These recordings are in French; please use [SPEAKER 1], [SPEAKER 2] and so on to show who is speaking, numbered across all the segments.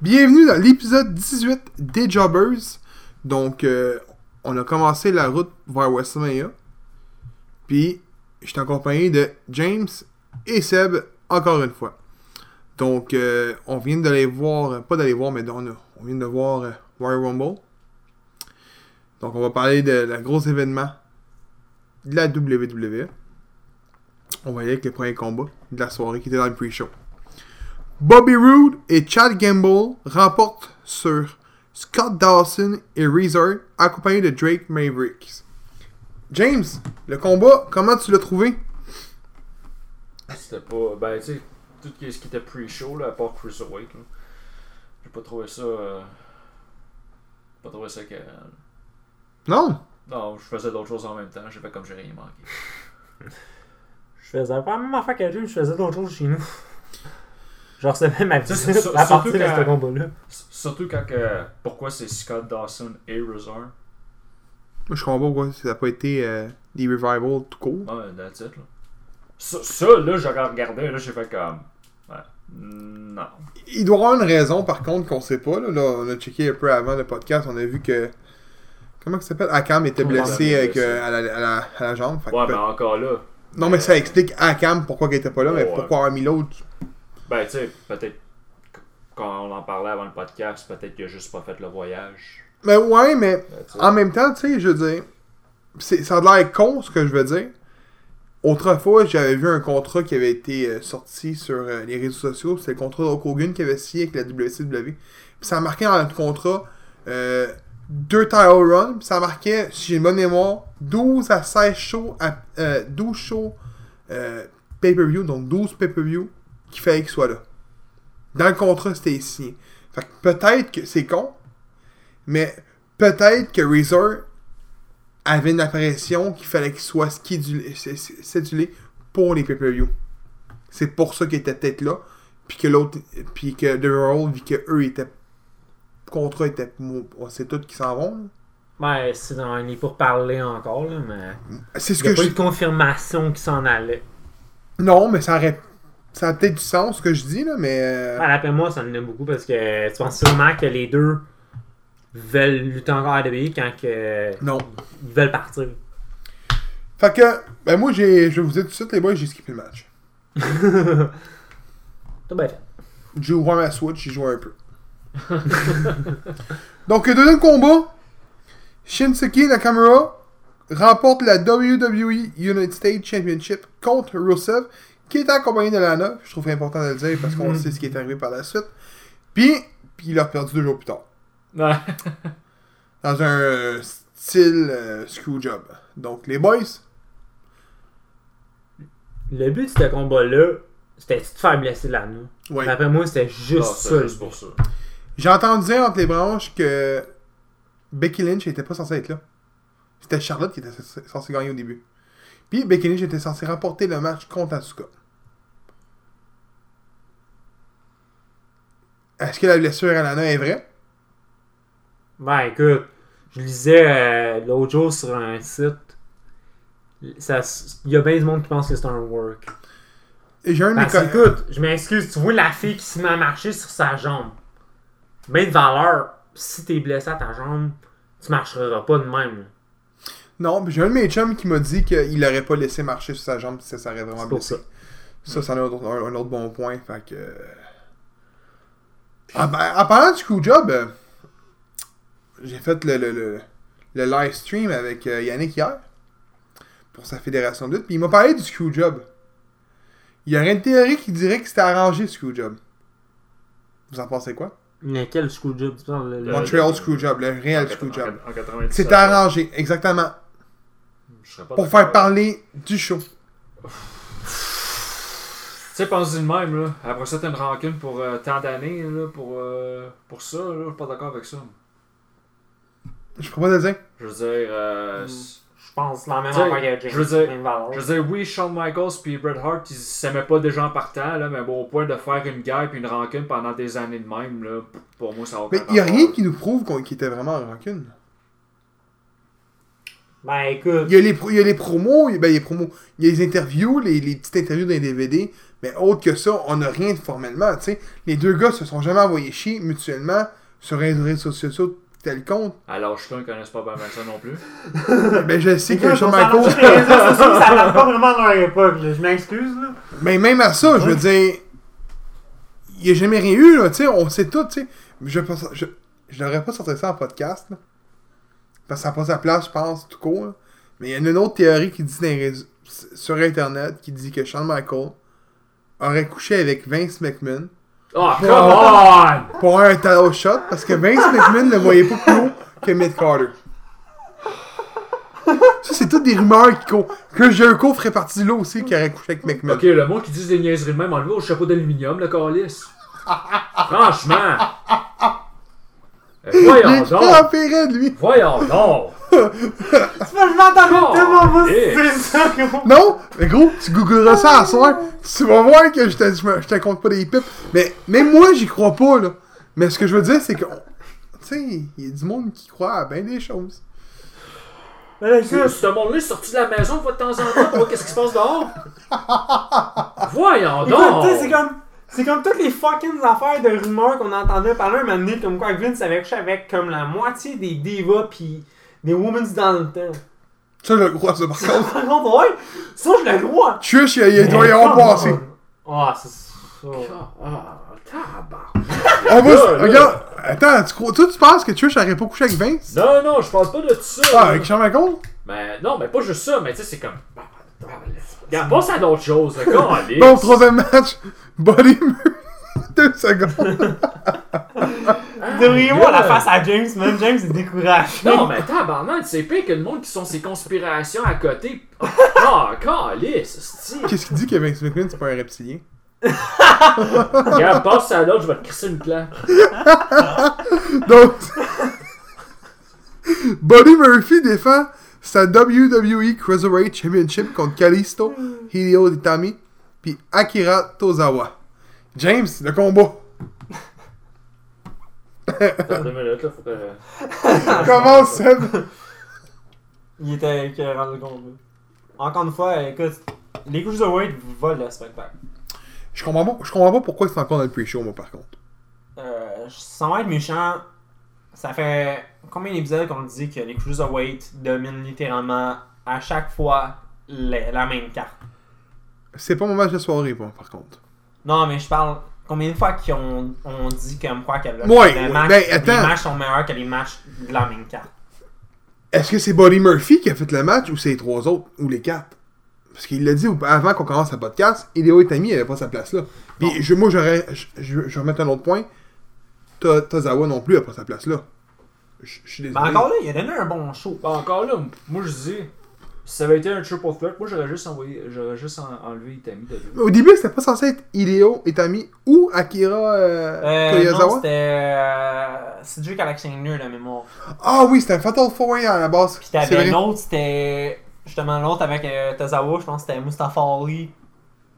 [SPEAKER 1] Bienvenue dans l'épisode 18 des Jobbers. Donc, euh, on a commencé la route vers Westmania. Puis, je suis en compagnie de James et Seb encore une fois. Donc, euh, on vient d'aller voir, euh, pas d'aller voir, mais on, a- on vient de voir euh, Royal Rumble. Donc, on va parler de la grosse événement de la WWE. On va y aller avec le premier combat de la soirée qui était dans le pre-show. Bobby Roode et Chad Gamble remportent sur Scott Dawson et Resort, accompagnés de Drake Mavericks. James, le combat, comment tu l'as trouvé?
[SPEAKER 2] C'était pas. Ben, tu sais, tout ce qui était pre-show, là, à part Cruiserweight, là, j'ai pas trouvé ça. euh, Pas trouvé ça que.
[SPEAKER 1] Non?
[SPEAKER 2] Non, je faisais d'autres choses en même temps, j'ai fait comme j'ai rien manqué.
[SPEAKER 3] Je faisais pas la même affaire qu'à lui, je faisais d'autres choses chez nous. Je recevais ma
[SPEAKER 2] Ça,
[SPEAKER 3] visite
[SPEAKER 2] c'est-
[SPEAKER 3] à partir
[SPEAKER 2] surtout
[SPEAKER 3] de ce
[SPEAKER 2] quand-
[SPEAKER 3] combat-là.
[SPEAKER 2] S- Surtout quand que. Pourquoi c'est Scott Dawson et Razor
[SPEAKER 1] Moi, je comprends pas pourquoi ça n'a pas été euh, des revivals tout court.
[SPEAKER 2] Ouais, ben, that's it, là. Ça, ça, là, j'aurais regardé, là, j'ai fait comme. Ouais. Non.
[SPEAKER 1] Il doit y avoir une raison, par contre, qu'on sait pas. Là. Là, on a checké un peu avant le podcast, on a vu que. Comment il s'appelle Akam était
[SPEAKER 2] Ouais,
[SPEAKER 1] blessé
[SPEAKER 2] il est
[SPEAKER 1] avec,
[SPEAKER 2] blessé.
[SPEAKER 1] euh, à, la, à la- à la jambe. Fait que
[SPEAKER 2] Ouais, ben.
[SPEAKER 1] peut-
[SPEAKER 2] mais encore là.
[SPEAKER 1] Non, mais ça explique Akam pourquoi il était pas là, mais
[SPEAKER 2] Ouais.
[SPEAKER 1] pourquoi avoir mis l'autre.
[SPEAKER 2] Ben, tu sais, peut-être. qu- Quand on en parlait avant le podcast, peut-être qu'il a juste pas fait le voyage. Ben,
[SPEAKER 1] Mais Ben, ouais, mais
[SPEAKER 2] That's it.
[SPEAKER 1] en même temps, tu sais, je veux dire. c'est- Ça a l'air con ce que je veux dire. Autrefois, j'avais vu un contrat qui avait été euh, sorti sur euh, les réseaux sociaux. C'était le contrat de Hulk Hogan qui avait signé avec la WCW. Puis ça marquait dans notre contrat euh, deux title runs. Puis ça marquait, si j'ai une bonne mémoire, 12 à 16 shows, à, euh, 12 shows euh, pay-per-view, donc 12 pay-per-view qui fallait qu'il soit là. Dans le contrat, c'était signé. Fait que peut-être que c'est con, mais peut-être que Razor avait une apparition qu'il fallait qu'il soit schedulé- s- s- cédulé pour les pay-per-view. C'est pour ça qu'il était peut-être là, puis que l'autre, puis que The Royal, vu que eux étaient contrat était, on sait tous qu'ils s'en vont.
[SPEAKER 3] Ben, c'est dans les pourparlers encore, là, mais.
[SPEAKER 1] là. C'est ce
[SPEAKER 3] Il
[SPEAKER 1] que
[SPEAKER 3] n'y a pas eu
[SPEAKER 1] je...
[SPEAKER 3] de confirmation qui s'en allait.
[SPEAKER 2] Euh.
[SPEAKER 1] non, mais ça aurait, ça a peut-être du sens ce que je dis là, mais euh,
[SPEAKER 3] Ben, d'après moi, ça me donne beaucoup parce que tu penses sûrement que les deux veulent lutter encore à WWE quand que
[SPEAKER 1] non.
[SPEAKER 3] ils veulent partir.
[SPEAKER 1] Fait que, ben moi j'ai, je vais vous dire tout de suite les boys, j'ai skippé le match.
[SPEAKER 3] Tout bien fait.
[SPEAKER 1] J'ai ouvert ma Switch, j'ai joué un peu. Donc, le deuxième combat, Shinsuke Nakamura remporte la WWE United States Championship contre Rusev, qui est accompagné de Lana. Je trouve important de le dire parce qu'on sait ce qui est arrivé par la suite. Puis, puis il a perdu deux jours plus tard.
[SPEAKER 2] Ouais.
[SPEAKER 1] Dans un euh, style euh, screwjob. Donc, les boys,
[SPEAKER 3] Le but de ce combat-là, c'était de te faire blesser la noix.
[SPEAKER 1] ouais.
[SPEAKER 3] D'après moi, c'était
[SPEAKER 2] Non,
[SPEAKER 3] juste
[SPEAKER 2] c'est
[SPEAKER 3] ça. le
[SPEAKER 2] juste pour ça.
[SPEAKER 1] J'ai entendu dire entre les branches que Becky Lynch n'était pas censée être là. C'était Charlotte qui était censée- censée gagner au début. Puis Becky Lynch était censée remporter le match contre Asuka. Est-ce que la blessure à Lana est vraie?
[SPEAKER 3] Ben écoute, je lisais euh, l'autre jour sur un site. Ça s- Il y a bien du monde qui pense que c'est un work.
[SPEAKER 1] Et J'ai un de mes
[SPEAKER 3] Parce
[SPEAKER 1] Ah, co-
[SPEAKER 3] que, écoute, je m'excuse, tu vois la fille qui se met à marcher sur sa jambe. Ben de valeur, si t'es blessé à ta jambe, tu marcheras pas de même.
[SPEAKER 1] Non, puis j'ai un de mes chums qui m'a dit qu'il l'aurait pas laissé marcher sur sa jambe si ça serait vraiment
[SPEAKER 3] C'est pour
[SPEAKER 1] blessé.
[SPEAKER 3] ça.
[SPEAKER 1] Ça, ça en est un, autre- un autre bon point. Fait que. Ah ben, en parlant du coup job, euh, j'ai fait le, le, le- le live stream avec euh, Yannick hier pour sa fédération de lutte. Puis il m'a parlé du screw job. Il y aurait une théorie qui dirait que c'était arrangé le screw job. Vous en pensez quoi
[SPEAKER 3] Mais quel screwjob tu parles là, là?
[SPEAKER 2] Moi, je-
[SPEAKER 1] Montreal screw job, le réel
[SPEAKER 2] En
[SPEAKER 1] screw
[SPEAKER 2] quatre- en
[SPEAKER 1] job.
[SPEAKER 2] quatre- en 97,
[SPEAKER 1] C'était arrangé, exactement.
[SPEAKER 2] je serais pas
[SPEAKER 1] Pour
[SPEAKER 2] d'accord.
[SPEAKER 1] faire parler du show.
[SPEAKER 2] Tu sais, pense-y de même, là. Après ça, t'as une rancune pour euh, tant d'années, là, pour, euh, pour ça, là. Je suis pas d'accord avec ça.
[SPEAKER 1] Je pourrais pas te le dire.
[SPEAKER 2] Je veux dire,
[SPEAKER 1] Mm.
[SPEAKER 2] euh, c-
[SPEAKER 3] Je pense la même
[SPEAKER 2] Tu sais,
[SPEAKER 3] affaire que
[SPEAKER 2] je veux dire-
[SPEAKER 3] Même valeur.
[SPEAKER 2] je veux dire, oui, Shawn Michaels puis Bret Hart, ils s'aimaient pas déjà en partant, là, mais bon, au point de faire une guerre puis une rancune pendant des années de même, là, pour moi, ça va
[SPEAKER 1] Mais il n'y a rien qui nous prouve qu'on- qu'il était vraiment en rancune.
[SPEAKER 3] Ben écoute,
[SPEAKER 1] Il y a les, pro- il y a les promos, il y a, ben, il y a les promos, il y a les interviews, les, les petites interviews d'un DVD, mais autre que ça, on n'a rien de formellement, tu sais. Les deux gars se sont jamais envoyés chier mutuellement sur les réseaux sociaux tel compte.
[SPEAKER 2] Alors, je ne connaissent pas bien ça non plus.
[SPEAKER 1] Ben, je sais
[SPEAKER 3] les
[SPEAKER 1] que
[SPEAKER 3] gars,
[SPEAKER 1] Shawn
[SPEAKER 3] on s'en
[SPEAKER 1] Michaels...
[SPEAKER 3] lance les réseaux sociaux, ça date pas vraiment de leur époque, là. je m'excuse là.
[SPEAKER 1] Mais même à ça, je veux dire, il n'y a jamais rien eu, là, tu sais, on sait tout, tu sais. Je pense- je, je n'aurais pas sorti ça en podcast, là. Parce que ça n'a pas sa place, je pense, tout court. là. Mais il y a une autre théorie qui dit dans les rés- sur Internet, qui dit que Shawn Michaels aurait couché avec Vince McMahon
[SPEAKER 2] Oh, come on!
[SPEAKER 3] Come on!
[SPEAKER 1] pour un title shot, parce que Vince McMahon ne voyait pas plus haut que Mick Carter. Ça, c'est toutes des rumeurs qui courent. Que Jericho ferait partie de là aussi, qui aurait couché avec McMahon.
[SPEAKER 2] Ok, le monde qui dit des niaiseries de même, enlevé au chapeau d'aluminium, le calice. Franchement! Eh,
[SPEAKER 1] Il
[SPEAKER 2] voyons
[SPEAKER 1] est pas en
[SPEAKER 2] donc!
[SPEAKER 1] péril, lui.
[SPEAKER 2] Voyons donc!
[SPEAKER 3] Tu vas le l'entendre
[SPEAKER 2] Oh,
[SPEAKER 3] tellement moi
[SPEAKER 2] yes.
[SPEAKER 3] c'est ça gros!
[SPEAKER 1] Non, mais gros, tu googleras ça à soir. Tu vas voir que je te, je me- je te compte pas des pipes. Mais même moi, j'y crois pas, là. Mais ce que je veux dire, c'est que. Tu sais, il y a du monde qui croit à bien des choses.
[SPEAKER 3] Mais là, écoute,
[SPEAKER 2] Ce monde-là est sorti de la maison une fois de temps en temps pour voir qu'est-ce qui se passe dehors. Voyons
[SPEAKER 3] Écoute, tu sais, c'est
[SPEAKER 2] donc!
[SPEAKER 3] comme. C'est comme toutes les fucking affaires de rumeurs qu'on entendait parler un moment donné, comme quoi Vince avait couché avec comme la moitié des divas pis des women's dans le temps.
[SPEAKER 1] Ça, je le crois, ça, par contre.
[SPEAKER 3] Par contre, ouais, ça je le crois!
[SPEAKER 1] Chuch, il, il doit y avoir passé.
[SPEAKER 3] Ah, c'est ça.
[SPEAKER 2] Ah, tabarnak.
[SPEAKER 1] On va.
[SPEAKER 2] Là, là.
[SPEAKER 1] Regarde, attends, tu crois. Toi, tu penses que Chuch aurait pas couché avec Vince
[SPEAKER 2] Non, non, je parle pas de ça.
[SPEAKER 1] Ah, avec Jean Macron
[SPEAKER 2] Mais non, mais pas juste ça, mais tu sais, c'est comme. Regarde, passe à d'autres choses, le gars, allez.
[SPEAKER 1] Bon, troisième match. Body Murray. Deux secondes.
[SPEAKER 3] Vous devriez voir la face à James, même James est découragé.
[SPEAKER 2] Non, mais tabarnak, c'est pire que le monde qui sont ces conspirations à côté. Ah, calice, esti.
[SPEAKER 1] Qu'est-ce qu'il dit que Vince McMahon, c'est pas un reptilien
[SPEAKER 2] Regarde, passe à l'autre, je vais te crisser une claque.
[SPEAKER 1] Donc, Buddy Murphy défend sa WWE Cruiserweight Championship contre Kalisto, Hideo Itami, puis Akira Tozawa. James, le combat.
[SPEAKER 2] Attends deux minutes, là, faut que.
[SPEAKER 1] Comment Seb?
[SPEAKER 3] Il était écœurant le combat. Encore une fois, écoute, les couches de Wade volent le spectacle.
[SPEAKER 1] Je comprends pas, je comprends pas pourquoi c'est encore dans le pre-show, moi, par contre.
[SPEAKER 3] Euh, sans être méchant, ça fait combien d'épisodes qu'on dit que les Cruiserweight dominent littéralement à chaque fois les- la même carte?
[SPEAKER 1] C'est pas mon match de soirée, moi, par contre.
[SPEAKER 3] Non, mais je parle combien de fois qu'on on dit comme quoi que
[SPEAKER 1] Ouais,
[SPEAKER 3] le- le
[SPEAKER 1] ouais,
[SPEAKER 3] match-
[SPEAKER 1] ben,
[SPEAKER 3] les
[SPEAKER 1] attends.
[SPEAKER 3] matchs sont meilleurs que les matchs de la même carte.
[SPEAKER 1] Est-ce que c'est Buddy Murphy qui a fait le match ou c'est les trois autres ou les quatre? Parce qu'il l'a dit au- avant qu'on commence la podcast, Hideo Itami avait pas sa place là. Puis je, moi j'aurais. Je, je, je vais remettre un autre point. To- Tozawa non plus a pas sa place là. Je je suis
[SPEAKER 3] Mais
[SPEAKER 1] désolé.
[SPEAKER 3] Ben, encore là, il a donné un bon show.
[SPEAKER 2] Bah, encore là, moi je dis, si ça avait été un triple threat, moi j'aurais juste envoyé, j'aurais juste en- enlevé Itami de là.
[SPEAKER 1] Au début, c'était pas censé être Hideo Itami ou Akira euh,
[SPEAKER 3] Euh, non,
[SPEAKER 1] Toyozawa.
[SPEAKER 3] c'était. Euh, c'est Drake Alexander, la mémoire.
[SPEAKER 1] Ah oui, c'était un Fatal 4 à la base.
[SPEAKER 3] Puis
[SPEAKER 1] C'est vrai.
[SPEAKER 3] t'avais l'autre, c'était. Justement, l'autre avec euh, Tozawa, je pense que c'était Mustafa Ali.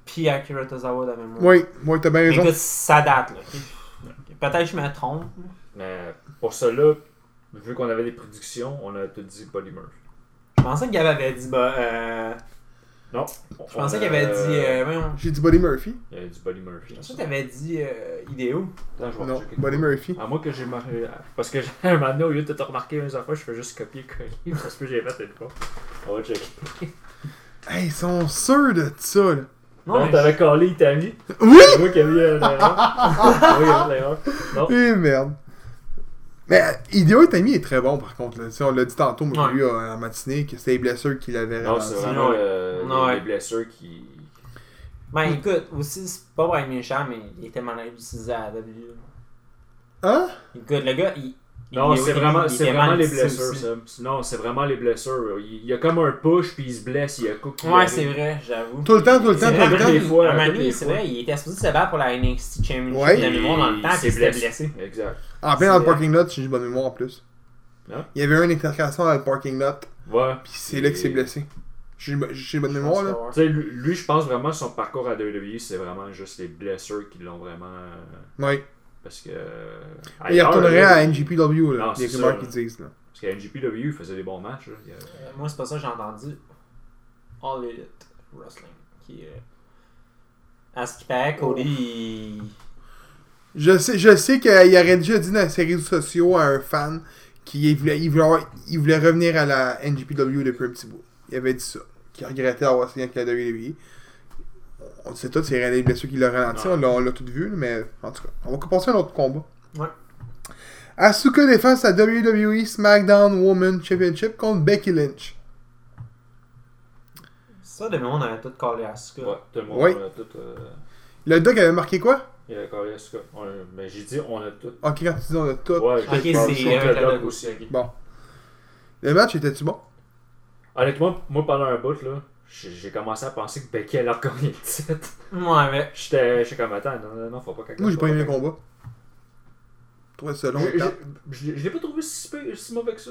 [SPEAKER 3] Puis Akira Tozawa, de la mémoire.
[SPEAKER 1] Oui, oui, t'as bien
[SPEAKER 3] Mais
[SPEAKER 1] raison.
[SPEAKER 3] écoute, ça date, là. ok? Peut-être que je me trompe.
[SPEAKER 2] Mais pour cela, vu qu'on avait des prédictions, on a tout dit Polymer.
[SPEAKER 3] Je pensais qu'il avait dit. Bah, euh,
[SPEAKER 2] Non.
[SPEAKER 3] je pensais qu'il avait dit. Euh, voyons.
[SPEAKER 1] J'ai dit Buddy Murphy.
[SPEAKER 2] Il avait dit Buddy Murphy. hein,
[SPEAKER 3] Je pensais que t'avais dit euh, Idéo.
[SPEAKER 2] Attends, je vais
[SPEAKER 1] Non,
[SPEAKER 2] rechecker.
[SPEAKER 1] Buddy Murphy.
[SPEAKER 2] À moins que j'ai marqué. Parce que j'ai un moment donné, au lieu de te remarquer une fois, je fais juste copier-coller. Parce que j'ai fait une fois. On va checker.
[SPEAKER 1] Hey, ils sont sûrs de ça là.
[SPEAKER 3] Non,
[SPEAKER 2] Non,
[SPEAKER 3] mais
[SPEAKER 2] t'avais collé Itami.
[SPEAKER 1] Oui!
[SPEAKER 2] C'est moi qui avais eu une erreur. Oui, une erreur. Non.
[SPEAKER 1] Eh merde. Mais Ideo Itami est très bon par contre. là. Tu sais, On l'a dit tantôt, moi j'ai
[SPEAKER 3] Ouais.
[SPEAKER 1] lu euh, en matinée que c'était les blessures qui l'avaient
[SPEAKER 2] Non, c'est
[SPEAKER 1] ralenti.
[SPEAKER 2] vraiment
[SPEAKER 3] Ouais.
[SPEAKER 2] euh,
[SPEAKER 3] Ouais.
[SPEAKER 2] les, les blessures qui.
[SPEAKER 3] Ben écoute, aussi, c'est pas pour être méchant, mais il était mal utilisé à la WWE.
[SPEAKER 1] Hein?
[SPEAKER 3] Écoute, le gars, il. il-
[SPEAKER 2] Non,
[SPEAKER 3] il-
[SPEAKER 2] c'est
[SPEAKER 3] il-
[SPEAKER 2] vraiment,
[SPEAKER 3] il
[SPEAKER 2] c'est
[SPEAKER 3] était
[SPEAKER 2] vraiment
[SPEAKER 3] mal
[SPEAKER 2] les
[SPEAKER 3] utilisé
[SPEAKER 2] blessures,
[SPEAKER 3] aussi.
[SPEAKER 2] ça. Non, c'est vraiment les blessures. Il il y a comme un push, puis il se blesse, il y a coup qui
[SPEAKER 3] Ouais,
[SPEAKER 2] arrive.
[SPEAKER 3] c'est vrai, j'avoue.
[SPEAKER 1] Tout le temps, tout le
[SPEAKER 3] C'est
[SPEAKER 1] temps,
[SPEAKER 3] vrai,
[SPEAKER 1] tout le
[SPEAKER 2] toutes
[SPEAKER 1] temps.
[SPEAKER 2] les fois,
[SPEAKER 3] à un moment
[SPEAKER 2] toutes
[SPEAKER 3] donné,
[SPEAKER 2] les
[SPEAKER 3] c'est
[SPEAKER 2] fois.
[SPEAKER 3] vrai, il était supposé se battre pour la NXT Championship
[SPEAKER 1] Ouais.
[SPEAKER 3] de mémoire dans le
[SPEAKER 2] Il
[SPEAKER 3] temps, puis
[SPEAKER 2] s'est
[SPEAKER 3] il s'était
[SPEAKER 2] blessé.
[SPEAKER 3] blessé.
[SPEAKER 2] Exact.
[SPEAKER 1] En plein dans le
[SPEAKER 3] C'est-
[SPEAKER 1] parking lot, j'ai une bonne mémoire en plus.
[SPEAKER 2] Hein?
[SPEAKER 1] Il y avait eu une intercation dans le parking lot,
[SPEAKER 2] Ouais.
[SPEAKER 1] puis c'est là qu'il s'est
[SPEAKER 2] Et-
[SPEAKER 1] blessé. J'ai une bo- j'ai une bonne
[SPEAKER 3] Je
[SPEAKER 1] mémoire
[SPEAKER 3] pense
[SPEAKER 1] là.
[SPEAKER 2] Tu
[SPEAKER 3] que
[SPEAKER 2] sais, lui, lui, je pense vraiment son parcours à WWE, c'est vraiment juste les blessures qui l'ont vraiment. euh,
[SPEAKER 1] Oui.
[SPEAKER 2] Parce que. euh,
[SPEAKER 1] Il
[SPEAKER 2] ailleurs,
[SPEAKER 1] retournerait
[SPEAKER 2] là,
[SPEAKER 1] à NGPW
[SPEAKER 2] Non,
[SPEAKER 1] là. Il y a
[SPEAKER 2] c'est
[SPEAKER 1] rumeurs
[SPEAKER 2] ça,
[SPEAKER 1] qui
[SPEAKER 2] là.
[SPEAKER 1] disent là.
[SPEAKER 2] Parce qu'à NGPW, il faisait des bons matchs. là. Il y avait-
[SPEAKER 3] Euh, moi, c'est pas ça que j'ai entendu. All Elite Wrestling. Qui, euh, à ce qui paraît,
[SPEAKER 1] Oh.
[SPEAKER 3] Cody, il-
[SPEAKER 1] Je sais, je sais qu'il aurait déjà dit dans ses réseaux sociaux à un fan qu'il voulait, il voulait, avoir- il voulait revenir à la NGPW depuis un petit bout. Il avait dit ça. Qu'il regrettait d'avoir signé avec la WWE. On sait tout, c'est les blessures qui l'ont ralenti.
[SPEAKER 2] Ouais.
[SPEAKER 1] On l'a- On l'a tout vu, mais en tout cas, on va passer à un autre combat.
[SPEAKER 3] Ouais.
[SPEAKER 1] Asuka défend sa WWE E SmackDown Women Championship contre Becky Lynch.
[SPEAKER 3] Ça, de on avait tout collé à ce que.
[SPEAKER 2] Ouais, tout le monde
[SPEAKER 1] Oui.
[SPEAKER 2] on a tout. euh,
[SPEAKER 1] Le doc avait marqué quoi
[SPEAKER 2] il a carré ce que- on a- Mais j'ai dit on a tout.
[SPEAKER 1] Ok, quand tu dis on a tout.
[SPEAKER 2] Ouais,
[SPEAKER 3] Ok,
[SPEAKER 2] je parle
[SPEAKER 3] c'est,
[SPEAKER 2] sur
[SPEAKER 3] euh,
[SPEAKER 2] le
[SPEAKER 3] la
[SPEAKER 2] doc
[SPEAKER 3] doc.
[SPEAKER 2] aussi. ok.
[SPEAKER 1] Bon. Le match était-tu bon
[SPEAKER 2] Honnêtement, moi pendant un bout là, j'ai j'ai commencé à penser que Becky allait regagner le titre.
[SPEAKER 3] Ouais, mais.
[SPEAKER 2] J'étais j'étais comme attends, non, non, non, faut pas qu'elle
[SPEAKER 1] Moi, j'ai
[SPEAKER 2] faut
[SPEAKER 1] pas aimé
[SPEAKER 2] qu'elle-
[SPEAKER 1] le combat. Je trouvais ça long.
[SPEAKER 2] J'ai-
[SPEAKER 1] et tard.
[SPEAKER 2] j'ai- Je l'ai pas trouvé si, peu- si mauvais que ça.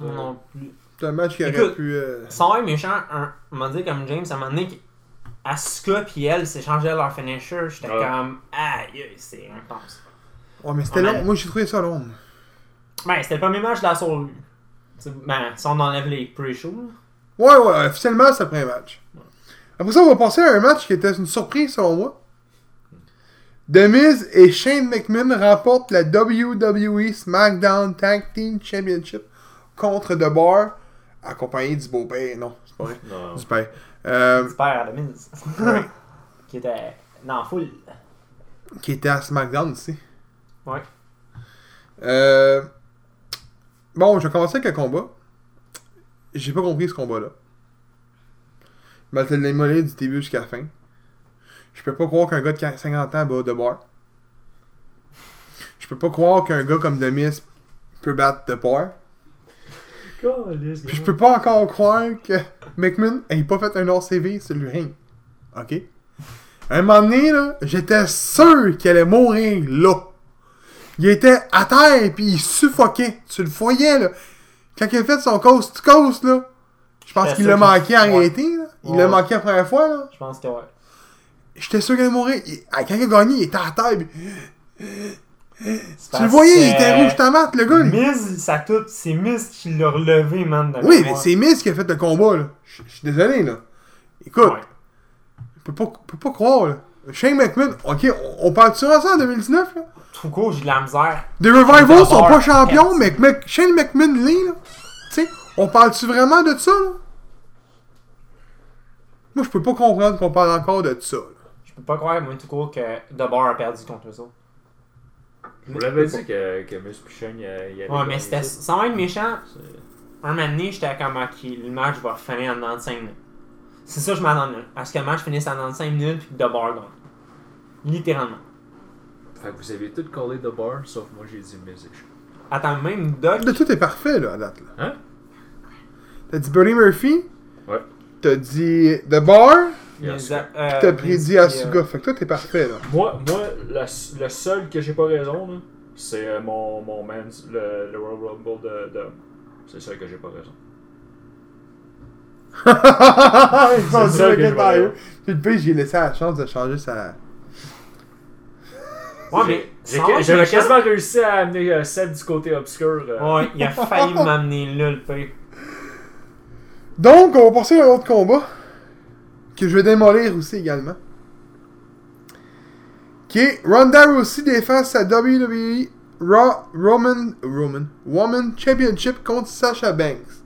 [SPEAKER 3] moi Non plus.
[SPEAKER 1] C'est un match qui aurait
[SPEAKER 3] Écoute.
[SPEAKER 1] pu. euh,
[SPEAKER 3] Sans être méchant, un, on m'a dit comme James, à un moment donné, Asuka pis elle s'échangeaient leur finisher. J'étais
[SPEAKER 2] Ouais.
[SPEAKER 3] comme. Aïe, aïe, c'est intense.
[SPEAKER 1] Ouais, mais c'était
[SPEAKER 3] Ouais.
[SPEAKER 1] long. Moi, j'ai trouvé ça long.
[SPEAKER 3] Ben, c'était le premier match de la Soul. C'est- Ben, si on enlève les pre-shows, là.
[SPEAKER 1] Ouais, ouais, officiellement, c'est le premier match. Après ça, on va passer à un match qui était une surprise selon moi. The Miz et Shane McMahon remportent la WWE SmackDown Tag Team Championship contre The Bar, accompagné du beau-père. Non, c'est pas vrai.
[SPEAKER 2] Non.
[SPEAKER 1] Du père. Euh,
[SPEAKER 3] du père à la mise.
[SPEAKER 1] Ouais.
[SPEAKER 3] qui était dans la foule.
[SPEAKER 1] qui était à SmackDown aussi.
[SPEAKER 3] Ouais.
[SPEAKER 1] Euh, Bon, je vais commencer avec un combat. J'ai pas compris ce combat-là. Mathilde démolé du début jusqu'à la fin. Je peux pas croire qu'un gars de 40 50 ans bat de bar. Je peux pas croire qu'un gars comme Demis peut battre de bar. Puis je peux pas encore croire que McMahon ait pas fait un RCV sur le ring. OK? À un moment donné, là, j'étais sûr qu'il allait mourir là. Il était à terre puis il suffoquait. Tu le voyais, là. Quand il a fait son coast to coast, là, je pense
[SPEAKER 3] J'étais
[SPEAKER 1] qu'il
[SPEAKER 3] sûr
[SPEAKER 1] l'a
[SPEAKER 3] qu'il-
[SPEAKER 1] manqué à
[SPEAKER 3] ouais.
[SPEAKER 1] arrêter. là. Il
[SPEAKER 3] Ouais.
[SPEAKER 1] l'a manqué la première fois, là.
[SPEAKER 3] Je pense que ouais.
[SPEAKER 1] J'étais sûr qu'il allait mourir. Il- Quand il a gagné, il était à terre. puis-
[SPEAKER 3] C'est
[SPEAKER 1] Tu le
[SPEAKER 3] parce
[SPEAKER 1] voyais,
[SPEAKER 3] que-
[SPEAKER 1] il était rouge tomate, le gars. là.
[SPEAKER 3] Miz, ça tout, c'est Miz qui l'a relevé, man. de la
[SPEAKER 1] Oui, mais
[SPEAKER 3] mémoire.
[SPEAKER 1] c'est Miz qui a fait le combat, là. Je je suis désolé, là. Écoute,
[SPEAKER 3] Ouais.
[SPEAKER 1] Je peux pas, peux pas croire, là. Shane McMahon, ok, on, on parle de ça en 2019, là?
[SPEAKER 3] Tout court, j'ai de la misère.
[SPEAKER 1] The Revival sont
[SPEAKER 3] D'abord,
[SPEAKER 1] pas champions,
[SPEAKER 3] yes.
[SPEAKER 1] mais Mc- Shane McMahon l'est, là. Tu sais, on parle-tu vraiment de ça, là? Moi, je peux pas comprendre qu'on parle encore de ça, là.
[SPEAKER 3] Je peux pas croire, moi, tout court, que The Bar a perdu contre eux autres.
[SPEAKER 2] Vous l'avez dit que, que Miss Pichon, il allait.
[SPEAKER 3] Ouais,
[SPEAKER 2] gagner
[SPEAKER 3] mais c'était
[SPEAKER 2] le titre.
[SPEAKER 3] sans être méchant.
[SPEAKER 2] C'est-
[SPEAKER 3] Un moment donné, j'étais comme, ok, le match va finir en 95 minutes. C'est ça, que je m'attendais. À ce que le match finisse en 95 minutes, puis que The Bar gagne. Littéralement.
[SPEAKER 2] Fait que vous avez tout collé de bar, sauf moi j'ai dit Miss Pichon.
[SPEAKER 3] Attends, même Doc.
[SPEAKER 1] Là, tout est parfait, là, à date, là.
[SPEAKER 2] Hein?
[SPEAKER 1] T'as dit Buddy Murphy,
[SPEAKER 2] Ouais.
[SPEAKER 1] t'as dit The Bar,
[SPEAKER 2] Yes.
[SPEAKER 3] Miz- euh,
[SPEAKER 1] t'as
[SPEAKER 3] Miz-
[SPEAKER 1] prédit Asuga.
[SPEAKER 3] euh,
[SPEAKER 1] Fait que tout est parfait, là.
[SPEAKER 2] Moi, moi la- le seul que j'ai pas raison, là, c'est euh, mon, mon man, le, le Royal Rumble de. de- C'est le seul que j'ai pas raison.
[SPEAKER 1] Ils sont
[SPEAKER 2] ça
[SPEAKER 1] durs
[SPEAKER 2] que
[SPEAKER 1] que
[SPEAKER 2] je vois.
[SPEAKER 1] tailleux. Puis le pire, j'ai laissé la chance de changer sa...
[SPEAKER 3] Ouais, mais.
[SPEAKER 2] J'ai-
[SPEAKER 3] sans
[SPEAKER 2] j'ai-
[SPEAKER 3] être
[SPEAKER 2] J'avais
[SPEAKER 3] méchant-
[SPEAKER 2] quasiment réussi à amener euh, Seth du côté obscur. euh.
[SPEAKER 3] Ouais, il a failli m'amener là, le pire.
[SPEAKER 1] Donc, on va passer à un autre combat que je vais démolir aussi également. Qui est Ronda Rousey défend sa WWE Raw Roman, Roman Woman Championship contre Sasha Banks.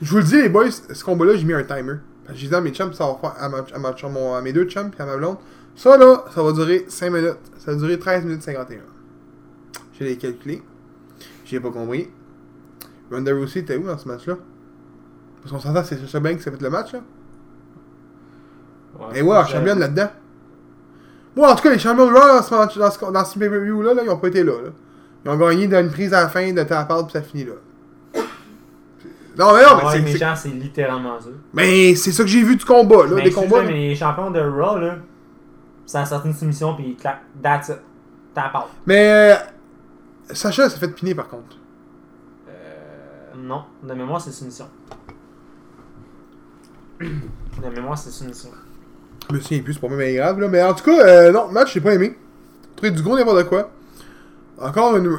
[SPEAKER 1] je vous le dis, les boys, ce combat-là, j'ai mis un timer. Parce que J'ai dit à mes chums, ça va faire à, ma- à ma- à mon- à mes deux chums et à ma blonde. Ça là, ça va durer 5 minutes. Ça va durer 13 minutes 51. Je l'ai calculé. J'ai pas compris. Ronda Rousey était où dans ce match-là? Parce qu'on s'entend, c'est Sasha Banks qui a fait le match, là.
[SPEAKER 3] Ah,
[SPEAKER 1] Et ouais, la
[SPEAKER 2] j'ai-
[SPEAKER 1] championne là-dedans. Moi, en tout cas, les champions de Raw dans ce, match, dans ce, dans ce pay-per-view-là, là, ils ont pas été là, là. Ils ont gagné dans une prise à la fin de tap out, puis ça finit là. Non, mais non, Ah, mais
[SPEAKER 3] Sans
[SPEAKER 1] c'est-
[SPEAKER 3] être
[SPEAKER 1] c'est...
[SPEAKER 3] méchant, c'est littéralement ça.
[SPEAKER 1] Mais c'est ça que j'ai vu du combat, là.
[SPEAKER 3] mais
[SPEAKER 1] des combats...
[SPEAKER 3] excuse-moi, mais les champions de Raw, là, ça a sorti une soumission, puis clac, that's it. Tap out.
[SPEAKER 1] Mais... euh, Sacha, ça fait piner, par contre.
[SPEAKER 3] Euh, non, de mémoire, c'est soumission. de mémoire, c'est soumission.
[SPEAKER 1] Je me souviens plus, c'est pas même grave, là. Mais en tout cas, euh, non, match, j'ai pas aimé. J'ai Trouvé du gros n'importe quoi. Encore une.
[SPEAKER 2] Non,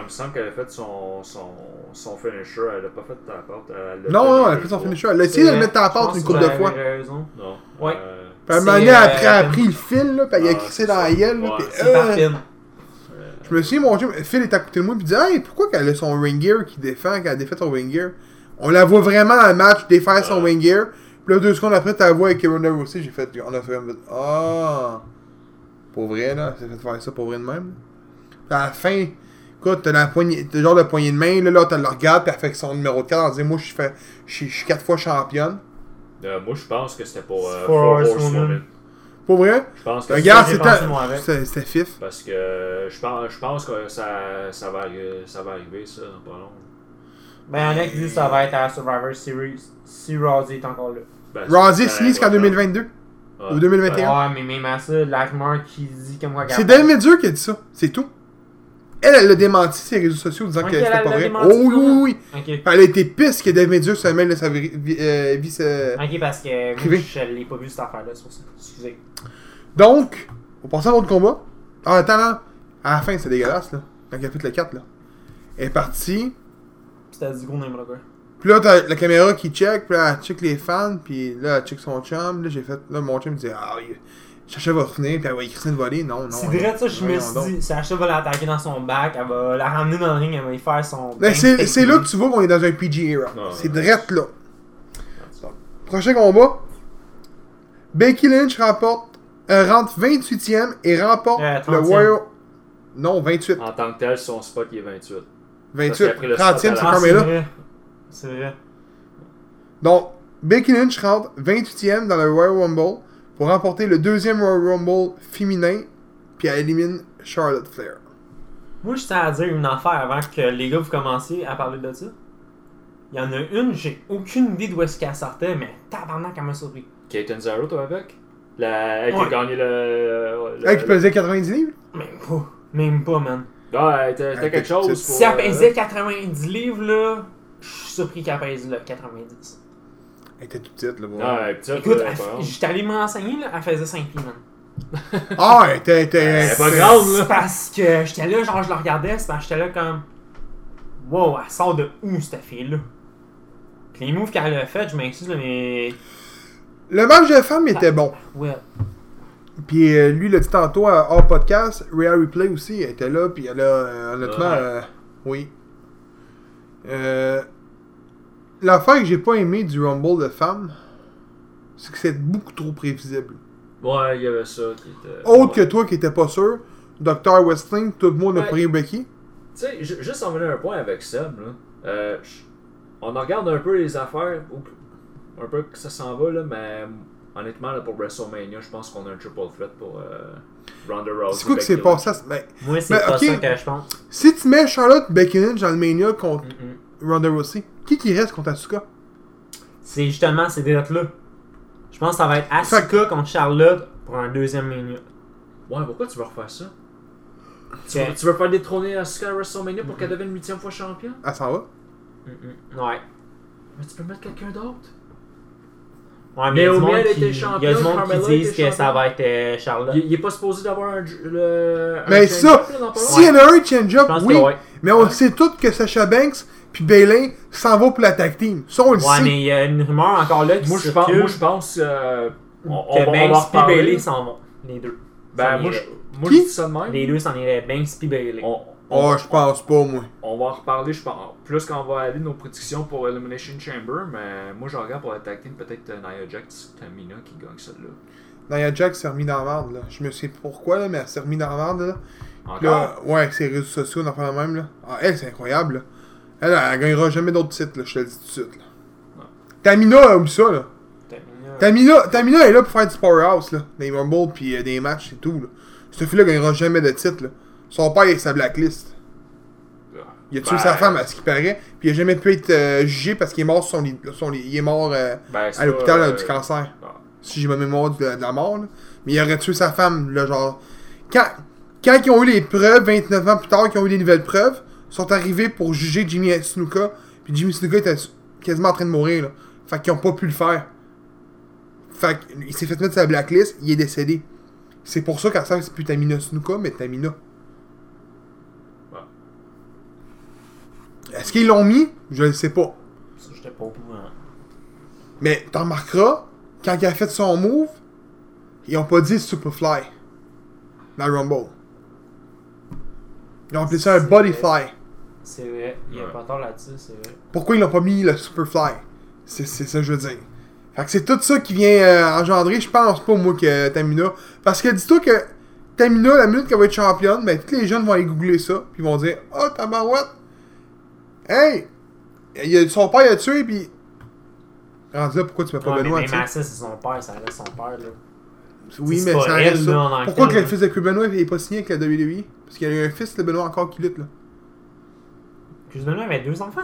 [SPEAKER 2] il me semble qu'elle a fait son, son, son finisher. Elle a pas fait ta porte. Elle
[SPEAKER 1] Non, non, elle
[SPEAKER 2] elle
[SPEAKER 1] a fait son finisher. Elle a essayé de le mettre à la porte une couple de fois. Puis
[SPEAKER 3] raison.
[SPEAKER 2] Non.
[SPEAKER 3] Ouais.
[SPEAKER 2] Euh,
[SPEAKER 1] à un moment
[SPEAKER 3] C'est,
[SPEAKER 1] donné,
[SPEAKER 3] euh,
[SPEAKER 1] après, elle a pris le fil, là, puis elle a
[SPEAKER 2] Ah,
[SPEAKER 1] crissé
[SPEAKER 2] c'est
[SPEAKER 1] dans la
[SPEAKER 2] ça.
[SPEAKER 1] gueule, là,
[SPEAKER 2] Ouais,
[SPEAKER 1] puis,
[SPEAKER 3] C'est
[SPEAKER 1] euh,
[SPEAKER 3] par pin.
[SPEAKER 2] euh,
[SPEAKER 1] Je me suis dit, mon dieu, Phil est à côté de moi, puis il dit, hey, pourquoi qu'elle a son ring gear qui défend, qu'elle a défait son ring gear On la voit vraiment dans le match défaire son
[SPEAKER 2] Ouais.
[SPEAKER 1] ring gear, puis là, deux secondes après, t'as la vois avec Kevin Nair aussi, j'ai fait, on a fait, ah, pour vrai, là, c'est fait faire ça pour vrai de même. Puis à la fin, écoute, t'as la poignée, t'as le genre de poignée de main, là, là, t'as le regard, puis elle fait son numéro 4 en disant, moi, je fais- je suis je suis quatre fois championne.
[SPEAKER 2] euh, moi, je pense que c'était pour euh,
[SPEAKER 3] Four
[SPEAKER 2] Four
[SPEAKER 3] Horsewomen.
[SPEAKER 2] Horsewomen.
[SPEAKER 1] Pour vrai,
[SPEAKER 2] Je pense que
[SPEAKER 1] regarde,
[SPEAKER 3] j'ai
[SPEAKER 1] c'était,
[SPEAKER 3] pensé, moi, avec.
[SPEAKER 1] c'était- c'était fif.
[SPEAKER 2] Parce que euh, je pense, je pense que ça, ça, va, arri- ça va arriver, ça, dans pas long.
[SPEAKER 3] Ben, Alex dit que ça va être à la Survivor Series si Rousey est encore là.
[SPEAKER 2] Ben,
[SPEAKER 1] Rousey
[SPEAKER 2] ça
[SPEAKER 1] signe jusqu'en
[SPEAKER 2] va-
[SPEAKER 1] 2022,
[SPEAKER 2] Ouais.
[SPEAKER 1] ou 2021.
[SPEAKER 3] Ouais, mais même à ça, Lackmore qui dit comme quoi.
[SPEAKER 1] C'est Dave Medur qui a dit ça, c'est tout. Elle, elle l'a démenti ses réseaux sociaux en disant
[SPEAKER 3] Ok,
[SPEAKER 1] que c'était
[SPEAKER 3] elle
[SPEAKER 1] pas
[SPEAKER 3] l'a
[SPEAKER 1] vrai.
[SPEAKER 3] démenti,
[SPEAKER 1] Oh oui, oui, oui.
[SPEAKER 3] Ok.
[SPEAKER 1] Puis Elle a été pisse que Dave Medur se mêle de sa vie. vie- euh, vie, euh.
[SPEAKER 3] Ok, parce que
[SPEAKER 1] Privé.
[SPEAKER 3] moi, je l'ai pas vu cette affaire-là, c'est pour ça. Excusez.
[SPEAKER 1] Donc, on passe à l'autre combat. Ah, attends, là. À la fin, c'est dégueulasse, là. Quand elle a fait le 4, là. Elle est partie.
[SPEAKER 3] C'était du gros n'importe quoi.
[SPEAKER 1] Puis là, t'as la caméra qui check, puis là, elle check les fans, puis là, elle check son chum. Là, j'ai fait. Là, mon chum dit Ah, il... Chacha va revenir, puis elle va écrire une volée. Non, non.
[SPEAKER 3] C'est
[SPEAKER 1] non.
[SPEAKER 3] vrai, ça, je me
[SPEAKER 1] Voyons donc.
[SPEAKER 3] suis dit, Sacha va l'attaquer dans son bac, elle va la ramener dans le ring, elle va y faire son.
[SPEAKER 1] Mais
[SPEAKER 3] pain
[SPEAKER 1] c'est
[SPEAKER 3] fake.
[SPEAKER 1] c'est là que tu vois qu'on est dans un PG era.
[SPEAKER 2] Non,
[SPEAKER 1] c'est
[SPEAKER 2] non.
[SPEAKER 1] direct là. Prochain combat. Becky Lynch remporte, euh, rentre 28e et remporte
[SPEAKER 3] Euh,
[SPEAKER 1] le
[SPEAKER 3] 30e.
[SPEAKER 1] Warrior. Non, 28.
[SPEAKER 2] En tant que tel, son spot, il est 28. Parce
[SPEAKER 1] 28.
[SPEAKER 2] qu'elle a pris le
[SPEAKER 1] 30e, c'est
[SPEAKER 2] spot à la-
[SPEAKER 3] Ah, c'est
[SPEAKER 1] Carmella.
[SPEAKER 3] vrai. C'est vrai.
[SPEAKER 1] Donc, Becky Lynch rentre 28e dans le Royal Rumble pour remporter le deuxième Royal Rumble féminin, puis elle élimine Charlotte Flair.
[SPEAKER 2] Euh,
[SPEAKER 3] Moi, je tiens à dire une affaire avant que les gars vous commenciez à parler de ça. Il y en a une, j'ai aucune idée d'où est-ce qu'elle sortait, mais tabarnak, elle m'a surpris.
[SPEAKER 2] Caitlyn Zaro, toi, avec la... Elle qui
[SPEAKER 3] Ouais.
[SPEAKER 2] a gagné le. le-
[SPEAKER 1] Elle qui pesait 90 livres.
[SPEAKER 3] Même pas. Même pas, man.
[SPEAKER 2] Non, Ah, elle était-
[SPEAKER 1] Elle
[SPEAKER 2] était quelque chose.
[SPEAKER 1] était-
[SPEAKER 2] Pour,
[SPEAKER 3] Si elle
[SPEAKER 2] euh,
[SPEAKER 3] pesait 90 livres, là, je suis surpris qu'elle pèse là, 90.
[SPEAKER 1] Elle était toute petite là. bon.
[SPEAKER 2] Non, elle est petite.
[SPEAKER 3] Écoute,
[SPEAKER 2] euh,
[SPEAKER 3] elle-
[SPEAKER 2] pas grande.
[SPEAKER 3] j'étais allé m'enseigner, là, elle faisait 5 pieds, man.
[SPEAKER 1] Ah, elle était. était-
[SPEAKER 2] Elle est pas
[SPEAKER 1] était-
[SPEAKER 2] grande, là.
[SPEAKER 3] C'est parce que j'étais là, genre, je la regardais, c'est parce que j'étais là comme. Wow, elle sort de où cette fille-là? Puis les moves qu'elle a fait, je m'excuse, là, mais.
[SPEAKER 1] Le match de femmes était bon.
[SPEAKER 3] Ouais.
[SPEAKER 1] Puis euh, lui, l'a dit tantôt à- hors podcast, Rhea Replay aussi, elle était là, puis elle a, euh, honnêtement,
[SPEAKER 2] Ouais.
[SPEAKER 1] euh, oui. Euh, L'affaire que j'ai pas aimé du Rumble de femmes, c'est que c'est beaucoup trop prévisible.
[SPEAKER 2] Ouais, il y avait ça qui était.
[SPEAKER 1] Autre Oh, que
[SPEAKER 2] Ouais.
[SPEAKER 1] toi qui étais pas sûr, Dr. Westling, tout le monde a
[SPEAKER 2] Ouais.
[SPEAKER 1] pris Becky.
[SPEAKER 2] Tu sais, ju- juste en venant à un point avec Seb, là, euh, je- on regarde un peu les affaires, ou- un peu que ça s'en va, là, mais honnêtement, là, pour WrestleMania, je pense qu'on a un triple threat pour euh, Ronda Rousey.
[SPEAKER 1] C'est quoi qui
[SPEAKER 2] Becky
[SPEAKER 1] s'est
[SPEAKER 2] Lynch.
[SPEAKER 1] passé à ce- ben,
[SPEAKER 3] Moi, c'est
[SPEAKER 1] Ben,
[SPEAKER 3] pas
[SPEAKER 1] ok.
[SPEAKER 3] ça que je pense.
[SPEAKER 1] Si tu mets Charlotte Becky Lynch dans le Mania contre
[SPEAKER 3] Mm-mm.
[SPEAKER 1] Ronda Rousey, qui qui reste contre Asuka?
[SPEAKER 3] C'est justement ces dates-là. Je pense que ça va être Asuka contre Charlotte pour un deuxième menu.
[SPEAKER 2] Ouais, pourquoi tu veux refaire ça? Tu,
[SPEAKER 3] Ok.
[SPEAKER 2] veux, tu veux faire détrôner Asuka à WrestleMania pour
[SPEAKER 3] Mm-hmm.
[SPEAKER 2] qu'elle devienne 8 fois championne?
[SPEAKER 1] Elle s'en va.
[SPEAKER 3] Mm-mm. Ouais.
[SPEAKER 2] Mais tu peux mettre quelqu'un d'autre?
[SPEAKER 3] Ouais, mais il y a du
[SPEAKER 2] Naomi,
[SPEAKER 3] monde
[SPEAKER 2] elle
[SPEAKER 3] qui,
[SPEAKER 2] était
[SPEAKER 3] il y a du monde qui
[SPEAKER 2] championne, Carmella
[SPEAKER 3] disent
[SPEAKER 2] était
[SPEAKER 3] que ça
[SPEAKER 2] championne.
[SPEAKER 3] va être euh, Charlotte.
[SPEAKER 2] Il, il est pas supposé d'avoir un. ju- Le, un
[SPEAKER 1] Mais
[SPEAKER 2] change-up,
[SPEAKER 1] ça,
[SPEAKER 2] là, dans pas
[SPEAKER 1] s'il y
[SPEAKER 2] loin?
[SPEAKER 1] en a un change-up,
[SPEAKER 3] Je pense
[SPEAKER 1] oui.
[SPEAKER 3] que ouais.
[SPEAKER 1] Mais on sait tous que Sasha Banks puis Baylin s'en vont pour la tag team. Ça, on le
[SPEAKER 3] Ouais,
[SPEAKER 1] sait.
[SPEAKER 3] mais il y a une rumeur encore là qui
[SPEAKER 2] Moi, je pense.
[SPEAKER 3] circule
[SPEAKER 2] Moi, je pense euh, on, on,
[SPEAKER 3] que
[SPEAKER 2] va- on va en
[SPEAKER 3] Banks et
[SPEAKER 2] reparler.
[SPEAKER 3] Bailey s'en vont. Les deux.
[SPEAKER 2] Ben,
[SPEAKER 3] S'en
[SPEAKER 2] moi,
[SPEAKER 3] irait.
[SPEAKER 2] je, moi,
[SPEAKER 1] Qui?
[SPEAKER 2] je dis ça de même.
[SPEAKER 3] Les deux s'en iraient, Banks et Bailey.
[SPEAKER 2] On, on,
[SPEAKER 1] Oh, je pense pas, moi.
[SPEAKER 2] on va en reparler, je pense, plus quand on va aller de nos prédictions pour Elimination Chamber, mais moi, je regarde pour la tag team, peut-être euh, Nia Jax, Tamina qui gagne celle-là.
[SPEAKER 1] Nia Jax s'est remis dans la merde, là. Je me sais pourquoi, là, mais elle s'est remis dans la merde, là.
[SPEAKER 2] Encore?
[SPEAKER 3] Ah.
[SPEAKER 1] Là, ouais, avec ses réseaux sociaux, on en parle même, là. Ah, elle, c'est incroyable, là. Elle, elle, gagnera jamais d'autres titres, là, je te le dis tout de suite, là.
[SPEAKER 2] Non.
[SPEAKER 1] Tamina, euh, oublie ça, là.
[SPEAKER 3] Tamina.
[SPEAKER 1] Tamina, Tamina est là pour faire du powerhouse, là. Des Rumble, puis euh, des matchs et tout, là. Cette fille-là gagnera jamais de titre, là. Son père est sa blacklist. Il a tué
[SPEAKER 2] Ben,
[SPEAKER 1] sa femme, à ce qui paraît, puis il a jamais pu être euh, jugé parce qu'il est mort sur son lit. son lit- il est mort euh,
[SPEAKER 2] ben, ça,
[SPEAKER 1] à l'hôpital
[SPEAKER 2] euh,
[SPEAKER 1] euh, du cancer.
[SPEAKER 2] ah.
[SPEAKER 1] Si j'ai ma mémoire de, de la mort, là. Mais il aurait tué sa femme, là, genre. Quand, quand ils ont eu les preuves, 29 ans plus tard, qu'ils ont eu les nouvelles preuves, ils sont arrivés pour juger Jimmy Snuka, puis Jimmy Snuka était s- quasiment en train de mourir, là. Fait qu'ils ont pas pu le faire. Fait qu'il s'est fait mettre sa blacklist, il est décédé. C'est pour ça qu'à ça, c'est plus Tamina Snuka, mais Tamina.
[SPEAKER 2] ah.
[SPEAKER 1] qu'ils l'ont mis, je le sais pas.
[SPEAKER 3] Ça, J'étais pas au courant.
[SPEAKER 1] Mais t'en remarqueras, quand il a fait son move, ils ont pas dit Superfly dans le Rumble. Ils ont appelé ça un
[SPEAKER 3] C'est
[SPEAKER 1] Bodyfly.
[SPEAKER 3] C'est vrai, il y a
[SPEAKER 2] Ouais.
[SPEAKER 3] pas tort là-dessus, c'est vrai.
[SPEAKER 1] Pourquoi ils l'ont pas mis le Superfly C'est c'est ça que je veux dire. Fait que c'est tout ça qui vient euh, engendrer, je pense pas moi que Tamina. Parce que dis-toi que Tamina, la minute qu'elle va être championne, ben tous les jeunes vont aller googler ça, puis ils vont dire Oh tabarouette Hey il y a- Son père a tué, puis. Rendu là, pourquoi tu mets pas
[SPEAKER 3] Ouais,
[SPEAKER 1] Benoît
[SPEAKER 3] mais
[SPEAKER 1] tu sais?
[SPEAKER 3] même à ça, c'est son père, ça reste son père, là.
[SPEAKER 1] Oui,
[SPEAKER 3] C'est
[SPEAKER 1] mais
[SPEAKER 3] pas
[SPEAKER 1] ça reste
[SPEAKER 3] elle,
[SPEAKER 1] ça.
[SPEAKER 3] là, en tant que
[SPEAKER 1] Pourquoi
[SPEAKER 3] telle,
[SPEAKER 1] que le
[SPEAKER 3] là.
[SPEAKER 1] fils de Chris Benoit n'est pas signé avec la WWE Parce qu'il y a eu un fils de Benoit encore qui lutte, là.
[SPEAKER 3] Chris Benoit avait deux enfants.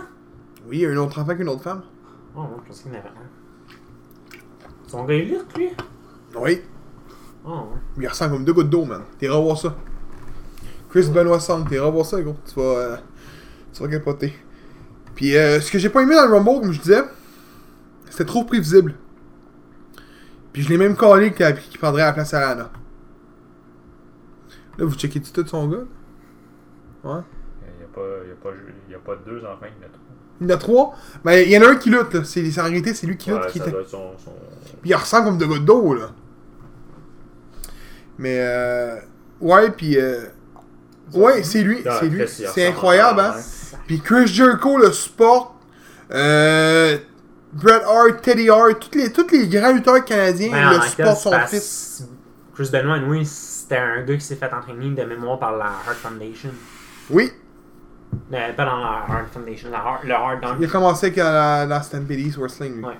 [SPEAKER 1] Oui, il y a un autre enfant qu'une autre femme.
[SPEAKER 3] Oh, moi, je pensais qu'il en avait un. Son gars, il lutte, lui.
[SPEAKER 1] Oui,
[SPEAKER 3] Oh, ouais.
[SPEAKER 1] il ressemble comme deux gouttes d'eau, man. T'es revoir ça. Chris Benoit semble, t'es revoir ça, gros. Tu vas. euh, tu vas capoter. Puis, euh, ce que j'ai pas aimé dans le Rumble, comme je disais, c'était trop prévisible. Puis, je l'ai même collé qu'il qu'il prendrait la place à Lana. Là, vous checkez tout son gars Ouais.
[SPEAKER 4] Il n'y a, pas- il Ben, y a, pas ju- il y a pas deux enfants qui luttent.
[SPEAKER 1] Il y en a trois. Mais il y en a un qui lutte, là. C'est, c'est en réalité, c'est lui qui lutte
[SPEAKER 4] Ouais,
[SPEAKER 1] qui
[SPEAKER 4] ça
[SPEAKER 1] était.
[SPEAKER 4] doit être son, son...
[SPEAKER 1] Puis il ressemble comme de gouttes d'eau, là. Mais, euh... Ouais, puis... euh, Ouais, c'est lui,
[SPEAKER 4] Ah,
[SPEAKER 1] c'est lui.
[SPEAKER 4] Chris, il
[SPEAKER 1] C'est
[SPEAKER 4] ressemble
[SPEAKER 1] incroyable,
[SPEAKER 4] encore,
[SPEAKER 1] hein.
[SPEAKER 4] ouais.
[SPEAKER 1] Puis Chris Jericho le supporte. Euh... Bret Hart, Teddy Hart, tous les, tous les grands lutteurs canadiens
[SPEAKER 3] Ben, en
[SPEAKER 1] le supportent son
[SPEAKER 3] quel-
[SPEAKER 1] fils.
[SPEAKER 3] Chris Benoit, oui, c'était un gars qui s'est fait entraîner de mémoire par la Heart Foundation.
[SPEAKER 1] Oui,
[SPEAKER 3] Euh, pas dans la Heart Foundation, la Heart, le Heart
[SPEAKER 1] il a
[SPEAKER 3] Dunk.
[SPEAKER 1] commencé avec la, la Stampede East Wrestling, lui.
[SPEAKER 3] Ouais.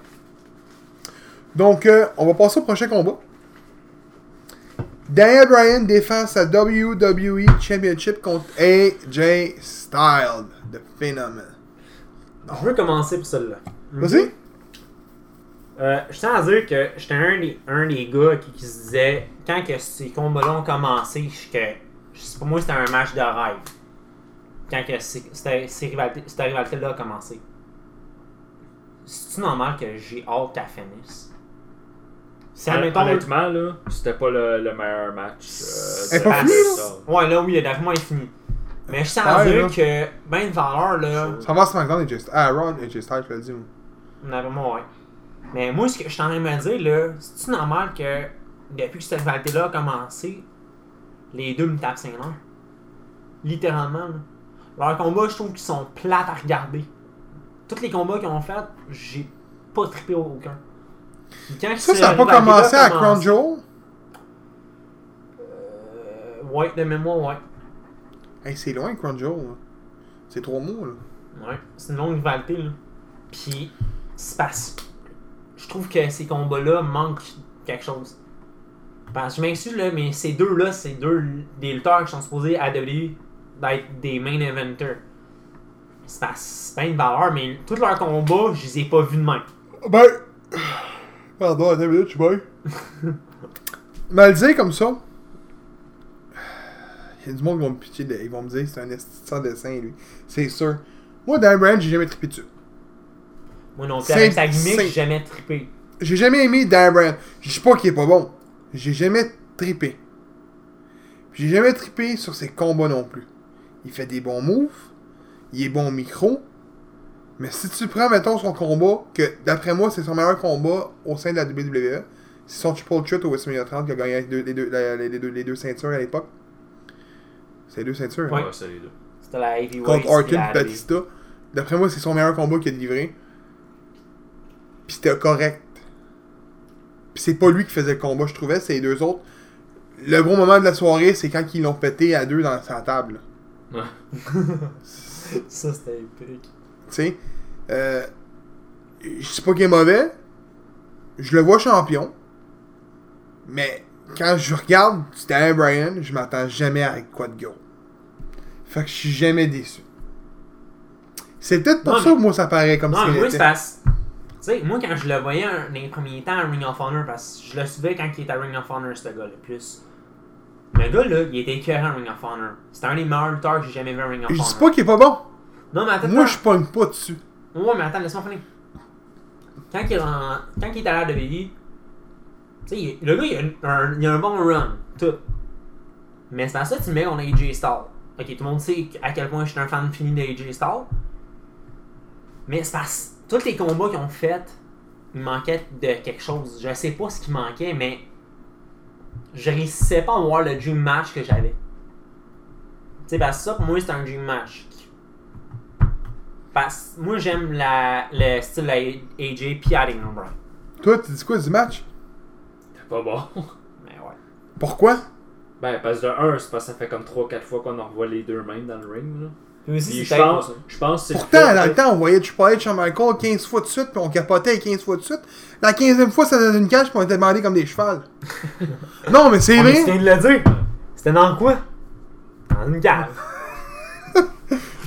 [SPEAKER 1] Donc, euh, on va passer au prochain combat. Daniel Bryan défend sa WWE Championship contre AJ Styles, The Phenomen.
[SPEAKER 3] Je veux commencer pour celle-là.
[SPEAKER 1] Vas-y.
[SPEAKER 3] Euh, je tiens à dire que j'étais un des, un des gars qui, qui se disait, quand que ces combats-là ont commencé, je- que, je- pour moi c'était un match de rêve. Quand que ces- c'était- ces rivalités- cette rivalité-là a commencé. C'est-tu normal que j'ai hâte qu'elle finisse? Si,
[SPEAKER 2] Hon-
[SPEAKER 3] admettons-
[SPEAKER 2] Honnêtement, là, c'était pas le, le meilleur match. Euh,
[SPEAKER 1] Elle est pas
[SPEAKER 2] de-
[SPEAKER 1] finie, là?
[SPEAKER 2] de-
[SPEAKER 3] Ouais, là, oui, d'après moi, il est fini. Mais je tiens à
[SPEAKER 1] Ouais,
[SPEAKER 3] dire
[SPEAKER 1] là.
[SPEAKER 3] que, ben, de valeur, là,
[SPEAKER 1] Ça va à SmackDown, AJ Styles. Ah, Ron, AJ Styles, je le dis. moi.
[SPEAKER 3] d'après moi, ouais. hein. Mais moi, ce que je t'en ai me dire, là, c'est-tu normal que, depuis que cette rivalité-là a commencé, les deux me tapent ses nerfs? Littéralement, là. Leurs combats, je trouve qu'ils sont plates à regarder. Tous les combats qu'ils ont fait, j'ai pas trippé aucun. Puis quand
[SPEAKER 1] Ça,
[SPEAKER 3] cette
[SPEAKER 1] ça n'a pas
[SPEAKER 3] rivalité-là
[SPEAKER 1] commencé à Crown
[SPEAKER 3] commence-
[SPEAKER 1] Jewel.
[SPEAKER 3] Euh, ouais, de mémoire, ouais.
[SPEAKER 1] Hey, c'est loin, Crown Jewel. là. C'est trois mots, là.
[SPEAKER 3] Ouais, c'est une longue rivalité, là. Puis, c'est parce je trouve que ces combats-là manquent quelque chose. Parce que je m'excuse, là, mais ces deux-là, c'est deux des lutteurs qui sont supposés à WWE d'être des main inventors. C'est pas, c'est pas une valeur, mais tous leurs combats, je les ai pas vus de même.
[SPEAKER 1] Ben. Pardon, attends une minute, je suis bien. Mais à le dire comme ça. Il y a du monde qui vont me pitcher, de- ils vont me dire c'est un esti de sans dessin, lui. C'est sûr. Moi, Dan Bryan, j'ai jamais trippé dessus.
[SPEAKER 3] Moi non plus,
[SPEAKER 1] C'est-
[SPEAKER 3] avec sa gimmick,
[SPEAKER 1] c'est-
[SPEAKER 3] j'ai jamais trippé.
[SPEAKER 1] J'ai jamais aimé Dan Bryan. Je dis pas qu'il est pas bon. J'ai jamais trippé. Puis J'ai jamais trippé sur ses combats non plus. Il fait des bons moves. Il est bon au micro. Mais si tu prends, mettons, son combat, que d'après moi, c'est son meilleur combat au sein de la WWE, c'est son triple threat au WrestleMania 30 qui a gagné les deux, les deux- la- les deux- les deux ceintures à l'époque. C'est les deux ceintures. hein?
[SPEAKER 3] Ouais.
[SPEAKER 2] Ouais, c'est les deux.
[SPEAKER 3] C'était la heavyweight.
[SPEAKER 1] contre
[SPEAKER 3] puis
[SPEAKER 1] Orton
[SPEAKER 3] la-
[SPEAKER 1] et Batista. D'après moi, c'est son meilleur combat qu'il a délivré. Puis c'était correct. Puis c'est pas lui qui faisait le combat, je trouvais, c'est les deux autres. Le bon moment de la soirée, c'est quand ils l'ont pété à deux dans sa table.
[SPEAKER 2] Ouais.
[SPEAKER 3] Ça, c'était épique.
[SPEAKER 1] Tu sais, euh, je sais pas qu'il est mauvais. Je le vois champion. Mais quand je regarde du Daniel Bryan, je m'attends jamais à quoi de gros. Fait que je suis jamais déçu. C'est peut-être pour
[SPEAKER 3] Non,
[SPEAKER 1] ça
[SPEAKER 3] mais-
[SPEAKER 1] que moi ça paraît comme
[SPEAKER 3] Non,
[SPEAKER 1] ça.
[SPEAKER 3] mais moi, c'est parce. Tu sais, moi, quand je le voyais un- dans les premiers temps à Ring of Honor, parce que je le suivais quand il était à Ring of Honor, ce gars-là, plus. Le gars-là, il était écœurant à Ring of Honor. C'était un des meilleurs lutteurs que j'ai jamais vu à Ring of
[SPEAKER 1] Je
[SPEAKER 3] Honor.
[SPEAKER 1] dis pas qu'il est pas bon.
[SPEAKER 3] Non, mais attends,
[SPEAKER 1] Moi,
[SPEAKER 3] attends.
[SPEAKER 1] je pogne pas dessus.
[SPEAKER 3] Ouais, mais attends, laisse-moi finir. Quand il est, en- quand il est à la WWE, tu sais, il- le gars, il a, une- un, il a un bon run, tout. Mais c'est à ça que tu le mets qu'on a AJ Styles. Ok, tout le monde sait à quel point je suis un fan fini d'AJ Styles. Mais c'est parce que tous les combats qu'ils ont fait, il manquait de quelque chose. Je sais pas ce qui manquait, mais je réussissais pas à voir le dream match que j'avais. Tu sais, parce que ça, pour moi, c'est un dream match. Parce que moi, j'aime la, le style à AJ puis à Daniel Bryan.
[SPEAKER 1] Toi, tu dis quoi du match
[SPEAKER 2] C'était pas bon.
[SPEAKER 3] Mais ouais.
[SPEAKER 1] Pourquoi
[SPEAKER 2] Ben, parce que de un, c'est parce que ça fait comme 3-4 fois qu'on en revoit les deux mêmes dans le ring. Là.
[SPEAKER 3] Puis
[SPEAKER 2] Puis
[SPEAKER 3] aussi,
[SPEAKER 2] je
[SPEAKER 3] c'est peut-être
[SPEAKER 2] pense,
[SPEAKER 3] pour ça.
[SPEAKER 2] je pense que c'est
[SPEAKER 1] Pourtant,
[SPEAKER 2] fait
[SPEAKER 1] dans
[SPEAKER 2] que-
[SPEAKER 1] le temps, on voyait Triple H à Michael 15 fois de suite, puis on capotait 15 fois de suite. La 15e fois, ça donnait une cage, puis on était demandé comme des chevals. non, mais c'est
[SPEAKER 3] Ah, mais tu
[SPEAKER 1] vrai.
[SPEAKER 3] viens de le dire. C'était dans quoi? Dans une cave.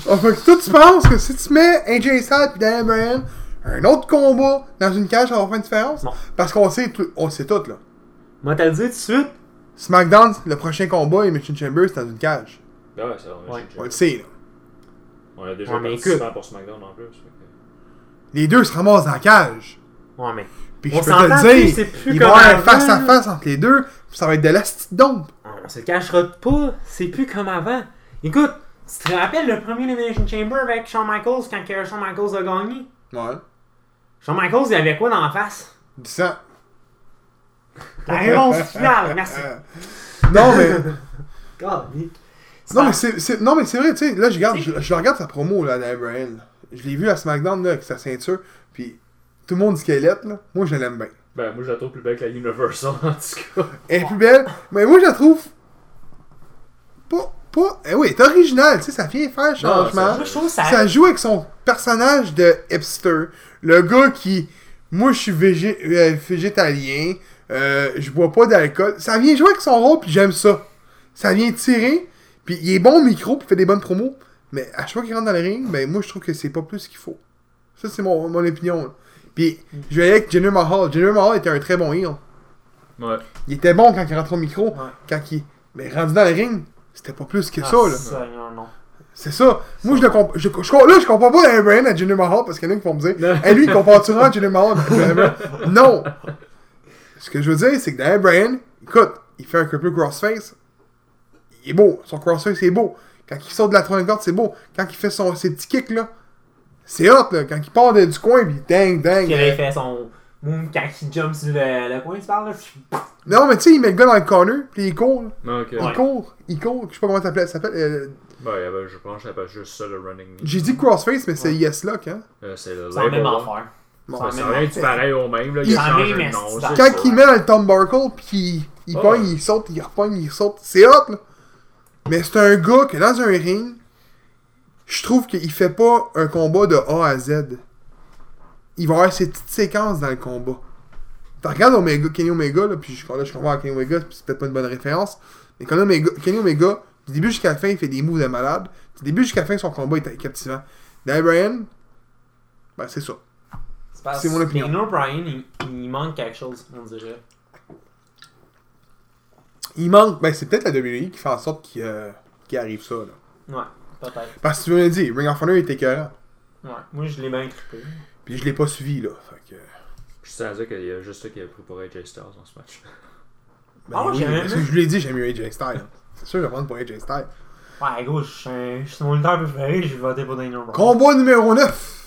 [SPEAKER 1] Ah, fait que toi, tu penses que si tu mets AJ Styles puis Daniel Bryan, un autre combat dans une cage, ça va faire une différence
[SPEAKER 3] Non.
[SPEAKER 1] Parce qu'on sait, tout- on sait tout, là.
[SPEAKER 3] Moi, t'as le dit tout de suite.
[SPEAKER 1] SmackDown, le prochain combat, et Mission Chambers dans une cage.
[SPEAKER 2] Ben Ouais, c'est vrai,
[SPEAKER 3] Ouais.
[SPEAKER 1] On le
[SPEAKER 2] j'ai-
[SPEAKER 1] sait, là.
[SPEAKER 2] On a déjà
[SPEAKER 3] Ouais, mais
[SPEAKER 2] participé
[SPEAKER 3] écoute.
[SPEAKER 2] pour SmackDown en plus. fait que-
[SPEAKER 1] Les deux se ramassent dans la cage.
[SPEAKER 3] Ouais, mais.
[SPEAKER 1] Puis
[SPEAKER 3] On
[SPEAKER 1] je peux
[SPEAKER 3] s'entend,
[SPEAKER 1] te
[SPEAKER 3] tu sais,
[SPEAKER 1] le
[SPEAKER 3] c'est
[SPEAKER 1] dire,
[SPEAKER 3] plus
[SPEAKER 1] il
[SPEAKER 3] comme
[SPEAKER 1] va y avoir un
[SPEAKER 3] avant,
[SPEAKER 1] face à
[SPEAKER 3] là.
[SPEAKER 1] face entre les deux, puis ça va être de la petite dompe.
[SPEAKER 3] On se le cachera pas, c'est plus comme avant. Écoute, tu te rappelles le premier Elimination Chamber avec Shawn Michaels quand que Shawn Michaels a gagné?
[SPEAKER 1] Ouais.
[SPEAKER 3] Shawn Michaels, il avait quoi dans la face?
[SPEAKER 1] 10 ans.
[SPEAKER 3] La réponse finale, merci.
[SPEAKER 1] Non, mais.
[SPEAKER 3] God, oui.
[SPEAKER 1] Non mais, c'est, c'est- non, mais c'est vrai, Ah. tu sais, là, je, regarde, je, je regarde sa promo, là, Daniel Bryan. là. Je l'ai vu à SmackDown, là, avec sa ceinture, puis tout le monde dit qu'elle est laide, là. Moi, je l'aime bien.
[SPEAKER 2] Ben, moi, je la trouve plus belle que la Universal, en tout cas.
[SPEAKER 1] Elle est plus belle, mais moi, je la trouve... Pas... pas... Eh oui, elle est originale, tu sais, ça vient faire changement.
[SPEAKER 2] ça-
[SPEAKER 3] Moi, je trouve que ça.
[SPEAKER 1] ça joue avec son personnage de hipster. Le gars qui... Moi, je suis végé- euh, végétalien, euh, je bois pas d'alcool. Ça vient jouer avec son rôle, puis j'aime ça. Ça vient tirer, puis il est bon au micro, puis il fait des bonnes promos. Mais à chaque fois qu'il rentre dans le ring, ben moi, je trouve que c'est pas plus qu'il faut. Ça, c'est mon, mon opinion. là. Puis je vais aller avec Jinder Mahal. Jinder Mahal était un très bon heel.
[SPEAKER 4] Ouais.
[SPEAKER 1] Il était bon quand il rentre au micro,
[SPEAKER 3] Ouais.
[SPEAKER 1] quand il... Mais rendu dans le ring, c'était pas plus que
[SPEAKER 3] Ah,
[SPEAKER 1] ça, là.
[SPEAKER 3] Seigneur, non.
[SPEAKER 1] C'est ça. Moi, je le comp- je, je- là, je compare pas Daniel Bryan à Jinder Mahal parce qu'il y en a qui vont me dire Hey, lui, il compare-tu vraiment Jinder Mahal à Daniel Bryan? Non Ce que je veux dire, c'est que Daniel Bryan, écoute, il fait un couple crossface, il est beau. Son crossface est beau. Quand il sort de la troisième corde, c'est beau. Quand il fait son, ses petits kicks, là, c'est hot, là. Quand il part de- du coin, puis ding, ding.
[SPEAKER 3] Qu'il avait fait son move quand il jump sur le, le coin, tu parles là?
[SPEAKER 1] Non, mais tu sais, il met le gars dans le corner, puis il court. là.
[SPEAKER 4] Non, ok.
[SPEAKER 1] Il court, il court. Je sais pas comment ça s'appelle. ça s'appelle, euh,
[SPEAKER 2] Ben, il y avait- je pense que j'appelle juste ça le running knee.
[SPEAKER 1] J'ai dit crossface, mais c'est yes lock, hein.
[SPEAKER 2] Euh, c'est le
[SPEAKER 3] C'est la même
[SPEAKER 2] label,
[SPEAKER 3] affaire.
[SPEAKER 1] Bon,
[SPEAKER 3] C'est
[SPEAKER 2] C'est
[SPEAKER 3] la
[SPEAKER 2] rien
[SPEAKER 3] même
[SPEAKER 2] du pareil au même, là.
[SPEAKER 1] Il-
[SPEAKER 2] Il change
[SPEAKER 3] Ah, mais
[SPEAKER 2] le nom.
[SPEAKER 3] c'est
[SPEAKER 2] c'est
[SPEAKER 1] Quand
[SPEAKER 2] ça.
[SPEAKER 1] il met dans le tombarcle, puis il, il
[SPEAKER 2] Ah
[SPEAKER 1] pogne,
[SPEAKER 2] ouais.
[SPEAKER 1] il saute, il repogne, il saute, c'est hot, là. Mais c'est un gars que dans un ring, je trouve qu'il fait pas un combat de A à Z. Il va avoir ses petites séquences dans le combat. T'en regardes Omega, Kenny Omega, là, puis je, là, je comprends Kenny Omega, puis c'est peut-être pas une bonne référence, mais Kenny Omega, Kenny Omega, du début jusqu'à la fin, il fait des moves de malade. Du début jusqu'à la fin, son combat est captivant. Daniel Bryan, ben c'est ça. C'est mon opinion.
[SPEAKER 3] Daniel Bryan, il, il manque quelque chose, on dirait.
[SPEAKER 1] Il manque, ben c'est peut-être la WWE qui fait en sorte qu'il euh, qu'il arrive ça, là.
[SPEAKER 3] Ouais, peut-être.
[SPEAKER 1] Parce que tu m'as dit, Ring of Honor était écœurant.
[SPEAKER 3] Ouais. Moi, je l'ai bien trippé.
[SPEAKER 1] Puis je l'ai pas suivi, là. Fait que.
[SPEAKER 2] Je suis à dire qu'il y a juste ça qui a pris pour AJ Styles dans ce match.
[SPEAKER 1] Ben
[SPEAKER 3] Ah, moi,
[SPEAKER 1] oui,
[SPEAKER 3] j'aimais
[SPEAKER 1] parce
[SPEAKER 3] mieux.
[SPEAKER 1] que je l'ai dit, j'aime mieux AJ Styles. C'est sûr, je vais prendre pour AJ Styles.
[SPEAKER 3] Ouais, gros, je suis un- je suis mon lutteur préféré, je vais voter pour Daniel Bryan.
[SPEAKER 1] Combat numéro 9.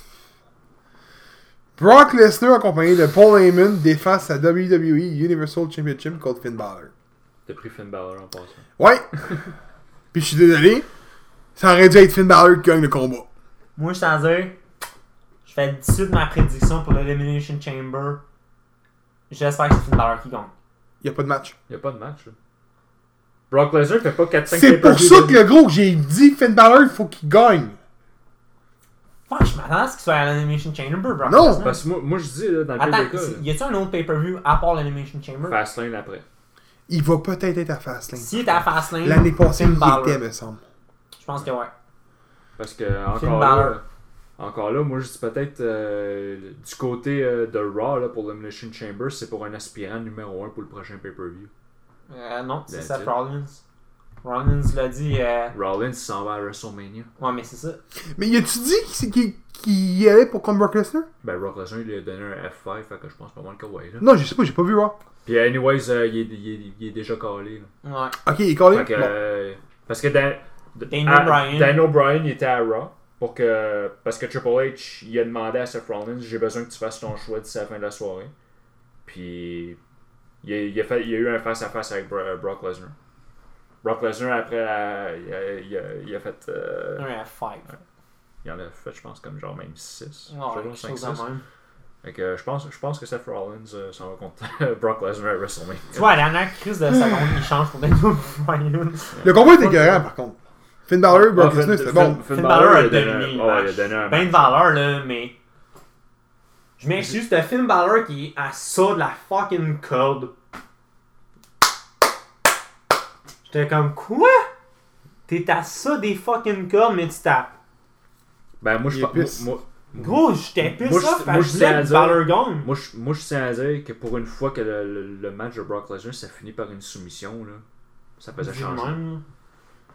[SPEAKER 1] Brock Lesnar, accompagné de Paul Heyman, défend sa WWE Universal Championship contre Finn Balor.
[SPEAKER 2] T'as pris Finn Balor en passant.
[SPEAKER 1] Ouais! Puis je suis désolé, ça aurait dû être Finn Balor qui gagne le combat.
[SPEAKER 3] Moi, je t'en dire, je fais d'ici de ma prédiction pour l'Elimination Chamber. J'espère que c'est Finn Balor qui gagne.
[SPEAKER 1] Y a pas de match.
[SPEAKER 2] Il a pas de match, là. Brock Lesnar fait pas 4-5
[SPEAKER 1] C'est pour ça que le gros, j'ai dit Finn Balor, il faut qu'il gagne.
[SPEAKER 3] Fuck, je m'attends à ce qu'il soit à l'Elimination Chamber, Brock
[SPEAKER 1] Non,
[SPEAKER 3] Lesnar.
[SPEAKER 2] Parce que moi, moi, je dis, là, dans le
[SPEAKER 3] Attends,
[SPEAKER 2] pire des cas, là,
[SPEAKER 3] y a-tu un autre pay-per-view à part l'Elimination Chamber?
[SPEAKER 2] Fastlane après.
[SPEAKER 1] Il va peut-être être à Fastlane.
[SPEAKER 3] Si t'es à Fastlane,
[SPEAKER 1] L'année passée,
[SPEAKER 3] Finn
[SPEAKER 1] il y
[SPEAKER 3] Balor.
[SPEAKER 1] était, me semble.
[SPEAKER 3] je pense que ouais.
[SPEAKER 2] Parce que, encore
[SPEAKER 3] Finn
[SPEAKER 2] là,
[SPEAKER 3] Balor.
[SPEAKER 2] encore là, moi, je dis peut-être euh, du côté euh, de Raw, là, pour l'Elimination Chamber, c'est pour un aspirant numéro 1 pour le prochain pay-per-view.
[SPEAKER 3] Euh, non, c'est
[SPEAKER 2] That's
[SPEAKER 3] Seth
[SPEAKER 2] it.
[SPEAKER 3] Rollins. Rollins l'a dit, euh...
[SPEAKER 2] Rollins s'en va à WrestleMania.
[SPEAKER 3] ouais, mais c'est ça.
[SPEAKER 1] Mais y-tu dit qu'il qu'il- qu'il y allait pour comme Brock Lesnar?
[SPEAKER 2] Ben, Brock Lesnar, il lui a donné un F5, fait que je pense pas mal que ouais, là.
[SPEAKER 1] Non, je sais pas, j'ai pas vu Raw.
[SPEAKER 2] Puis, anyways, euh, il, est, il est- il est déjà calé, là.
[SPEAKER 3] Ouais.
[SPEAKER 1] Ok, il est collé.
[SPEAKER 2] Fait que,
[SPEAKER 1] Bon.
[SPEAKER 2] euh, parce que Dan,
[SPEAKER 3] Daniel
[SPEAKER 2] à-
[SPEAKER 3] Bryan.
[SPEAKER 2] Daniel Bryan, il était à Raw. Pour que, parce que Triple H, il a demandé à Seth Rollins, j'ai besoin que tu fasses ton choix d'ici la fin de la soirée. Puis, il a, il a fait, il a eu un face-à-face avec Bro- euh, Brock Lesnar. Brock Lesnar, après, euh, il, a, il a- il a fait. euh,
[SPEAKER 3] Un à 5.
[SPEAKER 2] il en a fait, je pense, comme genre même 6.
[SPEAKER 3] Ouais, quelque chose de même.
[SPEAKER 2] Fait que, je, pense, je pense que Seth Rollins euh, s'en va contre Brock Lesnar à WrestleMania.
[SPEAKER 3] Tu vois, à la dernière crise de seconde, il change pour d'être Brian.
[SPEAKER 1] Le combat était écœurant, par contre. Finn Balor, Brock
[SPEAKER 2] Ah,
[SPEAKER 1] Lesnar,
[SPEAKER 2] Finn-
[SPEAKER 1] c'était bon.
[SPEAKER 2] Finn- Finn
[SPEAKER 3] Finn
[SPEAKER 2] Balor
[SPEAKER 3] Balor
[SPEAKER 2] a donné
[SPEAKER 3] a
[SPEAKER 2] un-
[SPEAKER 3] dominé le
[SPEAKER 2] ouais,
[SPEAKER 3] match.
[SPEAKER 2] il a donné un
[SPEAKER 3] Ben
[SPEAKER 2] match.
[SPEAKER 3] de valeur, là, mais. Je m'excuse, c'était Finn Balor qui est à ça de la fucking corde. J'étais comme, quoi? T'es à ça des fucking cordes, mais tu tapes.
[SPEAKER 2] Ben, moi, je
[SPEAKER 1] Il
[SPEAKER 2] pense-
[SPEAKER 1] pisse.
[SPEAKER 2] moi-
[SPEAKER 3] Gros, j'étais pissé
[SPEAKER 2] Moi, je-
[SPEAKER 3] off
[SPEAKER 2] moi,
[SPEAKER 3] parce que
[SPEAKER 2] je
[SPEAKER 3] je voulais
[SPEAKER 2] tiens à
[SPEAKER 3] que
[SPEAKER 2] dire-
[SPEAKER 3] Balor gagne.
[SPEAKER 2] Moi je, moi, je tiens à dire que pour une fois que le, le- le match de Brock Lesnar, ça finit par une soumission, là, ça faisait
[SPEAKER 3] Dis
[SPEAKER 2] changer.
[SPEAKER 3] même.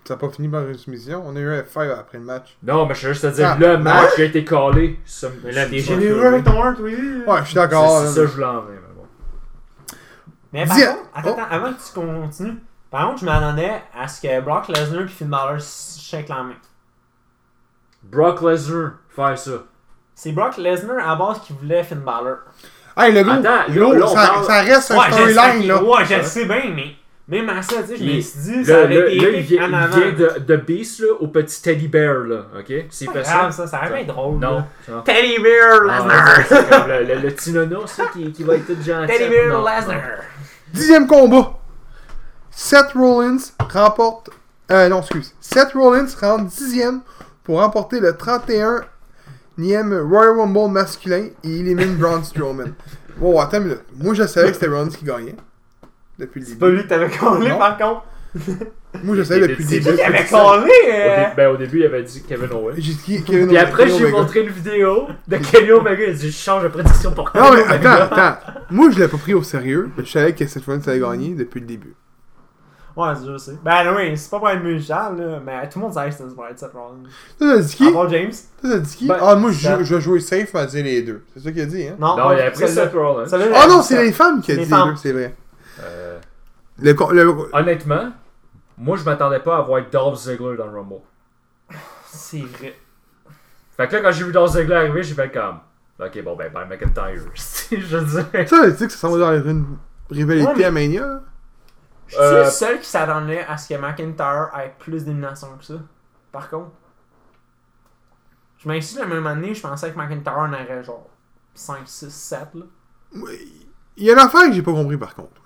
[SPEAKER 1] Ça n'a pas fini par une soumission. On a eu un F5 après le match.
[SPEAKER 2] Non, mais je veux juste te dire,
[SPEAKER 1] Ah,
[SPEAKER 2] le match a été collé. Ça, me-
[SPEAKER 3] Mais là, t'es
[SPEAKER 2] ça me-
[SPEAKER 3] généreux avec ton heart, oui.
[SPEAKER 1] Ouais, je suis
[SPEAKER 2] C'est
[SPEAKER 1] d'accord.
[SPEAKER 2] c'est
[SPEAKER 1] là,
[SPEAKER 2] ça,
[SPEAKER 1] mais-
[SPEAKER 2] je voulais en venir, mais bon.
[SPEAKER 3] Mais par
[SPEAKER 1] Dis- Oh.
[SPEAKER 3] contre, attends, attends, avant que tu continues, par contre, je m'attendais à ce que Brock Lesnar et Finn Balor shake la main.
[SPEAKER 2] Brock Lesnar, faire ça.
[SPEAKER 3] C'est Brock Lesnar à la base qui voulait Finn Balor.
[SPEAKER 1] Hey, le gros,
[SPEAKER 2] Attends,
[SPEAKER 1] gros,
[SPEAKER 2] là, on
[SPEAKER 1] ça,
[SPEAKER 2] parle-
[SPEAKER 1] ça reste un
[SPEAKER 3] je sais,
[SPEAKER 1] storyline, là.
[SPEAKER 3] Ouais, je le sais bien, mais même à ça, tu sais, je
[SPEAKER 2] Il-
[SPEAKER 3] me suis dit, ça
[SPEAKER 2] Là, là,
[SPEAKER 3] avait
[SPEAKER 2] là,
[SPEAKER 3] été
[SPEAKER 2] il
[SPEAKER 3] épique
[SPEAKER 2] vient,
[SPEAKER 3] en
[SPEAKER 2] il
[SPEAKER 3] avant.
[SPEAKER 2] vient de, de Beast là, au petit Teddy Bear, là, ok? C'est
[SPEAKER 3] C'est pas
[SPEAKER 2] fait ça?
[SPEAKER 3] grave, ça, ça aurait été drôle.
[SPEAKER 2] Non.
[SPEAKER 3] là.
[SPEAKER 2] non.
[SPEAKER 3] Teddy Bear
[SPEAKER 2] Ah,
[SPEAKER 3] Lesnar!
[SPEAKER 2] c'est comme le, le, le petit nono, ça, qui, qui va être tout gentil.
[SPEAKER 3] Teddy
[SPEAKER 2] Non,
[SPEAKER 3] Bear
[SPEAKER 2] non.
[SPEAKER 3] Lesnar!
[SPEAKER 1] Dixième combat. Seth Rollins remporte. Euh, non, excuse. Seth Rollins rentre dixième pour remporter le 31e Royal Rumble masculin et élimine Braun Strowman. Wow, attends une minute. Moi, je savais que c'était Rollins qui gagnait. Depuis le
[SPEAKER 3] C'est pas
[SPEAKER 1] début.
[SPEAKER 3] lui que t'avais collé
[SPEAKER 1] Non.
[SPEAKER 3] par contre.
[SPEAKER 1] Moi, je savais depuis le
[SPEAKER 2] C'est
[SPEAKER 1] début.
[SPEAKER 2] lui
[SPEAKER 3] Il
[SPEAKER 2] qui
[SPEAKER 3] avait
[SPEAKER 2] ça.
[SPEAKER 3] collé!
[SPEAKER 2] Au,
[SPEAKER 3] euh,
[SPEAKER 2] dé- ben, au début, il avait dit Kevin Owens.
[SPEAKER 1] J'ai dit Kevin
[SPEAKER 2] Puis
[SPEAKER 1] Owens, Oh
[SPEAKER 2] après,
[SPEAKER 1] Kevin
[SPEAKER 2] j'ai
[SPEAKER 1] Owens.
[SPEAKER 2] montré une vidéo de Kenny Omega. Il a dit Je change de prédiction pour Kenny
[SPEAKER 1] Non, mais
[SPEAKER 2] Omega.
[SPEAKER 1] attends, attends. Moi, je l'ai pas pris au sérieux. mais Je savais que Seth Rollins allait gagner depuis le début.
[SPEAKER 3] Ouais, je sais. Ben oui, c'est pas pour être méchant, là, mais tout le monde savait que c'était Super Seth Rollins.
[SPEAKER 1] Ça, t'as dit qui
[SPEAKER 3] À part James?
[SPEAKER 1] Ça, t'as dit qui
[SPEAKER 2] Ah, Ben,
[SPEAKER 1] Ah, moi, je
[SPEAKER 3] ça.
[SPEAKER 1] je vais jouer safe, à dire les deux. C'est ça qu'il a dit, hein
[SPEAKER 3] Non,
[SPEAKER 2] Non, il a pris
[SPEAKER 3] celle-là.
[SPEAKER 2] Seth Rollins.
[SPEAKER 3] Celle-là,
[SPEAKER 1] Ah
[SPEAKER 3] elle a
[SPEAKER 1] non,
[SPEAKER 3] dit
[SPEAKER 1] c'est
[SPEAKER 3] ça.
[SPEAKER 1] les femmes qui a dit
[SPEAKER 3] Les
[SPEAKER 1] les
[SPEAKER 3] femmes.
[SPEAKER 1] deux, c'est vrai.
[SPEAKER 2] Euh,
[SPEAKER 1] Le, co- le-
[SPEAKER 2] honnêtement, moi, je m'attendais pas à voir Dolph Ziggler dans le Rumble.
[SPEAKER 3] C'est vrai.
[SPEAKER 2] Fait que là, quand j'ai vu Dolph Ziggler arriver, j'ai fait comme Ok, bon, ben, Brian McIntyre. je veux dire.
[SPEAKER 1] Ça, tu sais que ça s'en va dans une rivalité
[SPEAKER 3] Ouais, mais-
[SPEAKER 1] à Mania. là.
[SPEAKER 3] Je suis
[SPEAKER 2] Euh,
[SPEAKER 3] le seul qui s'attendait à ce que McIntyre ait plus d'éliminations que ça. Par contre, je m'inscris la même année, je pensais que McIntyre en aurait genre 5, 6, 7. Là.
[SPEAKER 1] Il y a une affaire que j'ai pas compris par contre.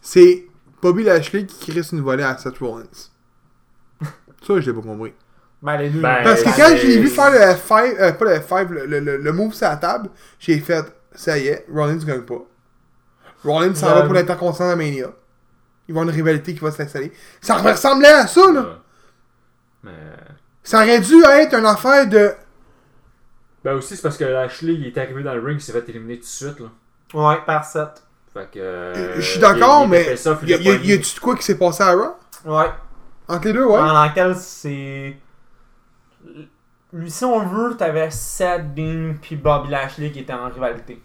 [SPEAKER 1] C'est Bobby Lashley qui crisse une volée à Seth Rollins. Ça, je l'ai pas compris.
[SPEAKER 3] Ben, les deux.
[SPEAKER 2] Ben,
[SPEAKER 1] Parce que
[SPEAKER 2] Euh,
[SPEAKER 1] quand
[SPEAKER 2] c'est-
[SPEAKER 1] j'ai vu faire le F5, euh, pas le F5, le, le- le- le move sur la table, j'ai fait, ça y est, Rollins gagne pas. Rollins s'en
[SPEAKER 3] Euh,
[SPEAKER 1] va pour l'intercontinental à Mania. Il va y avoir une rivalité qui va s'installer. Ça ressemblait à ça, là.
[SPEAKER 2] Mais.
[SPEAKER 1] Ça aurait dû être une affaire de
[SPEAKER 2] Ben aussi, c'est parce que Lashley, il est arrivé dans le ring, il s'est fait éliminer tout de suite. Là.
[SPEAKER 3] Ouais, par 7.
[SPEAKER 2] Fait que. euh,
[SPEAKER 1] Je suis d'accord,
[SPEAKER 2] il- il
[SPEAKER 1] mais
[SPEAKER 2] tapait ça, puis
[SPEAKER 1] y a,
[SPEAKER 2] il
[SPEAKER 1] y a-
[SPEAKER 2] pas
[SPEAKER 1] y a
[SPEAKER 2] mis.
[SPEAKER 1] tu de quoi qui s'est passé à Raw
[SPEAKER 3] Ouais.
[SPEAKER 1] Entre les deux, ouais.
[SPEAKER 3] Dans laquelle c'est. Lui, Si on veut, t'avais Seth, Bean puis Bobby Lashley qui étaient en rivalité.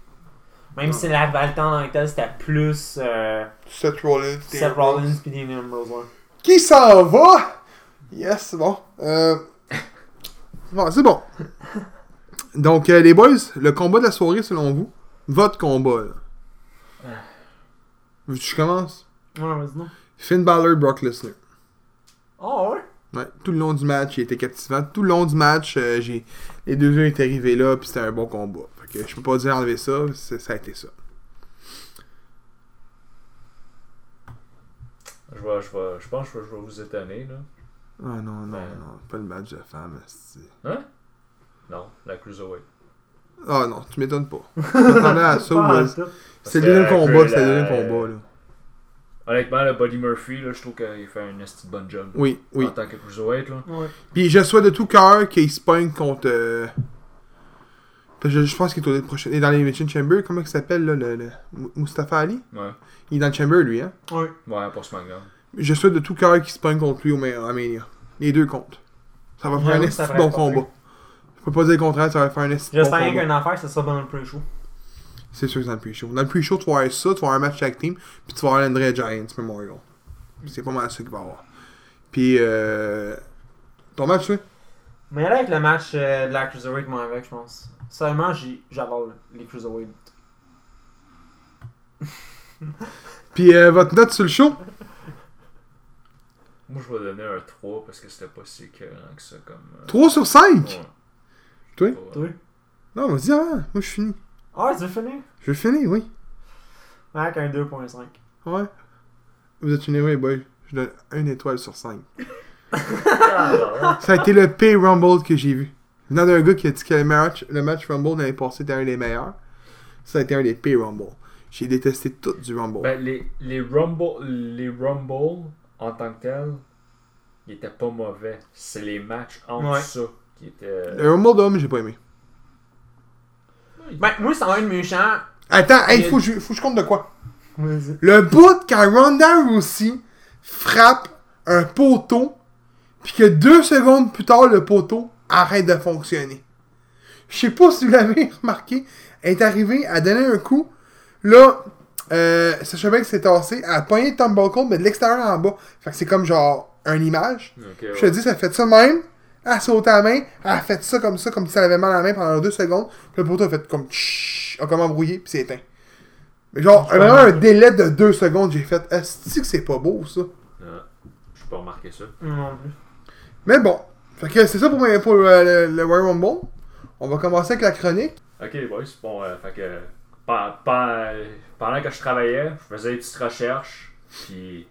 [SPEAKER 3] Même si la rivalité en laquelle c'était plus euh,
[SPEAKER 1] Seth Rollins.
[SPEAKER 3] Seth Rollins puis Dean Ambrose. ouais.
[SPEAKER 1] Qui s'en va Yes, c'est bon. Euh... Bon, c'est bon. Donc, euh, les boys, le combat de la soirée, selon vous, votre combat, là. Veux-tu que Je commence.
[SPEAKER 3] Ouais, vas-y, non.
[SPEAKER 1] Finn Balor, Brock Lesnar.
[SPEAKER 3] Oh, ouais.
[SPEAKER 1] Ouais, tout le long du match, il était captivant. Tout le long du match, euh, j'ai les deux yeux étaient arrivés là, puis c'était un bon combat. Fait que je peux pas dire enlever ça, c'est- ça a été ça.
[SPEAKER 2] Je, vais- je, vais- je pense que je vais vous étonner. Là.
[SPEAKER 1] Ah non, non,
[SPEAKER 2] Ben-
[SPEAKER 1] non, pas le match de femme. c'est-
[SPEAKER 2] Non, la Cruiserweight.
[SPEAKER 1] Ah non, tu m'étonnes pas. T'attendais à ça, ouais.
[SPEAKER 3] Pas en tout.
[SPEAKER 1] C'est
[SPEAKER 2] Parce
[SPEAKER 1] le
[SPEAKER 2] que
[SPEAKER 1] deuxième
[SPEAKER 2] un peu
[SPEAKER 1] combat, c'est le
[SPEAKER 2] la-
[SPEAKER 1] deuxième combat, là. euh,
[SPEAKER 2] Honnêtement, le Buddy Murphy, là, je trouve qu'il fait un esti de bonne job.
[SPEAKER 1] Oui, oui.
[SPEAKER 2] En tant que Cruiserweight, là.
[SPEAKER 3] Ouais.
[SPEAKER 1] Puis je souhaite de tout cœur qu'il se pogne contre. euh, parce que Je, je pense qu'il est au prochain. Il est dans l'Elimination Chamber, comment il s'appelle, là, le, le- Mou- Mustafa Ali
[SPEAKER 2] Ouais.
[SPEAKER 1] Il est dans le Chamber, lui, hein.
[SPEAKER 3] Ouais.
[SPEAKER 2] Ouais, pour SmackDown.
[SPEAKER 1] Je souhaite de tout cœur qu'il se pogne contre lui au Ma- à Mania. Les deux contre. Ça va faire un
[SPEAKER 3] J'avoue que
[SPEAKER 1] esti
[SPEAKER 3] ça
[SPEAKER 1] de
[SPEAKER 3] ferait
[SPEAKER 1] bon
[SPEAKER 3] pas
[SPEAKER 1] combat. Je peux pas dire le contraire, ça va faire un esti de bon
[SPEAKER 3] J'espère
[SPEAKER 1] combat.
[SPEAKER 3] qu'une affaire, ça sera dans le pre-show.
[SPEAKER 1] C'est sûr que c'est dans le pre-show. Dans le pre-show, tu vas avoir ça, tu vas avoir un match tag team, puis tu vas avoir l'André Giants Memorial. C'est pas mal ça qu'il va y avoir. Puis, euh, ton match, oui?
[SPEAKER 3] Mais là, avec le match euh, de la Cruiserweight, moi, avec, je pense. Seulement, j'adore les Cruiserweight.
[SPEAKER 1] Puis euh, votre note sur le show
[SPEAKER 2] Moi, je vais donner un 3 parce que c'était pas si écœurant que ça comme. euh,
[SPEAKER 1] 3 sur 5
[SPEAKER 2] ouais.
[SPEAKER 1] Toi?
[SPEAKER 2] Pas-
[SPEAKER 3] Toi?
[SPEAKER 1] Non, vas-y, avant. Moi, je finis.
[SPEAKER 3] Ah, tu veux finir?
[SPEAKER 1] Je finis, oui.
[SPEAKER 3] Ouais, Avec un 2.5.
[SPEAKER 1] Ouais. Vous êtes une héroïne, boy. Je donne une étoile sur 5.
[SPEAKER 4] Ah,
[SPEAKER 1] Ça a été le pay Rumble que j'ai vu. Venant d'un gars qui a dit que le match, le match Rumble l'année passée était un des meilleurs, ça a été un des pay Rumble. J'ai détesté tout du Rumble.
[SPEAKER 2] Ben, les, les Rumble, les Rumble, en tant que tels, ils étaient pas mauvais. C'est les matchs entre
[SPEAKER 3] Ouais.
[SPEAKER 2] ça qui étaient. euh,
[SPEAKER 1] le Rumble Euh, d'homme, j'ai pas aimé.
[SPEAKER 3] Ben, moi, c'est un de mes champs.
[SPEAKER 1] Attends, hey,
[SPEAKER 3] Il y a-
[SPEAKER 1] faut, que je- faut que je compte de quoi
[SPEAKER 3] Vas-y.
[SPEAKER 1] Le bout quand Ronda Rousey frappe un poteau, puis que deux secondes plus tard, le poteau arrête de fonctionner. Je sais pas si vous l'avez remarqué, elle est arrivée à donner un coup. Là, euh, Sacha Banks s'est tassé, elle a pogné Tom Buckle, mais de l'extérieur en bas. Fait que c'est comme genre un image.
[SPEAKER 2] Ok,
[SPEAKER 1] Je te
[SPEAKER 2] euh, ouais.
[SPEAKER 1] dis, ça fait ça de même. Elle a sauté la main, elle a fait ça comme ça, comme si elle avait mal à la main pendant deux secondes. Puis le poteau a fait comme tch, a comme embrouillé, puis c'est éteint. Mais genre,
[SPEAKER 3] Je
[SPEAKER 1] vraiment un
[SPEAKER 3] comprends.
[SPEAKER 1] délai de deux secondes, j'ai fait, est-ce que c'est pas beau ça?
[SPEAKER 2] Ah, J'ai pas remarqué ça.
[SPEAKER 3] Non plus.
[SPEAKER 1] Mais bon, fait que c'est ça pour, mes- pour euh, le, le Royal Rumble. On va commencer avec la chronique.
[SPEAKER 2] Ok, les boys, bon, euh, fait que. pa- pa- pendant que je travaillais, je faisais des petites recherches, puis.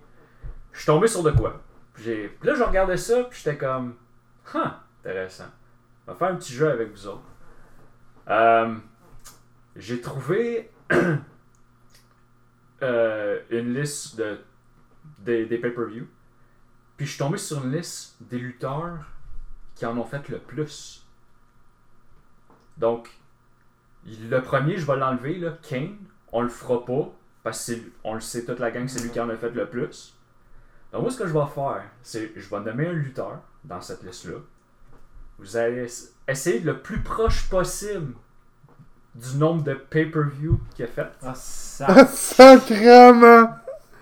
[SPEAKER 2] Je suis tombé sur de quoi. Puis, j'ai- puis là, je regardais ça, puis j'étais comme. Huh, intéressant. On va faire un petit jeu avec vous autres. Euh, j'ai trouvé. euh, une liste de, des, des pay-per-view. Puis je suis tombé sur une liste des lutteurs qui en ont fait le plus. Donc, le premier, je vais l'enlever, là, Kane. On le fera pas, parce que c'est- on le sait, toute la gang, c'est lui qui en a fait le plus. Donc, moi, ce que je vais faire, c'est je vais nommer un lutteur dans cette liste-là. Vous allez ess- essayer de le plus proche possible du nombre de pay-per-view qu'il a fait.
[SPEAKER 3] Ah, ça.
[SPEAKER 1] Sacrement!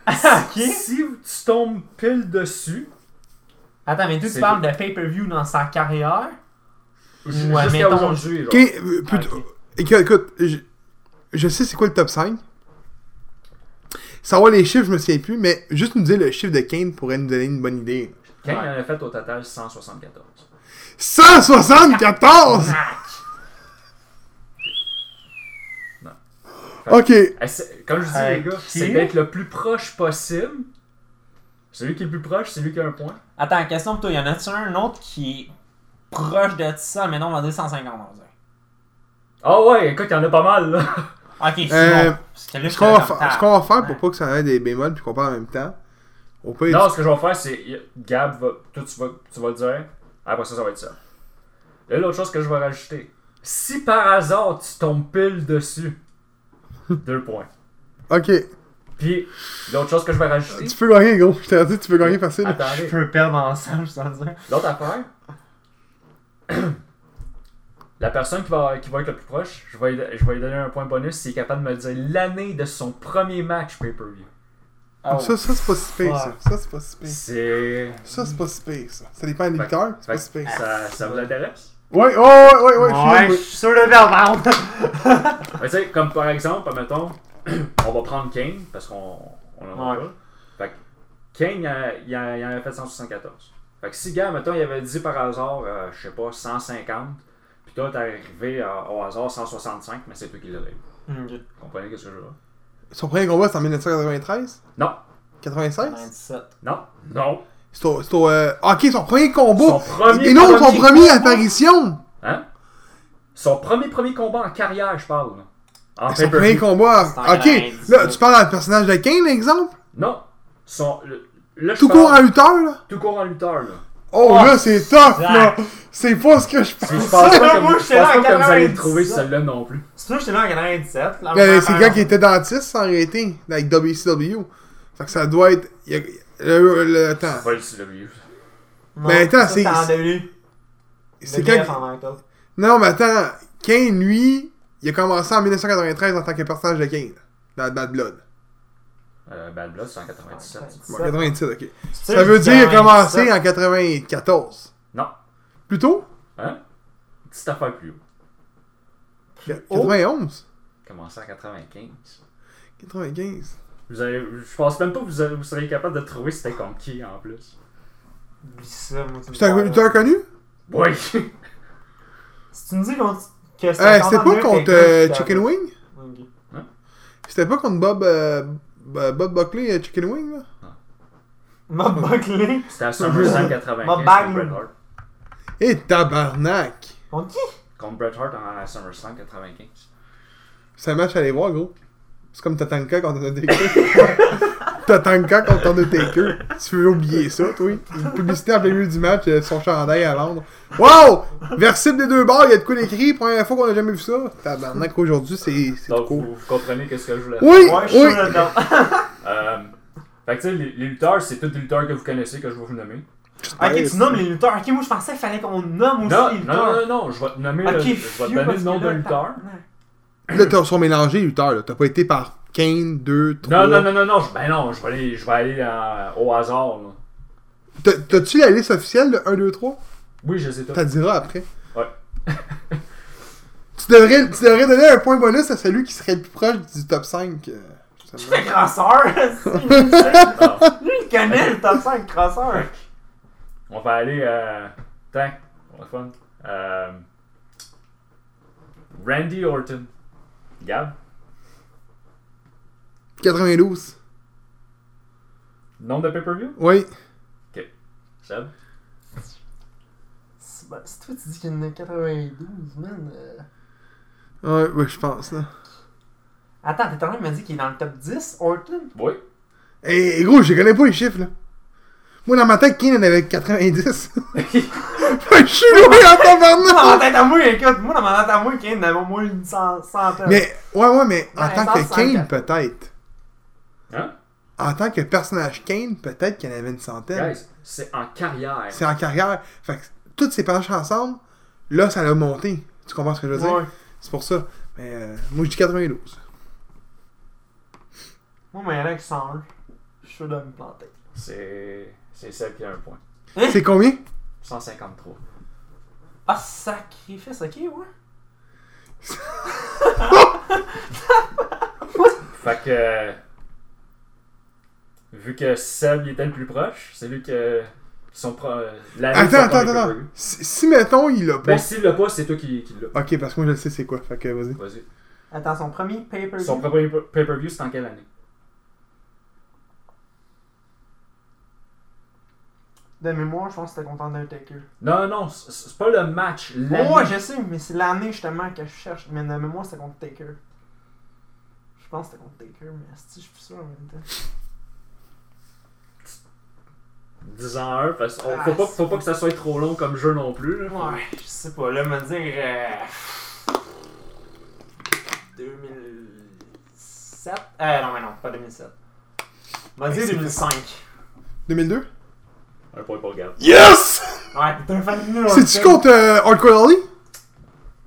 [SPEAKER 3] ok.
[SPEAKER 2] Si tu tombes pile dessus,
[SPEAKER 3] Attends, mais toi, tu
[SPEAKER 2] C'est-
[SPEAKER 3] parles de pay-per-view dans sa carrière?
[SPEAKER 2] ju-
[SPEAKER 3] Ouais,
[SPEAKER 2] jusqu'à
[SPEAKER 3] mettons.
[SPEAKER 2] aujourd'hui, genre.
[SPEAKER 1] Ok, euh, plutôt-
[SPEAKER 3] Ah, Ok.
[SPEAKER 1] Écoute, écoute, je, je sais c'est quoi le top 5. Savoir les chiffres, je me souviens plus, mais juste nous dire le chiffre de Kane pourrait nous donner une bonne idée.
[SPEAKER 2] Kane en a fait au total 174.
[SPEAKER 1] 174! Ok,
[SPEAKER 2] Essa- Comme je dis, les gars,
[SPEAKER 3] Ok.
[SPEAKER 2] c'est d'être le plus proche possible. Celui qui est le plus proche, c'est lui qui a un point.
[SPEAKER 3] Attends, question pour toi. Y en a-tu un autre qui est proche de ça? Mais non, on va dire 150, on va dire.
[SPEAKER 2] Ah ouais, écoute, il y en a pas mal, là.
[SPEAKER 3] Ok, c'est
[SPEAKER 1] Euh,
[SPEAKER 3] bon. Parce que là,
[SPEAKER 1] ce qu'on va,
[SPEAKER 3] j'étais
[SPEAKER 1] fa-
[SPEAKER 3] comme,
[SPEAKER 1] ce qu'on va faire pour
[SPEAKER 3] Ouais.
[SPEAKER 1] pas que ça ait des bémols puis qu'on parle en même temps, on peut.
[SPEAKER 2] Non, ce que je vais faire, c'est. y- Gab, va- toi, tu vas, tu vas le dire. Après ça, ça va être ça. Et l'autre chose que je vais rajouter. Si par hasard, tu tombes pile dessus, deux points.
[SPEAKER 1] Ok,
[SPEAKER 2] Puis, l'autre chose que je vais rajouter.
[SPEAKER 1] tu peux gagner, gros. Je t'ai dit, tu peux gagner facile.
[SPEAKER 2] Attendez.
[SPEAKER 3] Je peux perdre ensemble, je t'en dire.
[SPEAKER 2] L'autre affaire, la personne qui va, qui va être le plus proche, je vais, lui- je vais lui donner un point bonus s'il est capable de me dire l'année de son premier match pay-per-view.
[SPEAKER 3] Oh.
[SPEAKER 1] Ça, ça c'est pas si pire, ça.
[SPEAKER 3] fuck.
[SPEAKER 1] Ça, c'est pas si pire.
[SPEAKER 2] C'est.
[SPEAKER 1] Ça, c'est pas si pire, ça. Ça dépend des
[SPEAKER 2] Fait-
[SPEAKER 1] lutteurs, c'est
[SPEAKER 2] fait
[SPEAKER 1] pas
[SPEAKER 2] que
[SPEAKER 1] si pire.
[SPEAKER 2] ça, ça vous intéresse?
[SPEAKER 1] Ouais, oh, ouais, ouais, ouais,
[SPEAKER 3] Ouais,
[SPEAKER 1] je
[SPEAKER 3] je
[SPEAKER 1] suis-
[SPEAKER 3] suis sur le verbal.
[SPEAKER 2] Mais tu sais, comme par exemple, mettons, on va prendre Kane parce qu'on on en a
[SPEAKER 3] Ouais.
[SPEAKER 2] pas. Fait que Kane, il, a- il a- il en a fait 174. Fait que si, gars, mettons, il avait dit par hasard, euh, je sais pas, 150, puis toi, t'es arrivé euh, au hasard 165, mais c'est toi qui l'as eu. Vous comprenez ce que je veux dire?
[SPEAKER 1] Son premier combat, c'est en 1993?
[SPEAKER 2] Non,
[SPEAKER 1] 96?
[SPEAKER 3] 97.
[SPEAKER 2] non, non.
[SPEAKER 1] C'est au. c'est au, euh, Ok, son premier combat!
[SPEAKER 2] Son premier
[SPEAKER 1] Et non, son
[SPEAKER 2] premier
[SPEAKER 1] premier
[SPEAKER 3] combat.
[SPEAKER 1] apparition!
[SPEAKER 2] Hein? Son premier premier combat en carrière, je parle. là. En
[SPEAKER 1] Son premier
[SPEAKER 2] pay-per-view.
[SPEAKER 1] combat.
[SPEAKER 3] C'est en
[SPEAKER 1] Ok, là,
[SPEAKER 3] 98.
[SPEAKER 1] tu parles d'un personnage de Kane, exemple?
[SPEAKER 2] Non. Son, le, là, je
[SPEAKER 1] Tout
[SPEAKER 2] parle-
[SPEAKER 1] court en lutteur, là?
[SPEAKER 2] Tout court en lutteur, là.
[SPEAKER 1] Oh,
[SPEAKER 3] Oh,
[SPEAKER 1] là, c'est tough, là!
[SPEAKER 3] Zach.
[SPEAKER 1] C'est pas ce que je
[SPEAKER 2] Je pense
[SPEAKER 1] pense.
[SPEAKER 2] pas que,
[SPEAKER 3] moi,
[SPEAKER 2] je pense
[SPEAKER 3] j'étais là
[SPEAKER 2] pas que
[SPEAKER 3] en
[SPEAKER 2] vous allez
[SPEAKER 3] 90.
[SPEAKER 2] trouver celle-là non plus.
[SPEAKER 3] C'est pour ça que j'étais là en 97. là,
[SPEAKER 1] Euh,
[SPEAKER 3] ma
[SPEAKER 1] c'est le
[SPEAKER 3] mère-
[SPEAKER 1] gars qui était dentiste, en réalité, avec WCW. Fait que ça doit être... il y a- Le, le- attends.
[SPEAKER 2] Pas le CW.
[SPEAKER 3] Non,
[SPEAKER 1] Mais ben, attends,
[SPEAKER 3] ça,
[SPEAKER 1] c'est-
[SPEAKER 3] en 2000.
[SPEAKER 1] C'est
[SPEAKER 3] 2000
[SPEAKER 1] quand...
[SPEAKER 3] en même temps.
[SPEAKER 1] Non, mais attends. Kane, lui, il a commencé en 1993 en tant que personnage de Kane. Dans Bad Blood.
[SPEAKER 2] Euh, Bad Blood, c'est en 97.
[SPEAKER 1] Bon,
[SPEAKER 3] Ça-
[SPEAKER 1] 97, ok.
[SPEAKER 3] C'est
[SPEAKER 1] Ça veut
[SPEAKER 3] juste
[SPEAKER 1] dire qu'il a
[SPEAKER 3] 97.
[SPEAKER 1] commencé en 94.
[SPEAKER 2] Non.
[SPEAKER 1] Plutôt?
[SPEAKER 5] Hein? Petite affaire plus haut.
[SPEAKER 1] Qu- 91?
[SPEAKER 5] Commencé en 95.
[SPEAKER 1] 95.
[SPEAKER 2] Vous avez, je pense même pas que vous, avez- vous seriez capable de trouver c'était contre qui en plus.
[SPEAKER 3] Oublie ça, moi. tu me
[SPEAKER 1] C'est un
[SPEAKER 3] parles.
[SPEAKER 1] lutteur connu?
[SPEAKER 2] Oui!
[SPEAKER 3] Si tu me dis qu'on- que c'est
[SPEAKER 1] Euh,
[SPEAKER 3] encore
[SPEAKER 1] C'était
[SPEAKER 3] mieux
[SPEAKER 1] pas contre
[SPEAKER 3] quelqu'un
[SPEAKER 1] euh,
[SPEAKER 3] qui
[SPEAKER 1] Chicken
[SPEAKER 3] t'a-
[SPEAKER 1] Wing?
[SPEAKER 3] Ok.
[SPEAKER 1] C'était pas contre Bob, euh, Bob Bob Buckley euh, Chicken Wing, là?
[SPEAKER 3] M'a bâclé.
[SPEAKER 2] C'était à SummerSlam 95
[SPEAKER 3] Ma
[SPEAKER 2] contre
[SPEAKER 3] bague.
[SPEAKER 2] Bret Hart.
[SPEAKER 1] Et Eh, tabarnak!
[SPEAKER 3] Contre qui
[SPEAKER 2] Contre Bret Hart en- à SummerSlam 95.
[SPEAKER 1] C'est un match à aller voir, gros. C'est comme Tatanka contre Undertaker. Tatanka contre Undertaker. Tu veux oublier ça, toi? Une publicité en plein milieu du match, euh, son chandail à vendre. Wow! Versible des deux bords, il y a de quoi d'écrit. Première fois qu'on a jamais vu ça. Tabarnak, aujourd'hui, c'est c'est
[SPEAKER 2] Donc
[SPEAKER 1] cool.
[SPEAKER 2] vous, vous comprenez qu'est-ce que je voulais
[SPEAKER 1] Oui!
[SPEAKER 3] Ouais, je suis
[SPEAKER 1] oui!
[SPEAKER 3] sûr là-dedans.
[SPEAKER 2] Euh, fait que tu sais, les, les lutteurs, c'est tous les lutteurs que vous connaissez que je vais vous nommer.
[SPEAKER 3] Ok, tu nommes les lutteurs. Ok, moi je pensais qu'il fallait qu'on nomme aussi
[SPEAKER 2] Non,
[SPEAKER 3] les
[SPEAKER 2] non,
[SPEAKER 3] lutteurs.
[SPEAKER 2] non, non, non, je vais te nommer le,
[SPEAKER 3] Ok,
[SPEAKER 2] je vais te
[SPEAKER 3] fiu,
[SPEAKER 2] donner
[SPEAKER 3] parce
[SPEAKER 2] le
[SPEAKER 3] que
[SPEAKER 2] nom de
[SPEAKER 3] là,
[SPEAKER 2] lutteur.
[SPEAKER 1] Là, t'as sont mélangés, Luther. là. T'as pas été par Kane, 2, 3.
[SPEAKER 2] Non, non, non, non, non, je, ben non, je vais aller, je vais aller euh, au hasard. Là.
[SPEAKER 1] T'as- T'as-tu la liste officielle de 1, 2, 3?
[SPEAKER 2] Oui, je sais tout.
[SPEAKER 1] T'as diras après.
[SPEAKER 2] Ouais.
[SPEAKER 1] tu, devrais, tu devrais donner un point bonus à celui qui serait le plus proche du top 5. euh, ça me-
[SPEAKER 3] C'est crasseur!
[SPEAKER 2] Non.
[SPEAKER 3] Lui, il connaît le top 5 crasseur!
[SPEAKER 2] On va aller. Euh... Tiens, pour le fun. Euh... Randy Orton. Gab
[SPEAKER 1] 92.
[SPEAKER 2] Nom de pay-per-view
[SPEAKER 1] Oui.
[SPEAKER 2] Seb
[SPEAKER 3] C'est bah, c'est toi qui dis qu'il y en a 92, man. euh.
[SPEAKER 1] Ouais, ouais, je pense, là.
[SPEAKER 3] Attends, t'es en train de me dire qu'il est dans le top 10, Orton?
[SPEAKER 2] Oui.
[SPEAKER 1] Et gros, je connais pas les chiffres, là. Moi, dans ma tête, Kane en avait 90. je suis loin en
[SPEAKER 3] Moi, dans ma
[SPEAKER 2] Ah,
[SPEAKER 1] tabarnak!
[SPEAKER 3] tête à moi, écoute, moi, dans ma tête à moi, qu'il y en avait au moins une cent- centaine.
[SPEAKER 1] Mais, ouais, ouais, mais en
[SPEAKER 3] Ouais,
[SPEAKER 1] tant que
[SPEAKER 3] 154.
[SPEAKER 1] Kane, peut-être.
[SPEAKER 2] Hein
[SPEAKER 1] En tant que personnage Kane, peut-être qu'il y en avait une centaine.
[SPEAKER 2] Guys, c'est en carrière.
[SPEAKER 1] C'est en carrière. Fait que toutes ces penchants ensemble, là, ça l'a monté. Tu comprends ce que je veux dire?
[SPEAKER 3] Ouais.
[SPEAKER 1] C'est pour ça. Mais euh, moi, je dis 92.
[SPEAKER 3] Moi, mais il y en a qui sont un. Je suis sûr de me planter.
[SPEAKER 2] C'est. C'est Seb qui a un point.
[SPEAKER 1] C'est combien?
[SPEAKER 2] 153.
[SPEAKER 3] Ah, sacrifice, ok, ouais.
[SPEAKER 2] Fait que. Vu que Seb il était le plus proche, c'est lui que. Son pro... la liste
[SPEAKER 1] Attends,
[SPEAKER 2] a pas
[SPEAKER 1] attends,
[SPEAKER 2] été
[SPEAKER 1] attends.
[SPEAKER 2] prévue.
[SPEAKER 1] Si, si, mettons, il l'a pas.
[SPEAKER 2] Ben s'il l'a pas, c'est toi qui, qui l'as.
[SPEAKER 1] Ok, parce que moi, je le sais c'est quoi. Fait que vas-y.
[SPEAKER 2] Vas-y.
[SPEAKER 3] Attends, son premier paper.
[SPEAKER 2] Son premier pay-per-view, c'est en quelle année
[SPEAKER 3] De mémoire, je pense que c'était contre Undertaker.
[SPEAKER 2] Non, non, c'est- c'est pas le match. L'année.
[SPEAKER 3] Ouais, je sais, mais c'est l'année justement que je cherche. Mais de mémoire, c'était contre Taker. Je pense que c'était contre Taker, mais si je suis sûr en même temps.
[SPEAKER 2] Disons un, parce qu'on
[SPEAKER 3] Ah,
[SPEAKER 2] faut, pas,
[SPEAKER 3] c'est-
[SPEAKER 2] faut pas que ça soit trop long comme jeu non plus. là.
[SPEAKER 3] Ouais, je sais pas, là, me dire. euh, 2007 Euh, non, mais non, pas 2007. Me
[SPEAKER 1] Hey,
[SPEAKER 3] dire
[SPEAKER 1] c'est-
[SPEAKER 3] 2005.
[SPEAKER 1] 2002?
[SPEAKER 2] Un point pour Gab.
[SPEAKER 1] Yes!
[SPEAKER 3] Ouais, t'es un fan de nous,
[SPEAKER 1] C'est-tu
[SPEAKER 3] on le
[SPEAKER 1] contre euh, Hardcore Holly?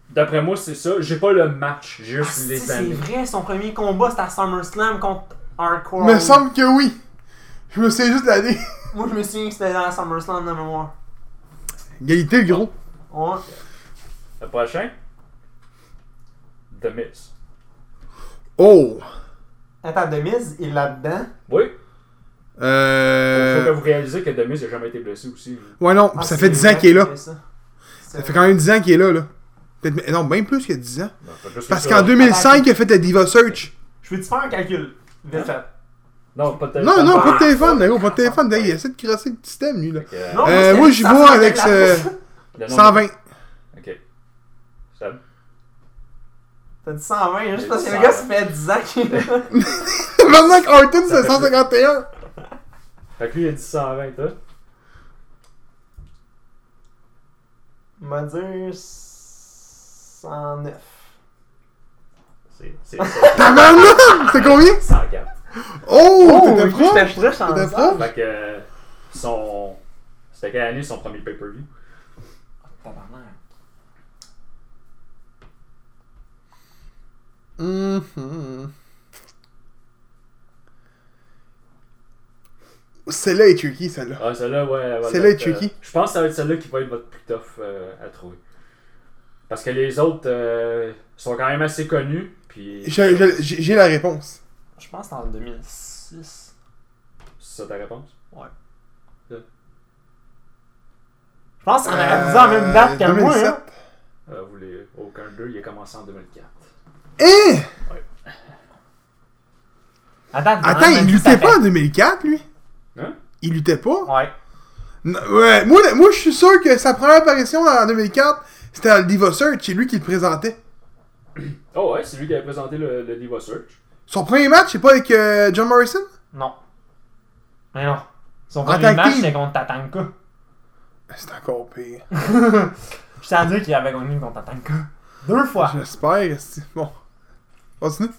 [SPEAKER 2] D'après moi, c'est ça. J'ai pas le match, j'ai
[SPEAKER 3] fait. Ah,
[SPEAKER 2] juste
[SPEAKER 3] si,
[SPEAKER 2] les
[SPEAKER 3] C'est
[SPEAKER 2] années.
[SPEAKER 3] vrai, son premier combat c'était à SummerSlam contre Hardcore.
[SPEAKER 1] Me semble que oui. Je me sais juste l'année.
[SPEAKER 3] Moi je me souviens que c'était dans la SummerSlam de mémoire.
[SPEAKER 1] Égalité, le gros.
[SPEAKER 3] Ouais.
[SPEAKER 2] Le prochain The Miz.
[SPEAKER 1] Oh!
[SPEAKER 3] Attends, de mise, il est là-dedans.
[SPEAKER 2] Oui. Faut que
[SPEAKER 1] Euh.
[SPEAKER 2] vous réalisez que The Miz n'a jamais été blessé aussi.
[SPEAKER 1] Ouais, non,
[SPEAKER 3] Ah,
[SPEAKER 1] ça
[SPEAKER 3] c'est
[SPEAKER 1] fait 10 ans
[SPEAKER 3] vrai
[SPEAKER 1] qu'il est là.
[SPEAKER 3] que c'est Ça
[SPEAKER 1] Ça fait quand même 10 ans qu'il est là, là. Peut-être- Non, même plus que 10 ans.
[SPEAKER 2] Non, pas juste
[SPEAKER 1] Parce
[SPEAKER 2] ça.
[SPEAKER 3] Ah,
[SPEAKER 1] qu'en 2005, il a fait la Diva Search.
[SPEAKER 3] Je peux-tu faire un calcul?
[SPEAKER 1] Hein?
[SPEAKER 3] Vite fait.
[SPEAKER 2] Non, pas de
[SPEAKER 1] Non, non, pas de
[SPEAKER 3] Ah.
[SPEAKER 1] téléphone, gros, pas de téléphone. Hey, Il essaie de crasser le système, lui, là.
[SPEAKER 2] Fait que,
[SPEAKER 3] Non,
[SPEAKER 1] Euh,
[SPEAKER 3] mais c'est-
[SPEAKER 1] moi, j'y
[SPEAKER 3] ça
[SPEAKER 1] vois
[SPEAKER 3] fait
[SPEAKER 1] avec
[SPEAKER 3] la-
[SPEAKER 1] ce-
[SPEAKER 2] le nombre-
[SPEAKER 1] 120.
[SPEAKER 2] Ok. Seb.
[SPEAKER 3] T'as dit 120, juste
[SPEAKER 2] J'ai
[SPEAKER 3] parce
[SPEAKER 2] dit
[SPEAKER 3] que le gars, ça
[SPEAKER 2] 120.
[SPEAKER 3] fait 10 ans qu'il est là.
[SPEAKER 1] Maintenant que Orton,
[SPEAKER 2] Ça
[SPEAKER 1] c'est
[SPEAKER 2] fait
[SPEAKER 1] 151.
[SPEAKER 2] Fait que lui, il a dit hein? 120, toi.
[SPEAKER 3] m'a dire 109.
[SPEAKER 2] C'est c'est ça.
[SPEAKER 1] Tabarnak! C'est combien?
[SPEAKER 2] 104.
[SPEAKER 1] Oh! T'étais
[SPEAKER 3] oui,
[SPEAKER 1] proche?
[SPEAKER 3] j'étais proche en
[SPEAKER 1] T'étais
[SPEAKER 3] disant.
[SPEAKER 1] proche?
[SPEAKER 2] Fait que son. C'était quelle année son premier pay-per-view
[SPEAKER 3] Tabarnak.
[SPEAKER 1] Mm-hmm. Mhm. Celle-là est tricky, celle-là.
[SPEAKER 2] Ah, celle-là, ouais. elle va
[SPEAKER 1] Celle-là
[SPEAKER 2] être,
[SPEAKER 1] est tricky.
[SPEAKER 2] euh, je pense que ça va être celle-là qui va être votre plus tough euh, à trouver. Parce que les autres euh, sont quand même assez connus. Puis.
[SPEAKER 1] Je- je- J'ai j'ai la réponse.
[SPEAKER 3] Je pense que en 2006.
[SPEAKER 2] C'est ça ta réponse
[SPEAKER 3] Je pense qu'on Ah, a réalisé
[SPEAKER 1] Euh,
[SPEAKER 3] en même date qu'à moi.
[SPEAKER 1] 2007.
[SPEAKER 3] Hein.
[SPEAKER 2] Euh, vous les...
[SPEAKER 6] Aucun d'eux, il a commencé en 2004.
[SPEAKER 1] Hein?
[SPEAKER 3] Attends,
[SPEAKER 1] Attends,
[SPEAKER 3] même
[SPEAKER 1] il
[SPEAKER 3] si
[SPEAKER 1] luttait
[SPEAKER 3] ça fait-
[SPEAKER 1] pas en 2004, lui?
[SPEAKER 2] Hein?
[SPEAKER 1] Il luttait pas?
[SPEAKER 3] Ouais.
[SPEAKER 1] Non, ouais, moi, le- moi je suis sûr que sa première apparition en 2004, c'était dans le Diva Search, c'est lui qui le présentait.
[SPEAKER 2] Oh, ouais, c'est lui qui avait présenté le, le Diva Search.
[SPEAKER 1] Son premier match, c'est pas avec euh, John Morrison?
[SPEAKER 3] Non. Mais non. Son
[SPEAKER 1] En
[SPEAKER 3] premier
[SPEAKER 1] tag
[SPEAKER 3] match,
[SPEAKER 1] team.
[SPEAKER 3] c'est contre Tatanka.
[SPEAKER 1] C'est encore pire.
[SPEAKER 3] Je tiens à dire qu'il avait gagné contre Tatanka. Deux fois.
[SPEAKER 1] Ah, J'espère, esti. Bon. Continue.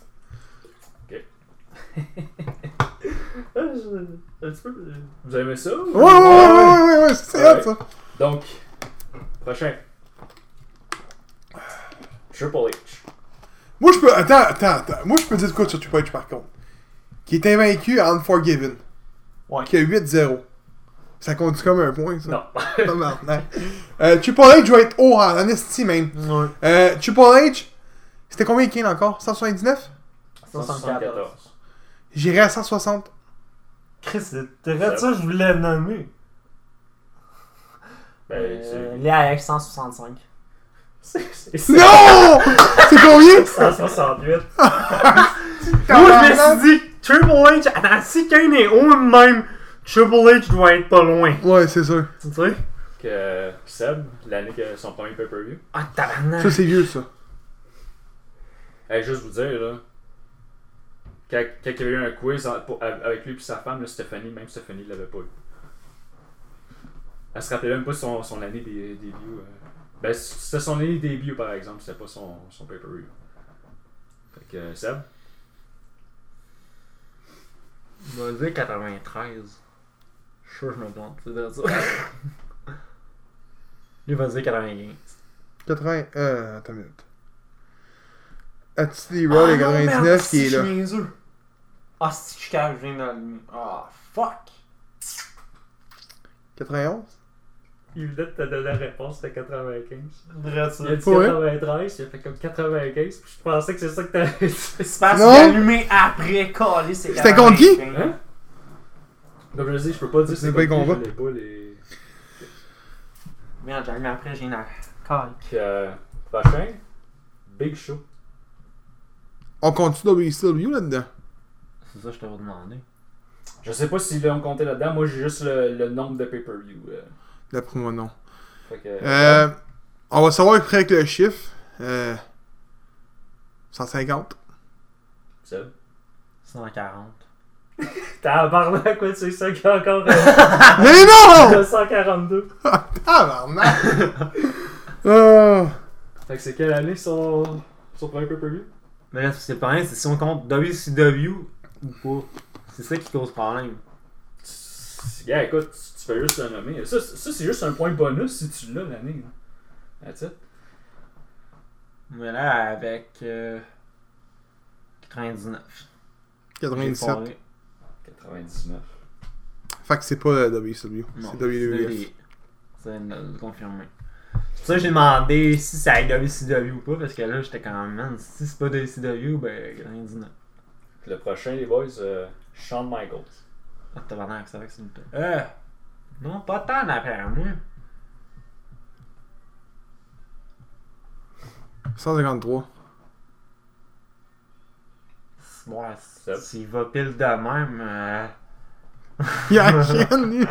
[SPEAKER 2] Un petit peu. euh, Vous aimez ça ou-
[SPEAKER 1] Ouais, ouais, ouais, ouais, ouais, ouais, c'est
[SPEAKER 2] Ouais.
[SPEAKER 1] hot, ça.
[SPEAKER 2] Donc, prochain. Triple H.
[SPEAKER 1] Moi, je peux. Attends, attends, attends. Moi, je peux dire de quoi sur Triple H, par contre. Qui est invaincu à Unforgiven.
[SPEAKER 3] Ouais.
[SPEAKER 1] Qui a 8-0. Ça compte comme un point, ça?
[SPEAKER 2] Non.
[SPEAKER 1] Tabarnak. euh, Triple H va être haut en esti, même.
[SPEAKER 3] Ouais.
[SPEAKER 1] Euh, Triple H, c'était combien Kane encore 179
[SPEAKER 3] 74.
[SPEAKER 2] 74.
[SPEAKER 1] J'irai à 160.
[SPEAKER 3] Chris, t'aurais ça, je voulais le nommer.
[SPEAKER 2] Ben, c'est-
[SPEAKER 3] Euh, Léa X 165.
[SPEAKER 2] c'est. c'est-
[SPEAKER 1] Non C'est combien
[SPEAKER 3] 168. Moi, je me suis dit, Triple H, attends, si Kane est haut de même, Triple H doit être pas loin.
[SPEAKER 1] Ouais, c'est sûr.
[SPEAKER 3] Tu sais?
[SPEAKER 2] Que Seb, l'année que son premier pay-per-view.
[SPEAKER 3] Ah, tabarnak.
[SPEAKER 1] Ça, c'est vieux, ça.
[SPEAKER 2] Hey, juste vous dire, là. Quand, quand il y avait eu un quiz en- pour- av- avec lui et sa femme, là, Stéphanie, même Stéphanie l'avait pas eu. Elle se rappelait même pas son, son année des début. Ben, c'était son année début, par exemple, c'était pas son, son pay-per-view. Fait que, euh, Seb,
[SPEAKER 6] Je vais dire 93. Je suis sûr que je me plante, c'est vrai ça. Lui va dire 95.
[SPEAKER 1] 80. Euh, attends une minute. Attitude Road et 99 qui est là.
[SPEAKER 3] Ah, si je cache, je viens de l'allumer. Ah, fuck.
[SPEAKER 1] 91
[SPEAKER 2] il venait de te donner la réponse, c'était 95.
[SPEAKER 3] Drette ça.
[SPEAKER 2] Il a dit
[SPEAKER 1] Pour vrai?
[SPEAKER 2] 93, il a fait comme 95, puis je pensais que c'est ça que t'avais dit.
[SPEAKER 3] C'est parce
[SPEAKER 1] Non.
[SPEAKER 3] qu'il a allumé après, calé, c'est
[SPEAKER 1] C'était contre qui?
[SPEAKER 3] 95.
[SPEAKER 2] Hein? Comme je dis, je peux pas dire
[SPEAKER 1] C'est pas
[SPEAKER 2] comme
[SPEAKER 1] qu'on
[SPEAKER 2] qui, je l'ai pas les.
[SPEAKER 3] Merde, j'ai allumé après, j'ai une heure. Calé.
[SPEAKER 2] Fait que, euh, prochain, Big Show.
[SPEAKER 1] On compte-tu WCW là-dedans
[SPEAKER 6] C'est ça que je t'avais demandé.
[SPEAKER 2] Je sais pas s'ils l'ont compté là-dedans, moi j'ai juste le, le nombre de pay-per-view. euh.
[SPEAKER 1] D'après moi, non.
[SPEAKER 2] Fait que,
[SPEAKER 1] Euh, on va savoir après avec le chiffre. Euh, 150.
[SPEAKER 2] Seb.
[SPEAKER 3] 140.
[SPEAKER 2] T'as parlé quoi, c'est ça qui est encore
[SPEAKER 1] Mais non Ah,
[SPEAKER 2] 142.
[SPEAKER 1] Tabarnak Euh,
[SPEAKER 2] Fait que c'est quelle année son, son premier pay-per-view
[SPEAKER 3] Mais là, c'est le problème, c'est si on compte WCW ou pas. C'est ça qui cause problème.
[SPEAKER 2] Yeah, écoute, tu, tu fais juste le nommer. Ça, c'est- ça, c'est juste un point bonus si tu l'as l'année. là. That's it.
[SPEAKER 3] Mais là, avec. euh, 99. J'ai
[SPEAKER 1] 97.
[SPEAKER 3] parlé.
[SPEAKER 2] 99.
[SPEAKER 1] Fait que c'est pas euh, WCW.
[SPEAKER 3] Non,
[SPEAKER 1] C'est WWF.
[SPEAKER 3] des- C'est une- confirmé. C'est pour ça que j'ai demandé si c'est avec WCW ou pas, parce que là, j'étais quand même, man, si c'est pas WCW, ben, 99.
[SPEAKER 2] Le prochain, les boys, euh, Shawn Michaels.
[SPEAKER 3] Ah, t'as vendu c'est vrai que c'est une pelle. Euh! Non, pas tant d'après moi.
[SPEAKER 1] 153.
[SPEAKER 3] Ouais,
[SPEAKER 2] Seb?
[SPEAKER 3] s'il va pile de même, euh,
[SPEAKER 1] Il a la chienne, lui.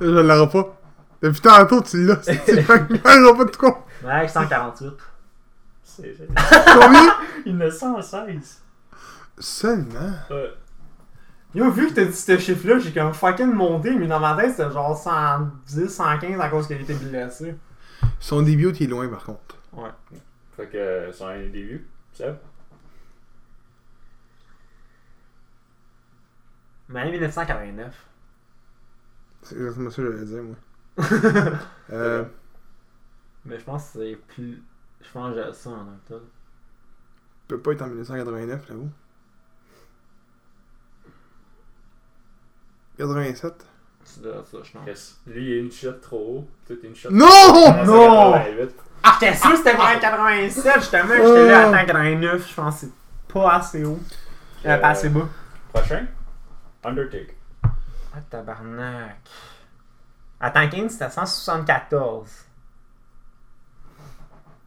[SPEAKER 1] Je l'aurai pas. Depuis tantôt, tu l'as. C'est fait que je l'aurai pas de quoi.
[SPEAKER 3] mais avec 148.
[SPEAKER 2] C'est
[SPEAKER 1] Combien
[SPEAKER 2] 1916.
[SPEAKER 1] Seulement.
[SPEAKER 2] Ouais.
[SPEAKER 3] Yo, vu que t'as dit ce chiffre-là, j'ai comme fucking monté, mais dans ma tête, c'était genre 110, 115 à cause qu'il était blessé.
[SPEAKER 1] Son début est loin, par contre.
[SPEAKER 3] Ouais.
[SPEAKER 2] Fait que euh, son année de début, Seb.
[SPEAKER 3] Mais en 1989.
[SPEAKER 1] C'est exactement ça que j'allais dire, moi. Euh,
[SPEAKER 3] Mais je pense que c'est plus. Je pense que j'ai ça en octobre.
[SPEAKER 1] peut pas être en 1989, là-haut. 87.
[SPEAKER 2] Tu dois ça, je pense.
[SPEAKER 4] Yes. Lui, il est une shot trop haut. Toi, t'es une shot
[SPEAKER 1] Non!
[SPEAKER 4] Ah,
[SPEAKER 3] Non!
[SPEAKER 4] 188.
[SPEAKER 3] Ah, j'étais sûr que c'était vers 87, justement. J'étais là, attends, 89, je pense que c'est pas assez haut. Euh, pas assez bas.
[SPEAKER 4] Prochain. Undertake.
[SPEAKER 3] Ah, tabarnak. Attends, Kane, c'était 174.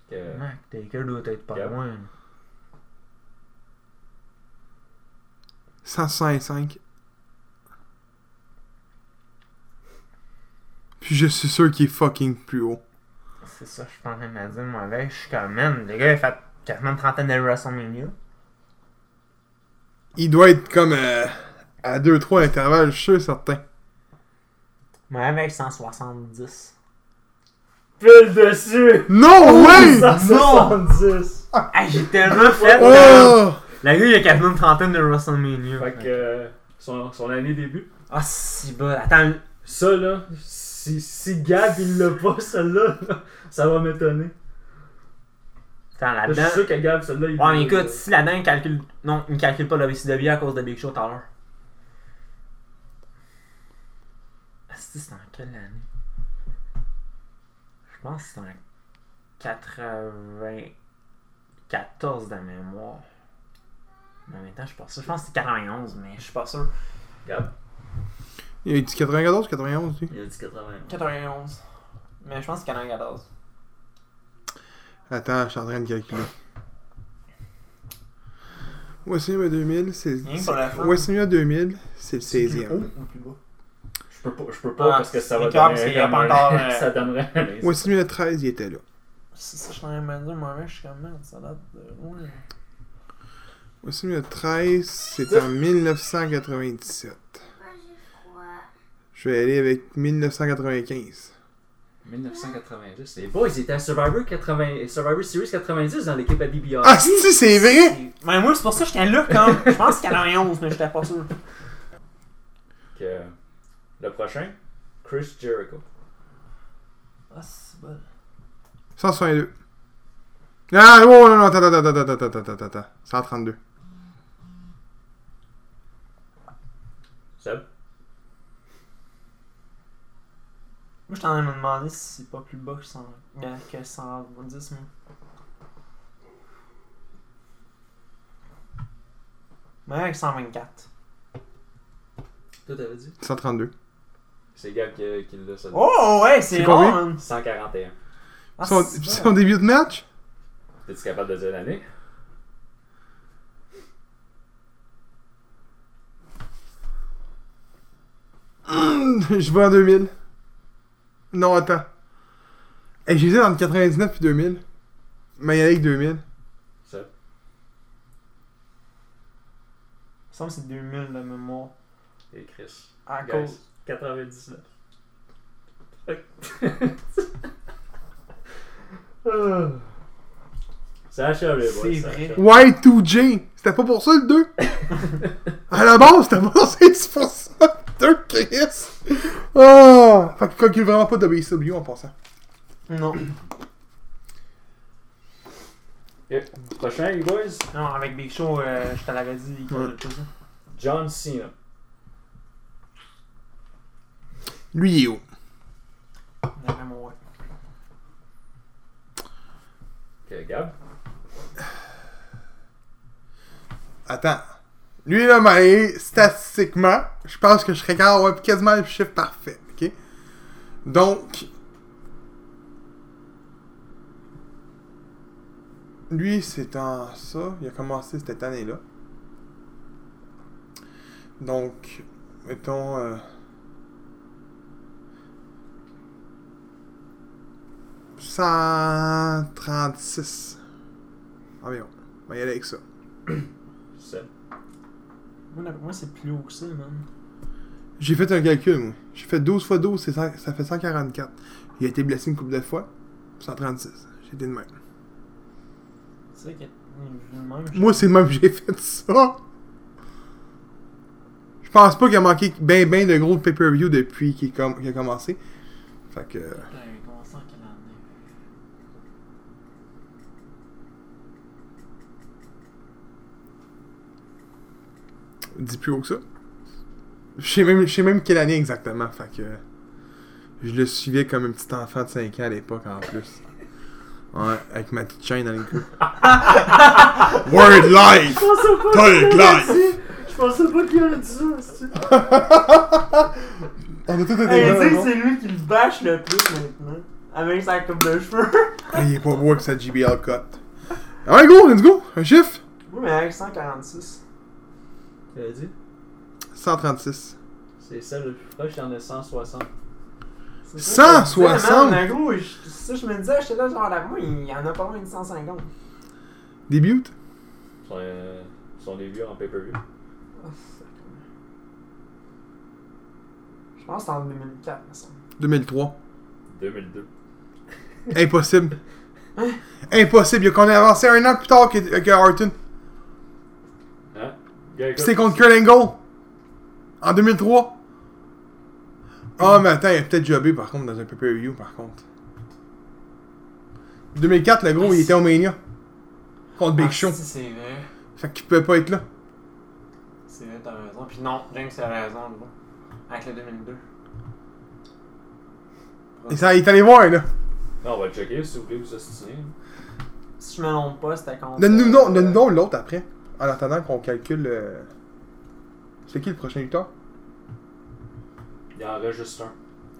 [SPEAKER 4] Que-
[SPEAKER 3] Tabarnak, Taker doit être pas
[SPEAKER 4] Yep.
[SPEAKER 3] loin.
[SPEAKER 1] 165. Puis je suis sûr qu'il est fucking plus haut.
[SPEAKER 3] C'est ça, je suis en train de me dire, moi, là, je suis quand même. Le gars, il a fait quasiment une trentaine de WrestleMania.
[SPEAKER 1] Il doit être comme euh, à 2-3 intervalles, je suis sûr, certain.
[SPEAKER 3] Moi, avec 170.
[SPEAKER 4] Pile dessus!
[SPEAKER 1] Non, oui!
[SPEAKER 4] 170!
[SPEAKER 3] Ah, j'ai tellement fait. là.
[SPEAKER 1] Oh!
[SPEAKER 3] Le gars, il a quasiment une trentaine de WrestleMania.
[SPEAKER 4] Fait que euh, son, son année début.
[SPEAKER 3] Ah, si bas. Attends,
[SPEAKER 4] Ça là, si, si Gab il l'a pas, celle-là, ça va m'étonner.
[SPEAKER 3] attends
[SPEAKER 4] Je
[SPEAKER 3] là-dedans.
[SPEAKER 4] suis sûr que Gab, celle-là, il
[SPEAKER 3] Ouais, mais écoute, si là-dedans, il calcule. Non, il calcule pas l'OVCW à cause de Big Show tout à l'heure. Ah, si, c'est en quelle année Je pense que c'est en 94 de mémoire. Mais en même temps, je suis pas sûr. Je pense que c'est 91, mais je suis pas sûr.
[SPEAKER 4] Gab,
[SPEAKER 1] Il a dit 94, 91, lui.
[SPEAKER 4] il a dit 80.
[SPEAKER 3] 91. Mais je pense que c'est 94.
[SPEAKER 1] Attends, je suis en train de calculer. WrestleMania 2000, c'est.
[SPEAKER 3] Rien que pour la fin.
[SPEAKER 1] WrestleMania 2000, c'est le
[SPEAKER 3] haut
[SPEAKER 1] 16e.
[SPEAKER 3] ou plus bas
[SPEAKER 4] Je peux pas, je peux pas
[SPEAKER 3] Ah,
[SPEAKER 4] parce que ça
[SPEAKER 3] c'est
[SPEAKER 4] va
[SPEAKER 3] Gab,
[SPEAKER 4] donner
[SPEAKER 3] c'est
[SPEAKER 4] un-
[SPEAKER 3] pas encore, euh,
[SPEAKER 4] ça donnerait un indice.
[SPEAKER 1] WrestleMania 13, il était là.
[SPEAKER 3] C'est ça, je suis en train de me dire, moi, je suis quand même. Ça date de loin.
[SPEAKER 1] WrestleMania 13, c'est en 1997. Je vais aller avec 1995.
[SPEAKER 4] 1990. Les boys étaient à Survivor, 80, Survivor Series 90 dans l'équipe à DBR.
[SPEAKER 1] Ah, si, c'est vrai!
[SPEAKER 3] Mais moi, c'est pour ça que j'étais là, comme. Je pense que c'est 91, mais j'étais pas sûr.
[SPEAKER 4] Que le prochain, Chris Jericho.
[SPEAKER 3] Ah, c'est bon.
[SPEAKER 1] 162. Ah, oh, non, non, attends, attends, attends, attends, attends, attends, attends, attends. 132.
[SPEAKER 4] Seb,
[SPEAKER 3] Moi, j'étais en train de me demander si c'est pas plus bas que, 100, euh, que 110, moi. Mais avec 124.
[SPEAKER 4] toi t'avais dit
[SPEAKER 1] 132.
[SPEAKER 4] C'est Gab qui, qui l'a, ça.
[SPEAKER 3] Oh, ouais, c'est
[SPEAKER 1] C'est
[SPEAKER 3] bon,
[SPEAKER 1] combien?
[SPEAKER 3] man.
[SPEAKER 4] 141.
[SPEAKER 3] Ah,
[SPEAKER 1] son,
[SPEAKER 3] c'est
[SPEAKER 1] son
[SPEAKER 3] bon.
[SPEAKER 1] début de match?
[SPEAKER 4] T'es-tu capable de dire l'année
[SPEAKER 1] Hmm, Je vais en 2000. Non, attends. Hey, J'hésite entre 99 et 2000. Mais il y a avec 2000.
[SPEAKER 4] Seb,
[SPEAKER 3] Il me semble que c'est 2000 de mémoire.
[SPEAKER 4] et Chris.
[SPEAKER 3] À
[SPEAKER 4] Guys.
[SPEAKER 3] cause.
[SPEAKER 4] 99.
[SPEAKER 1] Euh.
[SPEAKER 4] Ça achève les boys.
[SPEAKER 3] C'est
[SPEAKER 4] ça
[SPEAKER 3] vrai.
[SPEAKER 4] achève.
[SPEAKER 1] Y2J. C'était pas pour ça le 2? à la base, c'était pas ça, c'est pour ça le 2, Chris. Oh! Fait qu'il calcule vraiment pas WCW en passant.
[SPEAKER 3] Non.
[SPEAKER 4] Prochain, les boys,
[SPEAKER 3] Non, avec Big Show, euh, je te l'avais dit. il
[SPEAKER 1] Ouais.
[SPEAKER 3] tout ça.
[SPEAKER 4] John Cena.
[SPEAKER 1] Lui, il est haut.
[SPEAKER 3] D'après moi, ouais.
[SPEAKER 4] Ok, Gab.
[SPEAKER 1] Attends. Lui, là, mais statistiquement, je pense que je serais capable d'avoir quasiment le chiffre parfait. OK? Donc. Lui, c'est en ça. Il a commencé cette année-là. Donc, mettons. euh, « 136 environ. On va y aller avec ça.
[SPEAKER 4] Seb.
[SPEAKER 3] Moi, d'après moi, c'est plus haut que ça, man.
[SPEAKER 1] J'ai fait un calcul, moi. J'ai fait 12 fois 12, c'est cent- ça fait 144. Il a été blessé une couple de fois. 136. J'ai été de même.
[SPEAKER 3] C'est vrai qu'il y a vu de même. je-
[SPEAKER 1] Moi, c'est le même que j'ai fait ça. Je pense pas qu'il a manqué ben ben de gros pay-per-view depuis qu'il com- qu'il a commencé. Fait que...
[SPEAKER 3] Putain, il a commencé en quelle année?
[SPEAKER 1] Dis plus haut que ça. Je sais même, je sais même quelle année exactement, fait que. Je le suivais comme un petit enfant de 5 ans à l'époque en plus. Ouais, avec ma petite chaîne dans le cou. Word Life! Talk Life!
[SPEAKER 3] Je pensais pas qu'il aurait dit ça. c'est-tu?
[SPEAKER 1] On a tout été
[SPEAKER 3] Hey, tu sais,
[SPEAKER 1] là,
[SPEAKER 3] c'est lui qui le bâche le plus maintenant. Avec sa coupe de cheveux.
[SPEAKER 1] non? Il est pas beau avec sa JBL cut. Alright, go, let's go! Un chiffre!
[SPEAKER 3] Oui, mais avec 146.
[SPEAKER 4] Tu l'as dit
[SPEAKER 1] 136.
[SPEAKER 4] C'est celle le plus proche, il y en a 160.
[SPEAKER 3] C'est ça que je me disais,
[SPEAKER 1] 160?
[SPEAKER 3] man, gros, je- c'est ça, que je me disais, j'étais là, genre, là, moi, il y en a pas moins de 150.
[SPEAKER 1] Débute?
[SPEAKER 4] Son, euh, son début en pay-per-view.
[SPEAKER 3] Je pense que c'est en 2004, me semble.
[SPEAKER 1] 2003.
[SPEAKER 4] 2002.
[SPEAKER 1] Impossible. Impossible, il a qu'on est avancé un an plus tard que, que Horton.
[SPEAKER 4] Hein
[SPEAKER 1] Pis c'est contre Kurt Angle. En 2003. Ah,
[SPEAKER 3] Mm.
[SPEAKER 1] mais attends, il a peut-être jobé par contre dans un PPU par contre. 2004, le gros, il était au Mania. Contre Big
[SPEAKER 3] Ah,
[SPEAKER 1] Show.
[SPEAKER 3] si, c'est vrai.
[SPEAKER 1] Fait qu'il pouvait pas être là.
[SPEAKER 3] C'est vrai, t'as raison. Puis non, James a raison, gros. Avec le 2002.
[SPEAKER 1] Et ça, il est allé voir, là.
[SPEAKER 4] Non, on va le checker si vous voulez vous assassiner.
[SPEAKER 3] Si je me trompe pas, c'était contre.
[SPEAKER 1] Donne-nous non,
[SPEAKER 3] euh,
[SPEAKER 1] donne-nous donc l'autre après. En attendant qu'on calcule. euh, C'est qui le prochain lutteur
[SPEAKER 4] Il en reste juste un.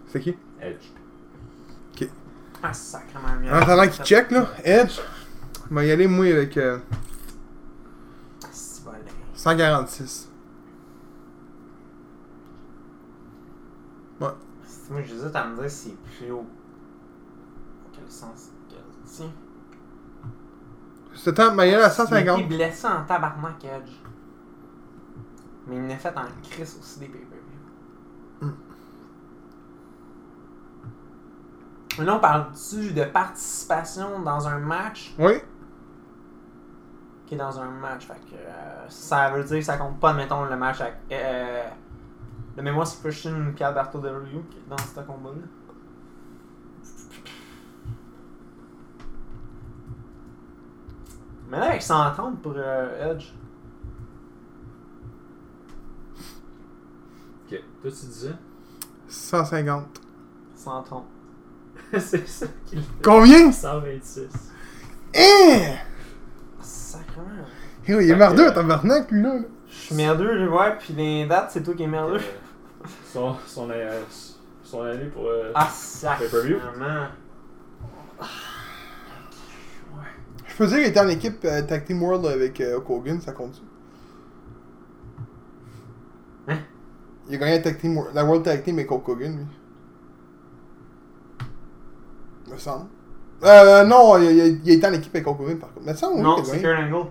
[SPEAKER 1] C'est qui
[SPEAKER 4] Edge.
[SPEAKER 3] Ah, sacrément bien.
[SPEAKER 1] En attendant qu'il check, là. Edge. Il va y aller, moi, avec euh,
[SPEAKER 3] Ah, c'est bon, là.
[SPEAKER 1] 146.
[SPEAKER 3] C'est- Moi, j'hésite à me dire si c'est plus haut. Dans Quel sens Quel- Si.
[SPEAKER 1] Ce temps, il va
[SPEAKER 3] Ah,
[SPEAKER 1] y aller à 150.
[SPEAKER 3] Il était blessé en tabarnak, Edge. Mais il l'a fait en crise aussi des pay-per-view.
[SPEAKER 1] Hmm.
[SPEAKER 3] Mais là, on parle-tu de participation dans un match
[SPEAKER 1] Oui.
[SPEAKER 3] qui est dans un match? Fait que euh, ça veut dire que ça compte pas, mettons, le match avec. Euh, de mémoire, c'est Christian et Alberto Del Rio qui est dans ce combat-là. Mais là, avec 130 pour euh, Edge.
[SPEAKER 4] Ok. Toi, tu disais
[SPEAKER 1] 150.
[SPEAKER 3] 130.
[SPEAKER 4] C'est ça qu'il fait.
[SPEAKER 1] Combien
[SPEAKER 4] 126.
[SPEAKER 1] Hein
[SPEAKER 3] Sacrément.
[SPEAKER 1] Yo, Il est merdeux, t'as maintenant, lui, là. là.
[SPEAKER 3] Je suis merdeux, je vois, puis les dates, c'est toi qui es merdeux.
[SPEAKER 4] Euh, son, son, euh, son année pour. euh,
[SPEAKER 3] Ah, sacrément. Ah,
[SPEAKER 1] Je peux dire qu'il était en équipe euh, Tag Team World avec euh, Hulk Hogan, ça compte ça?
[SPEAKER 3] Hein?
[SPEAKER 1] Il a gagné la, tag team, Wor- la World Tag Team avec Hulk Hogan, lui. Me semble. Euh, non, il, il- il était en équipe avec Hulk Hogan, par contre. Me semble, Oh, oui,
[SPEAKER 3] Non,
[SPEAKER 1] qu'il a
[SPEAKER 3] c'est
[SPEAKER 1] gagné.
[SPEAKER 3] Kurt Angle.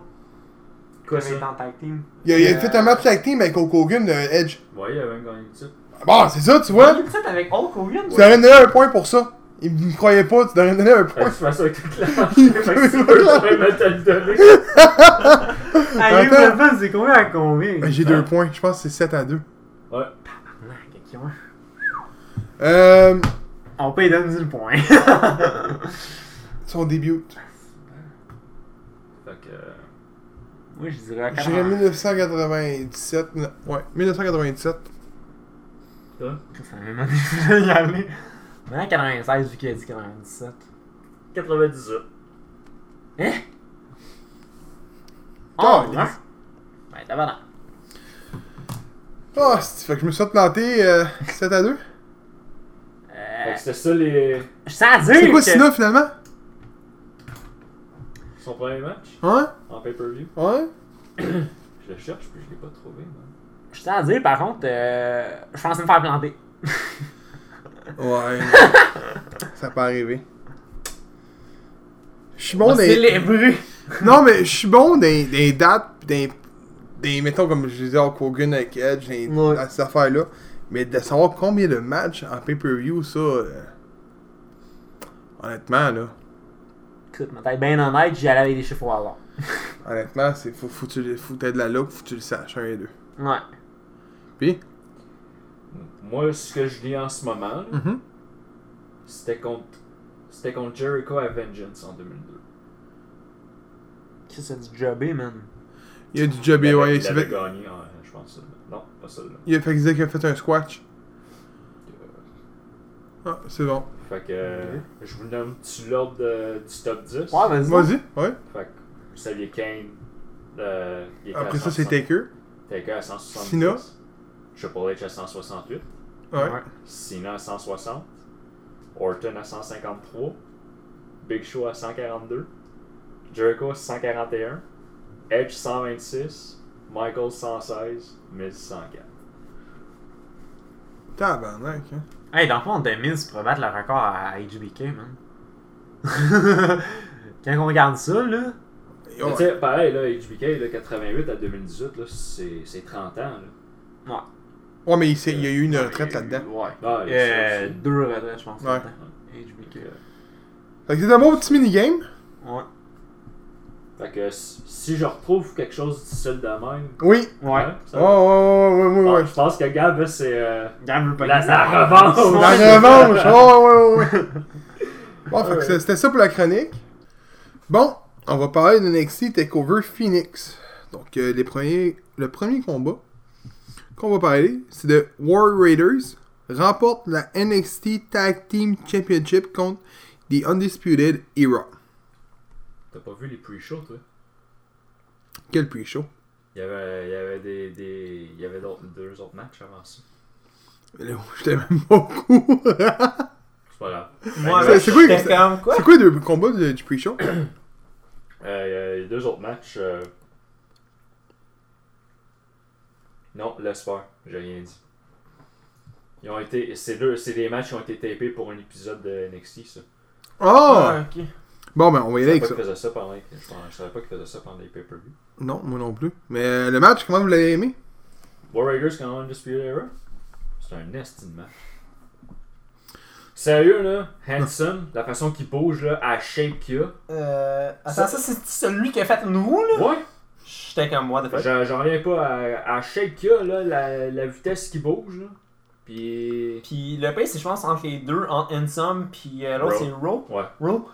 [SPEAKER 4] Quoi,
[SPEAKER 3] Il avait
[SPEAKER 4] ça?
[SPEAKER 3] été en tag team.
[SPEAKER 1] Il a, il a
[SPEAKER 3] Euh,
[SPEAKER 1] fait un match Tag Team avec Hulk Hogan, euh, Edge.
[SPEAKER 4] Ouais, il a même gagné le titre.
[SPEAKER 1] Bon, c'est ça, tu
[SPEAKER 3] Il a
[SPEAKER 1] vois?
[SPEAKER 3] eu le titre avec Hulk Hogan.
[SPEAKER 1] Tu devrais me donner un point pour ça. Il me croyait pas, tu devrais me donner un
[SPEAKER 4] Ouais.
[SPEAKER 1] point.
[SPEAKER 4] Tu fais ça avec toute la Fait que si tu veux, je pourrais me te le donner.
[SPEAKER 3] Ah, lui,
[SPEAKER 1] Attends.
[SPEAKER 3] le fun, c'est combien à combien? Ah,
[SPEAKER 1] Ben, J'ai deux points, je pense que c'est 7 à 2.
[SPEAKER 4] Ouais.
[SPEAKER 1] Euh.
[SPEAKER 3] On peut lui donner le point.
[SPEAKER 1] Son début.
[SPEAKER 4] Fait que. euh,
[SPEAKER 3] Moi, je dirais
[SPEAKER 1] J'irais 1997. non, Ouais, 1997.
[SPEAKER 4] Toi
[SPEAKER 3] Ça m'a demandé de y aller. Maintenant, 96, vu qu'il a dit 97.
[SPEAKER 4] 98.
[SPEAKER 3] Hein?
[SPEAKER 1] Oh,
[SPEAKER 3] Oh, non! Ben, t'as pas
[SPEAKER 1] Ah, c'est- fait que je me suis planté euh, 7 à 2.
[SPEAKER 4] Fait
[SPEAKER 3] Euh,
[SPEAKER 4] que c'était ça les.
[SPEAKER 3] je sens à dire
[SPEAKER 1] C'est quoi
[SPEAKER 3] que-
[SPEAKER 1] Sina finalement
[SPEAKER 4] Son premier match
[SPEAKER 1] Hein
[SPEAKER 4] en pay-per-view.
[SPEAKER 1] Ouais
[SPEAKER 4] Je le cherche, puis je l'ai pas trouvé. moi.
[SPEAKER 3] Je tiens à dire, par contre, euh, je pensais me faire planter.
[SPEAKER 1] Ouais. Ça peut arriver. Je suis bon
[SPEAKER 3] On
[SPEAKER 1] des.
[SPEAKER 3] célébrer.
[SPEAKER 1] Non, mais je suis bon des, des dates, pis des. Des, mettons, comme je disais, Hulk Hogan avec Edge, des,
[SPEAKER 3] Ouais.
[SPEAKER 1] à ces affaires-là. Mais de savoir combien de matchs en pay-per-view, ça. euh, Honnêtement, là.
[SPEAKER 3] Écoute, ma tête bien honnête, j'y allais avec des chiffres au hasard.
[SPEAKER 1] Honnêtement, c'est faut, faut, que tu le- faut que t'aies de la look, faut que tu le saches, un et deux.
[SPEAKER 3] Ouais.
[SPEAKER 1] Puis,
[SPEAKER 4] Moi, ce que je lis en ce moment, là,
[SPEAKER 1] mhm.
[SPEAKER 4] c'était contre. C'était contre Jericho à Vengeance en 2002.
[SPEAKER 3] Qu'est-ce que c'est du jobé, man?
[SPEAKER 1] Il y a du job, et ouais, il
[SPEAKER 2] il
[SPEAKER 1] s'est
[SPEAKER 2] avait
[SPEAKER 1] fait.
[SPEAKER 2] gagné, hein, je pense. Non, pas celle-là.
[SPEAKER 1] Il a fait, qu'il a fait un squash. Ah, c'est bon.
[SPEAKER 2] Euh, Fait que euh, je vous nomme tu l'ordre de- du top 10.
[SPEAKER 3] Ouais, vas-y.
[SPEAKER 1] Vas-y, ouais.
[SPEAKER 2] Fait que vous saviez Kane. euh, il était à
[SPEAKER 1] Après ça, c'est
[SPEAKER 2] 160.
[SPEAKER 1] Taker.
[SPEAKER 2] Taker à 170.
[SPEAKER 1] Cena.
[SPEAKER 2] Triple H à 168.
[SPEAKER 1] Ouais.
[SPEAKER 2] Cena à 160. Orton à 153. Big Show à 142. Jericho à 141. Edge 126. Michael 116. Miz 104.
[SPEAKER 1] Tabarnak, hein.
[SPEAKER 3] Hey, dans le fond, The Miz pourrait battre le record à HBK, man. Quand on regarde ça, là.
[SPEAKER 1] Et
[SPEAKER 2] Tu
[SPEAKER 1] Ah ouais.
[SPEAKER 2] sais, pareil, là, HBK, là, 88 à 2018, là, c'est c'est 30 ans. Là.
[SPEAKER 1] Ouais, mais il, s'est- il y a eu une retraite là-dedans.
[SPEAKER 3] Ouais.
[SPEAKER 2] Ah,
[SPEAKER 3] Il y
[SPEAKER 2] c'est-
[SPEAKER 3] a
[SPEAKER 2] c'est-
[SPEAKER 3] deux retraites, je pense.
[SPEAKER 1] Ouais.
[SPEAKER 3] hein, là-dedans. HBK.
[SPEAKER 1] Fait que c'est un bon petit minigame.
[SPEAKER 3] Ouais.
[SPEAKER 2] Fait que si si je retrouve quelque chose du seul de même.
[SPEAKER 1] Oui.
[SPEAKER 3] Ouais.
[SPEAKER 2] hein, ça
[SPEAKER 1] Oh,
[SPEAKER 2] va.
[SPEAKER 1] ouais, ouais, ouais,
[SPEAKER 2] Bon,
[SPEAKER 4] Ah,
[SPEAKER 1] ouais. ouais.
[SPEAKER 2] Je pense que Gab, là, c'est. euh,
[SPEAKER 3] Regarde, je veux pas
[SPEAKER 2] La-
[SPEAKER 3] dire
[SPEAKER 2] la
[SPEAKER 3] ça.
[SPEAKER 2] revanche.
[SPEAKER 3] Sinon,
[SPEAKER 1] La
[SPEAKER 3] c'est-
[SPEAKER 1] revanche! Oh, ouais, ouais, ouais. Bon, fait que c'est- c'était ça pour la chronique. Bon, on va parler de NXT TakeOver Phoenix. Donc, euh, les premiers, le premier combat qu'on va parler, c'est de War Raiders remporte la NXT Tag Team Championship contre The Undisputed Era.
[SPEAKER 2] T'as pas vu les pre-shows, toi
[SPEAKER 1] Quel puits chaud.
[SPEAKER 2] Il y avait, il y avait, des, des, il y avait d'autres- deux autres matchs avant ça.
[SPEAKER 1] Mais là, J'étais même pas au courant.
[SPEAKER 2] C'est pas grave.
[SPEAKER 3] Moi,
[SPEAKER 1] C'est-
[SPEAKER 3] là,
[SPEAKER 1] c'est quoi,
[SPEAKER 3] j'étais
[SPEAKER 1] c'est-
[SPEAKER 3] comme quoi?
[SPEAKER 1] C'est quoi le combat du, du pre-show?
[SPEAKER 2] Euh, il y a deux autres matchs. euh, Non, laisse faire. J'ai rien dit. Ils ont été. C'est deux. C'est des matchs qui ont été tapés pour un épisode de NXT, ça.
[SPEAKER 1] Oh!
[SPEAKER 3] Ah, ok.
[SPEAKER 1] Bon, ben, on va y
[SPEAKER 2] Je
[SPEAKER 1] aller avec
[SPEAKER 2] savais pas
[SPEAKER 1] ça.
[SPEAKER 2] qu'ils faisaient ça pendant. Je, pensais- je savais pas qu'ils faisaient ça pendant les pay-per-view.
[SPEAKER 1] Non, moi non plus. Mais euh, le match, comment vous l'avez aimé?
[SPEAKER 2] War Raiders contre Undisputed Era? C'est un esti de match. Sérieux, là, Hanson, la façon qu'il bouge, là, à la shape qu'il a.
[SPEAKER 3] Euh, attends, ça, c'est celui qui a fait nous, là?
[SPEAKER 2] Ouais!
[SPEAKER 3] J'étais comme, what the fuck?
[SPEAKER 2] J'en j'en reviens pas à, à la shape qu'il a, là, la, la vitesse qu'il bouge, là. Puis.
[SPEAKER 3] Puis le pire, c'est je pense entre les deux, entre Ensom puis euh, l'autre,
[SPEAKER 2] Rowe.
[SPEAKER 3] c'est Rowe.
[SPEAKER 2] Ouais.
[SPEAKER 3] Rowe.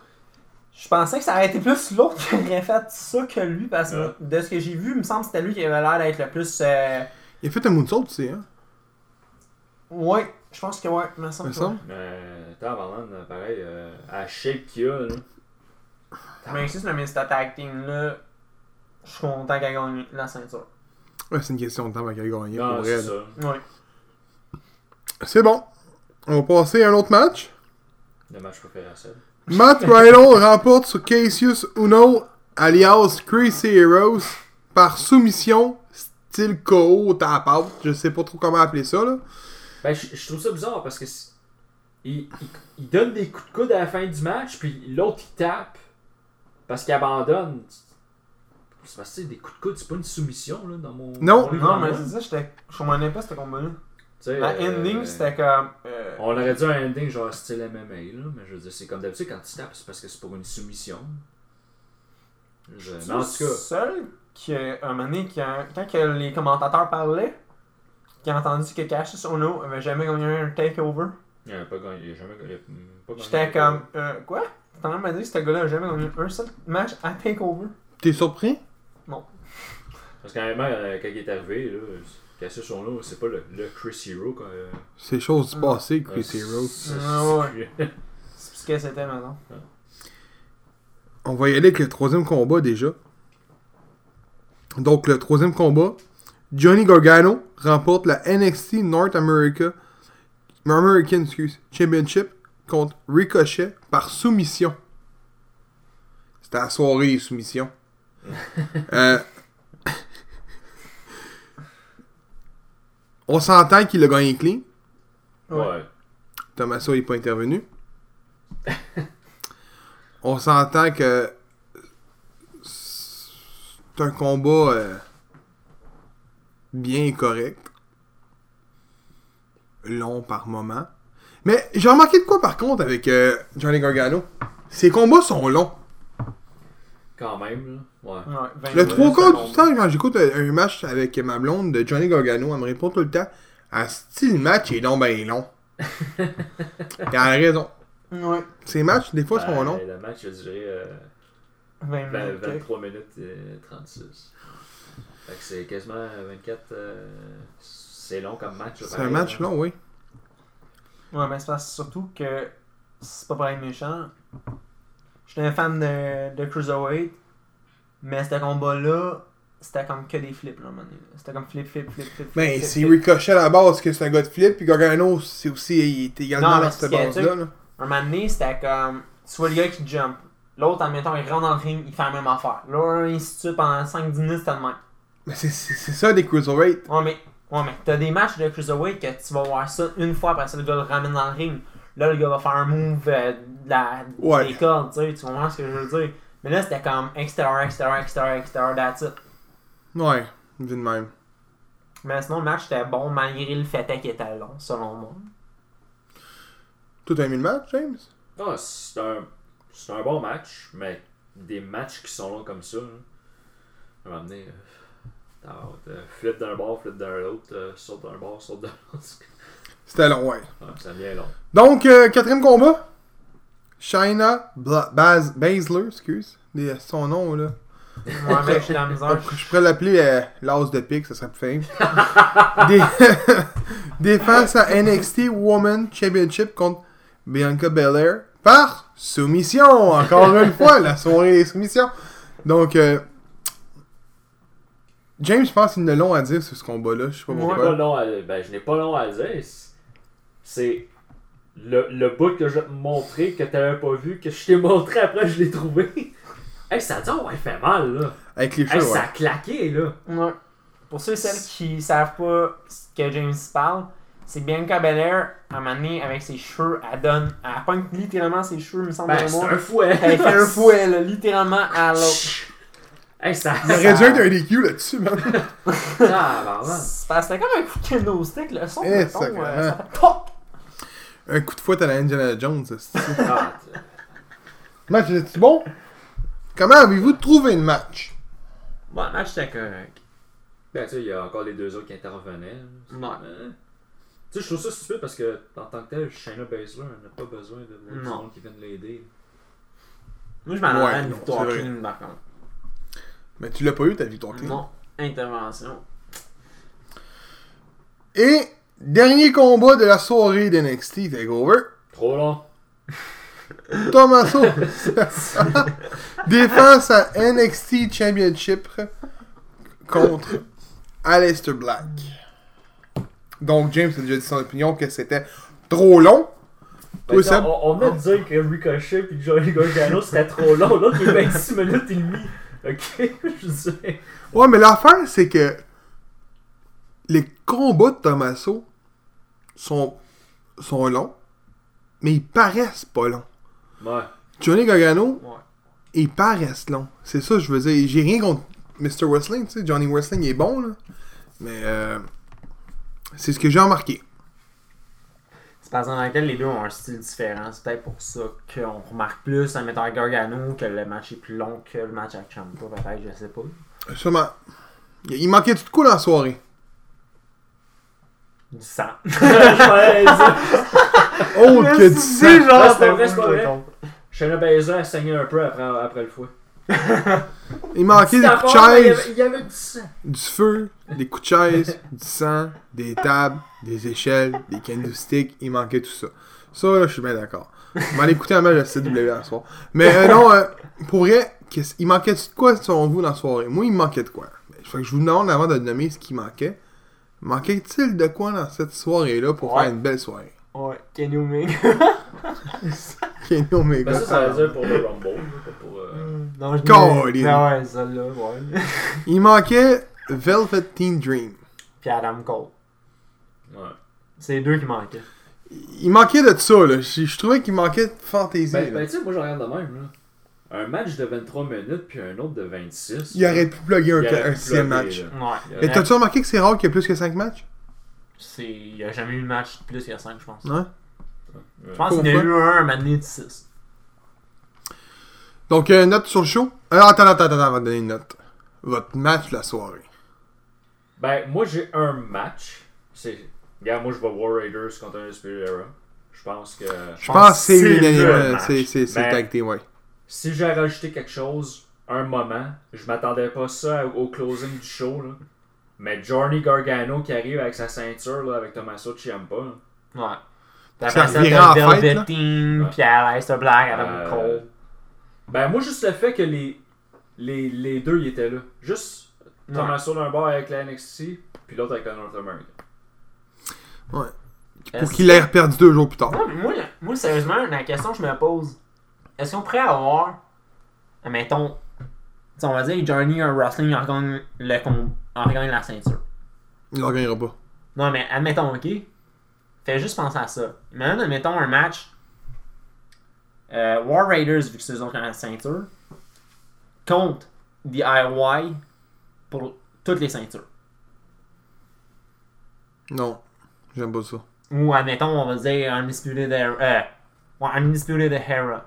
[SPEAKER 3] Je pensais que ça aurait été plus l'autre qui aurait fait ça que lui, parce que
[SPEAKER 2] Ouais.
[SPEAKER 3] de ce que j'ai vu, il me semble que c'était lui qui avait l'air d'être le plus. euh,
[SPEAKER 1] Il a fait un moonsault, tu sais, hein?
[SPEAKER 3] Ouais, je pense que ouais, il me semble.
[SPEAKER 1] me
[SPEAKER 3] que ouais.
[SPEAKER 1] semble.
[SPEAKER 2] Euh, Tabarnan, pareil, euh, à la shape qu'il a, là.
[SPEAKER 3] Mais si c'est le Mr. Tag Team là, je suis content qu'elle gagne la ceinture.
[SPEAKER 1] Ouais, c'est une question de temps avant qu'elle gagne,
[SPEAKER 2] Non,
[SPEAKER 1] pour vrai.
[SPEAKER 2] Ah, c'est
[SPEAKER 1] là.
[SPEAKER 2] ça.
[SPEAKER 3] Ouais.
[SPEAKER 1] C'est bon. On va passer à un autre match.
[SPEAKER 2] Le match préféré à ça.
[SPEAKER 1] Matt Riddle remporte sur Cassius Uno, alias Crazy Heroes, par soumission, style KO, tap out. Je sais pas trop comment appeler ça, là.
[SPEAKER 2] Ben, je, je trouve ça bizarre parce que c'est- il, il, il donne des coups de coude à la fin du match, puis l'autre il tape parce qu'il abandonne. C'est parce que tu sais, des coups de coude, c'est pas une soumission là, dans mon.
[SPEAKER 1] Non.
[SPEAKER 2] dans mon livre
[SPEAKER 3] Non,
[SPEAKER 2] à
[SPEAKER 3] mais
[SPEAKER 2] moi.
[SPEAKER 3] c'est ça, j'étais. Je comprenais pas ce combat-là.
[SPEAKER 2] Tu sais,
[SPEAKER 3] La
[SPEAKER 2] euh,
[SPEAKER 3] ending, c'était comme. euh,
[SPEAKER 2] On aurait dû un ending genre style MMA, là, mais je veux dire, c'est comme d'habitude quand tu tapes, c'est parce que c'est pour une soumission. Je- mais en tout
[SPEAKER 3] C'est le
[SPEAKER 2] cas,
[SPEAKER 3] seul qui, euh, un moment donné, qui a- quand que les commentateurs parlaient, qui a entendu que Cassius Ono avait jamais gagné un takeover,
[SPEAKER 2] il a pas gagné, il a jamais il a pas gagné.
[SPEAKER 3] j'étais comme, euh, quoi? T'es en train de me dire que ce gars-là a jamais gagné un seul match à takeover?
[SPEAKER 1] T'es surpris?
[SPEAKER 2] Parce qu'en même temps, euh, quand il est arrivé, là, Cassius son là, c'est pas le, le Chris Hero quand. euh,
[SPEAKER 1] C'est chose du passé, Crazy
[SPEAKER 2] euh,
[SPEAKER 1] Heroes.
[SPEAKER 2] c'est-
[SPEAKER 3] Ah
[SPEAKER 2] c'est-
[SPEAKER 3] C'est ce que c'était maintenant.
[SPEAKER 1] On va y aller avec le troisième combat déjà. Donc, le troisième combat, Johnny Gargano remporte la NXT North America American excuse, Championship contre Ricochet par soumission. C'était la soirée des soumissions. Euh, on s'entend qu'il a gagné clean.
[SPEAKER 2] Ouais.
[SPEAKER 1] Tommaso n'est pas intervenu. On s'entend que c'est un combat euh, bien correct. Long par moment. Mais j'ai remarqué de quoi par contre avec euh, Johnny Gargano. Ses combats sont longs.
[SPEAKER 2] Quand même, là. Ouais.
[SPEAKER 3] Ben, Ouais,
[SPEAKER 1] Le
[SPEAKER 3] 20 minutes,
[SPEAKER 1] trois quarts du
[SPEAKER 3] secondes.
[SPEAKER 1] temps, quand j'écoute euh, un, un match avec ma blonde de Johnny Gargano, elle me répond tout le temps Ah, style le match est long, ben long. elle a raison.
[SPEAKER 3] Ouais,
[SPEAKER 1] Ces matchs, des fois, sont
[SPEAKER 2] Ben,
[SPEAKER 1] longs.
[SPEAKER 2] Le match a duré euh,
[SPEAKER 3] 20
[SPEAKER 2] vingt-
[SPEAKER 3] minutes. ok.
[SPEAKER 2] 23 minutes et 36. Fait que c'est quasiment 24. euh, c'est long comme match. là,
[SPEAKER 1] C'est un
[SPEAKER 2] pareil,
[SPEAKER 1] match
[SPEAKER 2] là.
[SPEAKER 1] long, oui.
[SPEAKER 3] Ouais, mais c'est parce surtout que c'est pas pareil méchant. J'étais un fan de, de Cruiserweight, mais ce combat-là, c'était comme que des flips, là, à un moment donné. C'était comme flip, flip, flip, flip.
[SPEAKER 1] Mais
[SPEAKER 3] flip,
[SPEAKER 1] Ben, c'est
[SPEAKER 3] flip.
[SPEAKER 1] Ricochet à la base que c'est un gars de flip, puis Gargano, c'est aussi, il est également
[SPEAKER 3] Non, mais
[SPEAKER 1] dans
[SPEAKER 3] c'est
[SPEAKER 1] cette
[SPEAKER 3] parce que,
[SPEAKER 1] base-là. là.
[SPEAKER 3] Un moment donné, c'était comme. Tu vois le gars qui jump. L'autre, admettons, il rentre dans le ring, il fait la même affaire. Là, il se tue pendant 5-10 minutes, c'était le même.
[SPEAKER 1] Mais c'est c'est- c'est ça des Cruiserweight.
[SPEAKER 3] Ouais, mais, ouais, mais t'as des matchs de Cruiserweight que tu vas voir ça une fois, après ça, le gars le ramène dans le ring. Là, le gars va faire un move euh, de la,
[SPEAKER 1] Ouais.
[SPEAKER 3] des cordes, tu sais, tu comprends ce que je veux dire. Mais là, c'était comme extérieur, extérieur, extérieur, extérieur, that's it.
[SPEAKER 1] Ouais, vu de même.
[SPEAKER 3] Mais sinon, le match était bon malgré le fait qu'il était long, selon moi.
[SPEAKER 1] Tout un mis le match, James
[SPEAKER 2] Non, Ah, c'est un, c'est un bon match, mais des matchs qui sont longs comme ça, là, à un moment donné, euh, t'as hâte, euh, flip d'un bord, flip d'un autre, euh, saute d'un bord, saute d'un autre.
[SPEAKER 1] C'était long, ouais.
[SPEAKER 2] Ouais, ça devient long.
[SPEAKER 1] Donc, euh, quatrième combat. Shaina Bla- Baz Baszler, excuse. Des- Son nom, là.
[SPEAKER 3] Ouais, mais j'ai la misère.
[SPEAKER 1] Je pourrais l'appeler euh, l'as de pique, ça serait plus fame. Des... Défense à NXT Women Championship contre Bianca Belair par soumission. Encore une fois, la soirée des soumissions. Donc, euh, James, je pense qu'il ne long à dire sur ce combat-là. Je sais pas
[SPEAKER 3] Ouais.
[SPEAKER 2] J'ai pas
[SPEAKER 1] pourquoi.
[SPEAKER 2] long à, ben, je n'ai pas long à le dire. C'est- C'est le, le bout que je vais te montrer, que t'avais pas vu, que je t'ai montré après, je l'ai trouvé. hey, ça dure, ouais, fait mal, là.
[SPEAKER 1] Avec les
[SPEAKER 2] Hey,
[SPEAKER 1] cheveux,
[SPEAKER 2] ça
[SPEAKER 1] ouais.
[SPEAKER 2] a claqué, là.
[SPEAKER 3] Ouais. Pour ceux et celles qui savent pas ce que James parle, c'est que Bianca Belair, à un moment donné, avec ses cheveux, elle donne. Elle pointe littéralement ses cheveux, il me semble,
[SPEAKER 2] Ben,
[SPEAKER 3] dans
[SPEAKER 2] c'est
[SPEAKER 3] le
[SPEAKER 2] un fouet.
[SPEAKER 3] Elle fait un fouet, là, littéralement à l'autre.
[SPEAKER 2] Chut. Hey, ça.
[SPEAKER 1] Il aurait dû être un DQ là-dessus, man.
[SPEAKER 2] Ah, vraiment.
[SPEAKER 3] C'est parce que C'était comme un coup de kendo stick, le son,
[SPEAKER 1] Eh,
[SPEAKER 3] le ton,
[SPEAKER 1] ça,
[SPEAKER 3] euh,
[SPEAKER 1] hein.
[SPEAKER 3] ça fait pop!
[SPEAKER 1] Un coup de fouet à la Indiana Jones. c'est-
[SPEAKER 2] Ah, t-
[SPEAKER 1] Match, c'est bon? Comment avez-vous trouvé le match?
[SPEAKER 3] Bon, le match était correct.
[SPEAKER 2] Ben, tu sais, il y a encore les deux autres qui intervenaient.
[SPEAKER 3] Ouais.
[SPEAKER 2] Euh, Tu sais, je trouve ça stupide parce que, en tant que tel, Shayna Baszler elle n'a pas besoin de beaucoup de
[SPEAKER 3] Non.
[SPEAKER 2] monde qui vienne l'aider.
[SPEAKER 3] Moi, je m'en
[SPEAKER 1] Ouais,
[SPEAKER 3] allais à une
[SPEAKER 1] non,
[SPEAKER 3] victoire
[SPEAKER 1] c'est vrai.
[SPEAKER 3] clean, par contre.
[SPEAKER 1] Mais tu l'as pas eu, ta victoire clean.
[SPEAKER 3] Non, intervention.
[SPEAKER 1] Et dernier combat de la soirée d'NXT TakeOver.
[SPEAKER 2] Trop long.
[SPEAKER 1] Tommaso défense à NXT Championship contre Aleister Black. Donc James a déjà dit son opinion que c'était trop long.
[SPEAKER 4] Ben,
[SPEAKER 1] Toi,
[SPEAKER 4] ça,
[SPEAKER 1] Seb?
[SPEAKER 4] on, on venait de dire que Ricochet puis Johnny Gargano c'était trop long. L'autre il est 26 minutes et demie. Ok, je sais.
[SPEAKER 1] Ouais, mais l'affaire, c'est que les combats de Tommaso sont, sont longs, mais ils paraissent pas longs.
[SPEAKER 2] Ouais.
[SPEAKER 1] Johnny Gargano,
[SPEAKER 3] Ouais.
[SPEAKER 1] ils paraissent longs. C'est ça, je veux dire. J'ai rien contre Mr. Wrestling, tu sais. Johnny Wrestling il est bon, là. Mais euh, c'est ce que j'ai remarqué.
[SPEAKER 3] C'est parce dans laquelle les deux ont un style différent. C'est peut-être pour ça qu'on remarque plus, un metteur Gargano, que le match est plus long que le match à Champa, peut-être, je sais pas.
[SPEAKER 1] Sûrement. Il il manquait tout de coup dans la soirée.
[SPEAKER 3] Du sang.
[SPEAKER 1] Oh, que
[SPEAKER 3] Merci,
[SPEAKER 1] tu sais!
[SPEAKER 3] genre,
[SPEAKER 2] Non, c'est pas vrai,
[SPEAKER 3] c'est
[SPEAKER 2] c'est pas
[SPEAKER 3] vrai.
[SPEAKER 2] vrai. Shayna Baszler a saigné un peu après, après le fouet.
[SPEAKER 1] Il manquait des
[SPEAKER 2] C'était
[SPEAKER 1] coups de
[SPEAKER 2] fort, mais il y
[SPEAKER 1] chaise.
[SPEAKER 2] avait- Il y avait du sang.
[SPEAKER 1] du feu, des coups de chaise, du sang, des tables, des échelles, des candlesticks, il manquait tout ça. Ça, là, je suis bien d'accord. On va aller écouter un match de CW à soir. Mais euh, non, euh, pour vrai, qu'est-ce- il manquait de quoi selon vous dans la soirée? Moi, il manquait de quoi? Fait que je vous demande avant de nommer ce qui manquait. Manquait-il de quoi dans cette soirée-là pour
[SPEAKER 3] Ouais.
[SPEAKER 1] faire une belle soirée?
[SPEAKER 3] Ouais, Kenny Omega.
[SPEAKER 1] Kenny Omega.
[SPEAKER 2] Ben, ça, ça veut dire pour le Rumble, là, pas pour. euh,
[SPEAKER 3] Mm. non, je
[SPEAKER 1] Colin.
[SPEAKER 3] Ah ouais, celle-là, ouais.
[SPEAKER 1] Il manquait Velvet Teen Dream.
[SPEAKER 3] Puis Adam Cole.
[SPEAKER 2] Ouais.
[SPEAKER 3] C'est les deux qui manquaient.
[SPEAKER 1] Il manquait de ça, là. Je, je trouvais qu'il manquait de fantaisie.
[SPEAKER 2] Ben,
[SPEAKER 1] là.
[SPEAKER 2] ben, tu sais, moi, je regarde de même, là. Un match de 23 minutes, puis un autre de 26.
[SPEAKER 1] il aurait pu plugger
[SPEAKER 2] Il
[SPEAKER 1] un,
[SPEAKER 2] aurait
[SPEAKER 1] un
[SPEAKER 2] pu
[SPEAKER 1] sixième
[SPEAKER 2] plugger,
[SPEAKER 1] match.
[SPEAKER 2] là.
[SPEAKER 3] Ouais.
[SPEAKER 2] Il
[SPEAKER 1] Mais
[SPEAKER 2] aurait-
[SPEAKER 1] t'as-tu remarqué que c'est rare qu'il y a plus que 5 matchs?
[SPEAKER 3] C'est... Il n'y a jamais eu de match de plus qu'il y a 5, je pense.
[SPEAKER 1] Ouais.
[SPEAKER 3] Je pense qu'il y en a eu un, un moment donné de 6.
[SPEAKER 1] Donc, euh, note sur le show. Euh, attends, attends, attends, avant de donner une note. Votre match de la soirée.
[SPEAKER 2] Ben, moi, j'ai un match. C'est. Regarde, moi, je vais War Raiders contre Undisputed Era. Je pense que.
[SPEAKER 1] Je pense que c'est
[SPEAKER 3] Ah, C'est le
[SPEAKER 1] unanime. euh,
[SPEAKER 3] match.
[SPEAKER 1] C'est c'est- c'est
[SPEAKER 2] Ben-
[SPEAKER 1] tag team, ouais.
[SPEAKER 2] Si j'ai rajouté quelque chose,
[SPEAKER 4] un moment, je m'attendais pas ça au closing du show, là. Mais Johnny Gargano qui arrive avec sa ceinture, là, avec Tommaso Ciampa, là.
[SPEAKER 3] Ouais. Puis
[SPEAKER 1] Ça
[SPEAKER 3] après ça,
[SPEAKER 1] virait
[SPEAKER 3] t'as
[SPEAKER 1] en fête, là.
[SPEAKER 3] Velveteen,
[SPEAKER 4] Ouais.
[SPEAKER 3] puis Aleister Black, Adam
[SPEAKER 4] Euh,
[SPEAKER 3] Cole.
[SPEAKER 4] Ben, moi, juste le fait que les, les, les deux, ils étaient là. Juste Tommaso d'un bord avec la NXT, puis l'autre avec la North America.
[SPEAKER 1] Pour qu'il l'ait perdu deux jours plus tard.
[SPEAKER 3] Moi, moi, moi, sérieusement, la question que je me pose, est-ce qu'on pourrait avoir, mettons, t'sais, on va dire Johnny un wrestling en gagne, le com- en regagne la ceinture.
[SPEAKER 1] Il n'en gagnera pas.
[SPEAKER 3] Non, mais admettons, ok? Fais juste penser à ça. Maintenant, admettons un match euh, War Raiders, vu que c'est eux autres qui ont la ceinture, contre DIY pour toutes les ceintures.
[SPEAKER 1] Non. J'aime pas ça.
[SPEAKER 3] Ou admettons, on va dire Undisputed Era. Euh, ouais, Undisputed Era.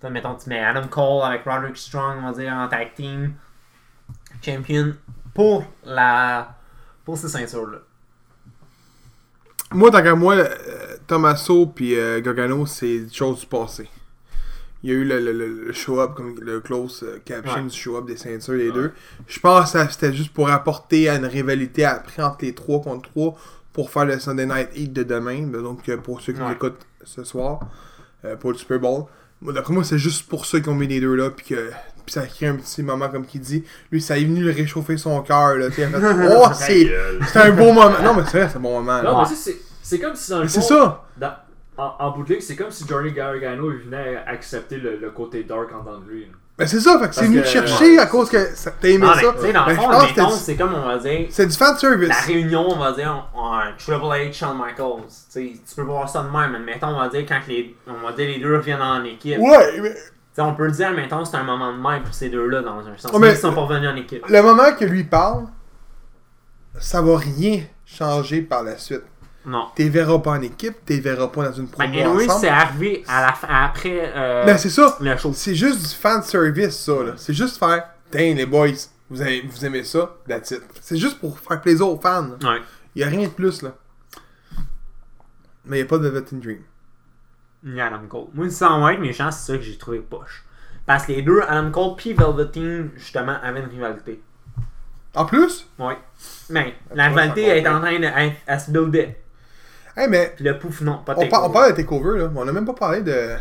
[SPEAKER 3] Ça, Admettons, tu mets Adam Cole avec Roderick Strong, on va dire, en tag team. Champion pour la. Pour ces ceintures-là.
[SPEAKER 1] Moi, tant qu'à moi, euh, Tommaso puis euh, Gargano, c'est des choses du passé. Il y a eu le, le- le- le show-up, comme le close euh, caption
[SPEAKER 3] Ouais.
[SPEAKER 1] du show-up des ceintures, les deux. Je pense que c'était juste pour apporter à une rivalité après entre les trois contre trois pour faire le Sunday Night Heat de demain. Mais Donc, euh, pour ceux qui nous
[SPEAKER 3] Ouais.
[SPEAKER 1] écoutent ce soir, euh, pour le Super Bowl. Moi, D'après moi, c'est juste pour ceux qui ont mis les deux là, puis que puis ça crée un petit moment, comme qu'il dit. Lui, ça est venu le réchauffer son cœur, là. tu sais, il a fait, oh, c'est c'est un beau moment. Non, mais c'est vrai, c'est un bon moment. là.
[SPEAKER 4] Non, mais tu sais, c'est- c'est comme si dans le
[SPEAKER 1] Mais c'est
[SPEAKER 4] fond,
[SPEAKER 1] ça!
[SPEAKER 4] dans- en, en bout de ligne, c'est comme si Johnny Gargano il venait accepter le, le côté dark en dedans de lui. là.
[SPEAKER 1] Ben c'est ça, fait que c'est
[SPEAKER 4] Parce
[SPEAKER 1] venu
[SPEAKER 4] que-
[SPEAKER 1] te chercher
[SPEAKER 4] ouais.
[SPEAKER 1] à cause que ça- t'as aimé
[SPEAKER 3] Non, mais,
[SPEAKER 1] ça.
[SPEAKER 3] tu sais, dans le
[SPEAKER 1] Ben,
[SPEAKER 3] fond,
[SPEAKER 1] je pense que
[SPEAKER 3] admettons,
[SPEAKER 1] c'est-
[SPEAKER 3] c'est comme on va dire.
[SPEAKER 1] c'est du fan service.
[SPEAKER 3] La réunion, on va dire, on- un Triple H, Shawn Michaels. Tu sais, tu peux voir ça de même, mais mettons, on va dire, quand les, on va dire les deux reviennent en équipe.
[SPEAKER 1] Ouais, mais
[SPEAKER 3] Tu sais, on peut le dire, mettons, c'est un moment de même pour ces deux-là, dans un sens.
[SPEAKER 1] Ouais,
[SPEAKER 3] mais
[SPEAKER 1] mais-
[SPEAKER 3] ils sont pas revenus en équipe.
[SPEAKER 1] le moment que lui parle, ça va rien changer par la suite.
[SPEAKER 3] Non.
[SPEAKER 1] T'es verras pas en équipe, t'es verras pas dans une promo
[SPEAKER 3] Ben, anyway, c'est
[SPEAKER 1] ensemble.
[SPEAKER 3] arrivé à la fin, après euh,
[SPEAKER 1] Ben c'est ça,
[SPEAKER 3] le show.
[SPEAKER 1] c'est juste du fan service ça là. C'est juste faire, tiens les boys, vous, avez- vous aimez ça, that's it. C'est juste pour faire plaisir aux fans. là.
[SPEAKER 3] Ouais.
[SPEAKER 1] Y a rien de plus là. Mais y a pas de Velvet Dream.
[SPEAKER 3] Ni Adam Cole. Moi, sans être méchant, c'est ça que j'ai trouvé poche. Parce que les deux, Adam Cole puis Velveteen, justement, avaient une rivalité.
[SPEAKER 1] En plus,
[SPEAKER 3] Ouais. Mais la
[SPEAKER 1] Ouais,
[SPEAKER 3] rivalité
[SPEAKER 1] ça
[SPEAKER 3] est
[SPEAKER 1] compte.
[SPEAKER 3] en train de elle- elle se builder.
[SPEAKER 1] hey mais
[SPEAKER 3] Puis le pouf, non, pas
[SPEAKER 1] On,
[SPEAKER 3] Takeover.
[SPEAKER 1] par- on parle de takeover, là, mais on n'a même pas parlé de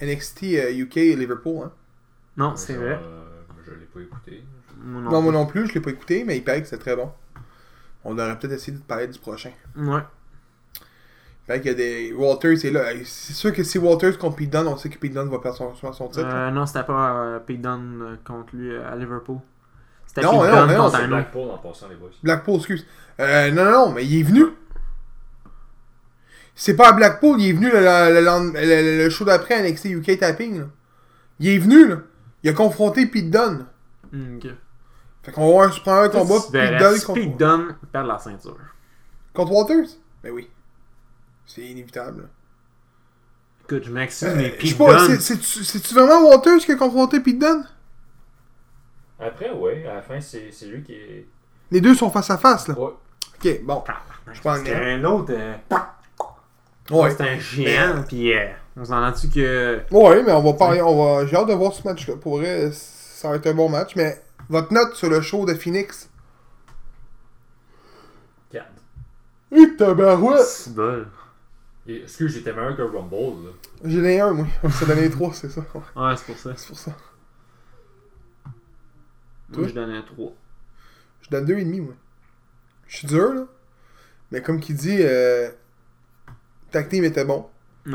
[SPEAKER 1] NXT euh, UK et Liverpool. Hein.
[SPEAKER 3] Non, c'est
[SPEAKER 4] Genre,
[SPEAKER 3] vrai.
[SPEAKER 4] euh, je l'ai pas écouté.
[SPEAKER 3] Moi
[SPEAKER 1] Non, moi non plus, je l'ai pas écouté, mais il paraît que c'est très bon. On aurait peut-être essayé de parler du prochain.
[SPEAKER 3] Ouais.
[SPEAKER 1] Il paraît qu'il y a des. Walters est là. Euh, C'est sûr que si Walters contre Pete Dunne, on sait que Pete Dunne va perdre son, son- son titre. là.
[SPEAKER 3] Euh, non, c'était pas euh, Pete Dunne euh, contre lui euh, à Liverpool. C'était
[SPEAKER 1] Non,
[SPEAKER 3] Pete
[SPEAKER 1] non,
[SPEAKER 3] Dunne
[SPEAKER 1] non,
[SPEAKER 3] contre
[SPEAKER 1] c'est
[SPEAKER 3] un autre.
[SPEAKER 4] Blackpool en passant les boys.
[SPEAKER 1] Blackpool, excuse. Euh, non, non, non, mais il est venu. C'est pas à Blackpool, il est venu le, le- le lendem- le- le show d'après à NXT UK Tapping. là. Il est venu, là. Il a confronté Pete Dunne.
[SPEAKER 3] Hmm, ok.
[SPEAKER 1] Fait qu'on va avoir un- se prendre un
[SPEAKER 3] Toi,
[SPEAKER 1] combat, Pete
[SPEAKER 3] tu verrais
[SPEAKER 1] Dunne
[SPEAKER 3] si
[SPEAKER 1] contre.
[SPEAKER 3] Pete Dunne perd la ceinture.
[SPEAKER 1] Contre Walters? Ben oui. C'est inévitable.
[SPEAKER 3] Écoute, je m'excuse,
[SPEAKER 1] Euh,
[SPEAKER 3] mais
[SPEAKER 1] je sais
[SPEAKER 3] Pete
[SPEAKER 1] pas,
[SPEAKER 3] Dunne...
[SPEAKER 1] c'est- c'est-tu c'est-tu vraiment Walters qui a confronté Pete Dunne?
[SPEAKER 4] Après, ouais, à la fin, c'est c'est lui qui est.
[SPEAKER 1] Les deux sont face à face, là.
[SPEAKER 4] Ouais.
[SPEAKER 1] Ok, bon. Je prends
[SPEAKER 3] C'était
[SPEAKER 1] le
[SPEAKER 3] un autre... euh,
[SPEAKER 1] Ah Ouais.
[SPEAKER 3] C'était un géant, puis euh, on s'en a dit que...
[SPEAKER 1] Ouais, mais on va parler. On va... J'ai hâte de voir ce match-là. Pour vrai, euh, ça va être un bon match. Mais votre note sur le show de Phoenix.
[SPEAKER 4] Quatre.
[SPEAKER 1] Hé, tabarouette!
[SPEAKER 3] C'est bol.
[SPEAKER 4] Et- Excuse, j'étais meilleur que Rumble, là.
[SPEAKER 1] J'ai donné un, moi. On s'est donné trois, c'est ça.
[SPEAKER 3] Ouais, c'est pour ça.
[SPEAKER 1] C'est pour ça.
[SPEAKER 3] Moi, je donnais 3.
[SPEAKER 1] Je donne deux et demi, moi. Je suis dur, là. Mais comme qui dit, euh... Tag Team était bon.
[SPEAKER 3] Ouais.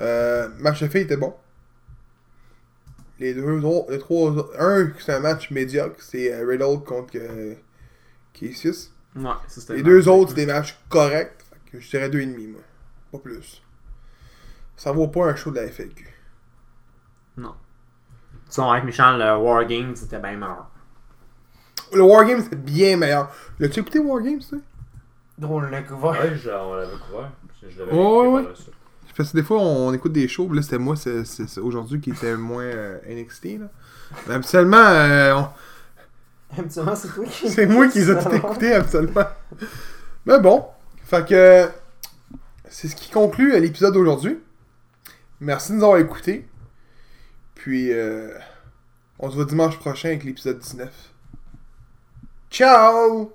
[SPEAKER 1] Euh, match de filles était bon. Les deux, autres- les trois, autres- un, c'est un match médiocre, c'est euh, Riddle contre euh, Cassius.
[SPEAKER 3] Ouais, ça, c'était
[SPEAKER 1] Les
[SPEAKER 3] mal.
[SPEAKER 1] deux autres, c'est des matchs corrects. Fait que je dirais deux et demi, moi. Pas plus. Ça vaut pas un show de la FLQ.
[SPEAKER 3] Sans être méchant, le War Games, c'était bien mort.
[SPEAKER 1] Le Wargame, c'est bien meilleur. L'as-tu écouté Wargame, ça?
[SPEAKER 3] Drôle, le couvert.
[SPEAKER 4] Ouais, je- on l'avait couvert. Je je l'avais
[SPEAKER 1] Ouais,
[SPEAKER 4] écouté
[SPEAKER 1] ouais,
[SPEAKER 4] par la suite.
[SPEAKER 1] Parce que des fois, on écoute des shows, là, c'était moi, c'est, c'est- c'est aujourd'hui qui était moins euh, NXT, là. Mais habituellement, euh, on-
[SPEAKER 3] Habituellement, c'est toi qui.
[SPEAKER 1] C'est moi qui les ai tout écoutés, absolument. Mais bon, fait que c'est ce qui conclut l'épisode d'aujourd'hui. Merci de nous avoir écoutés. Puis, euh, On se voit dimanche prochain avec l'épisode 19. Ciao!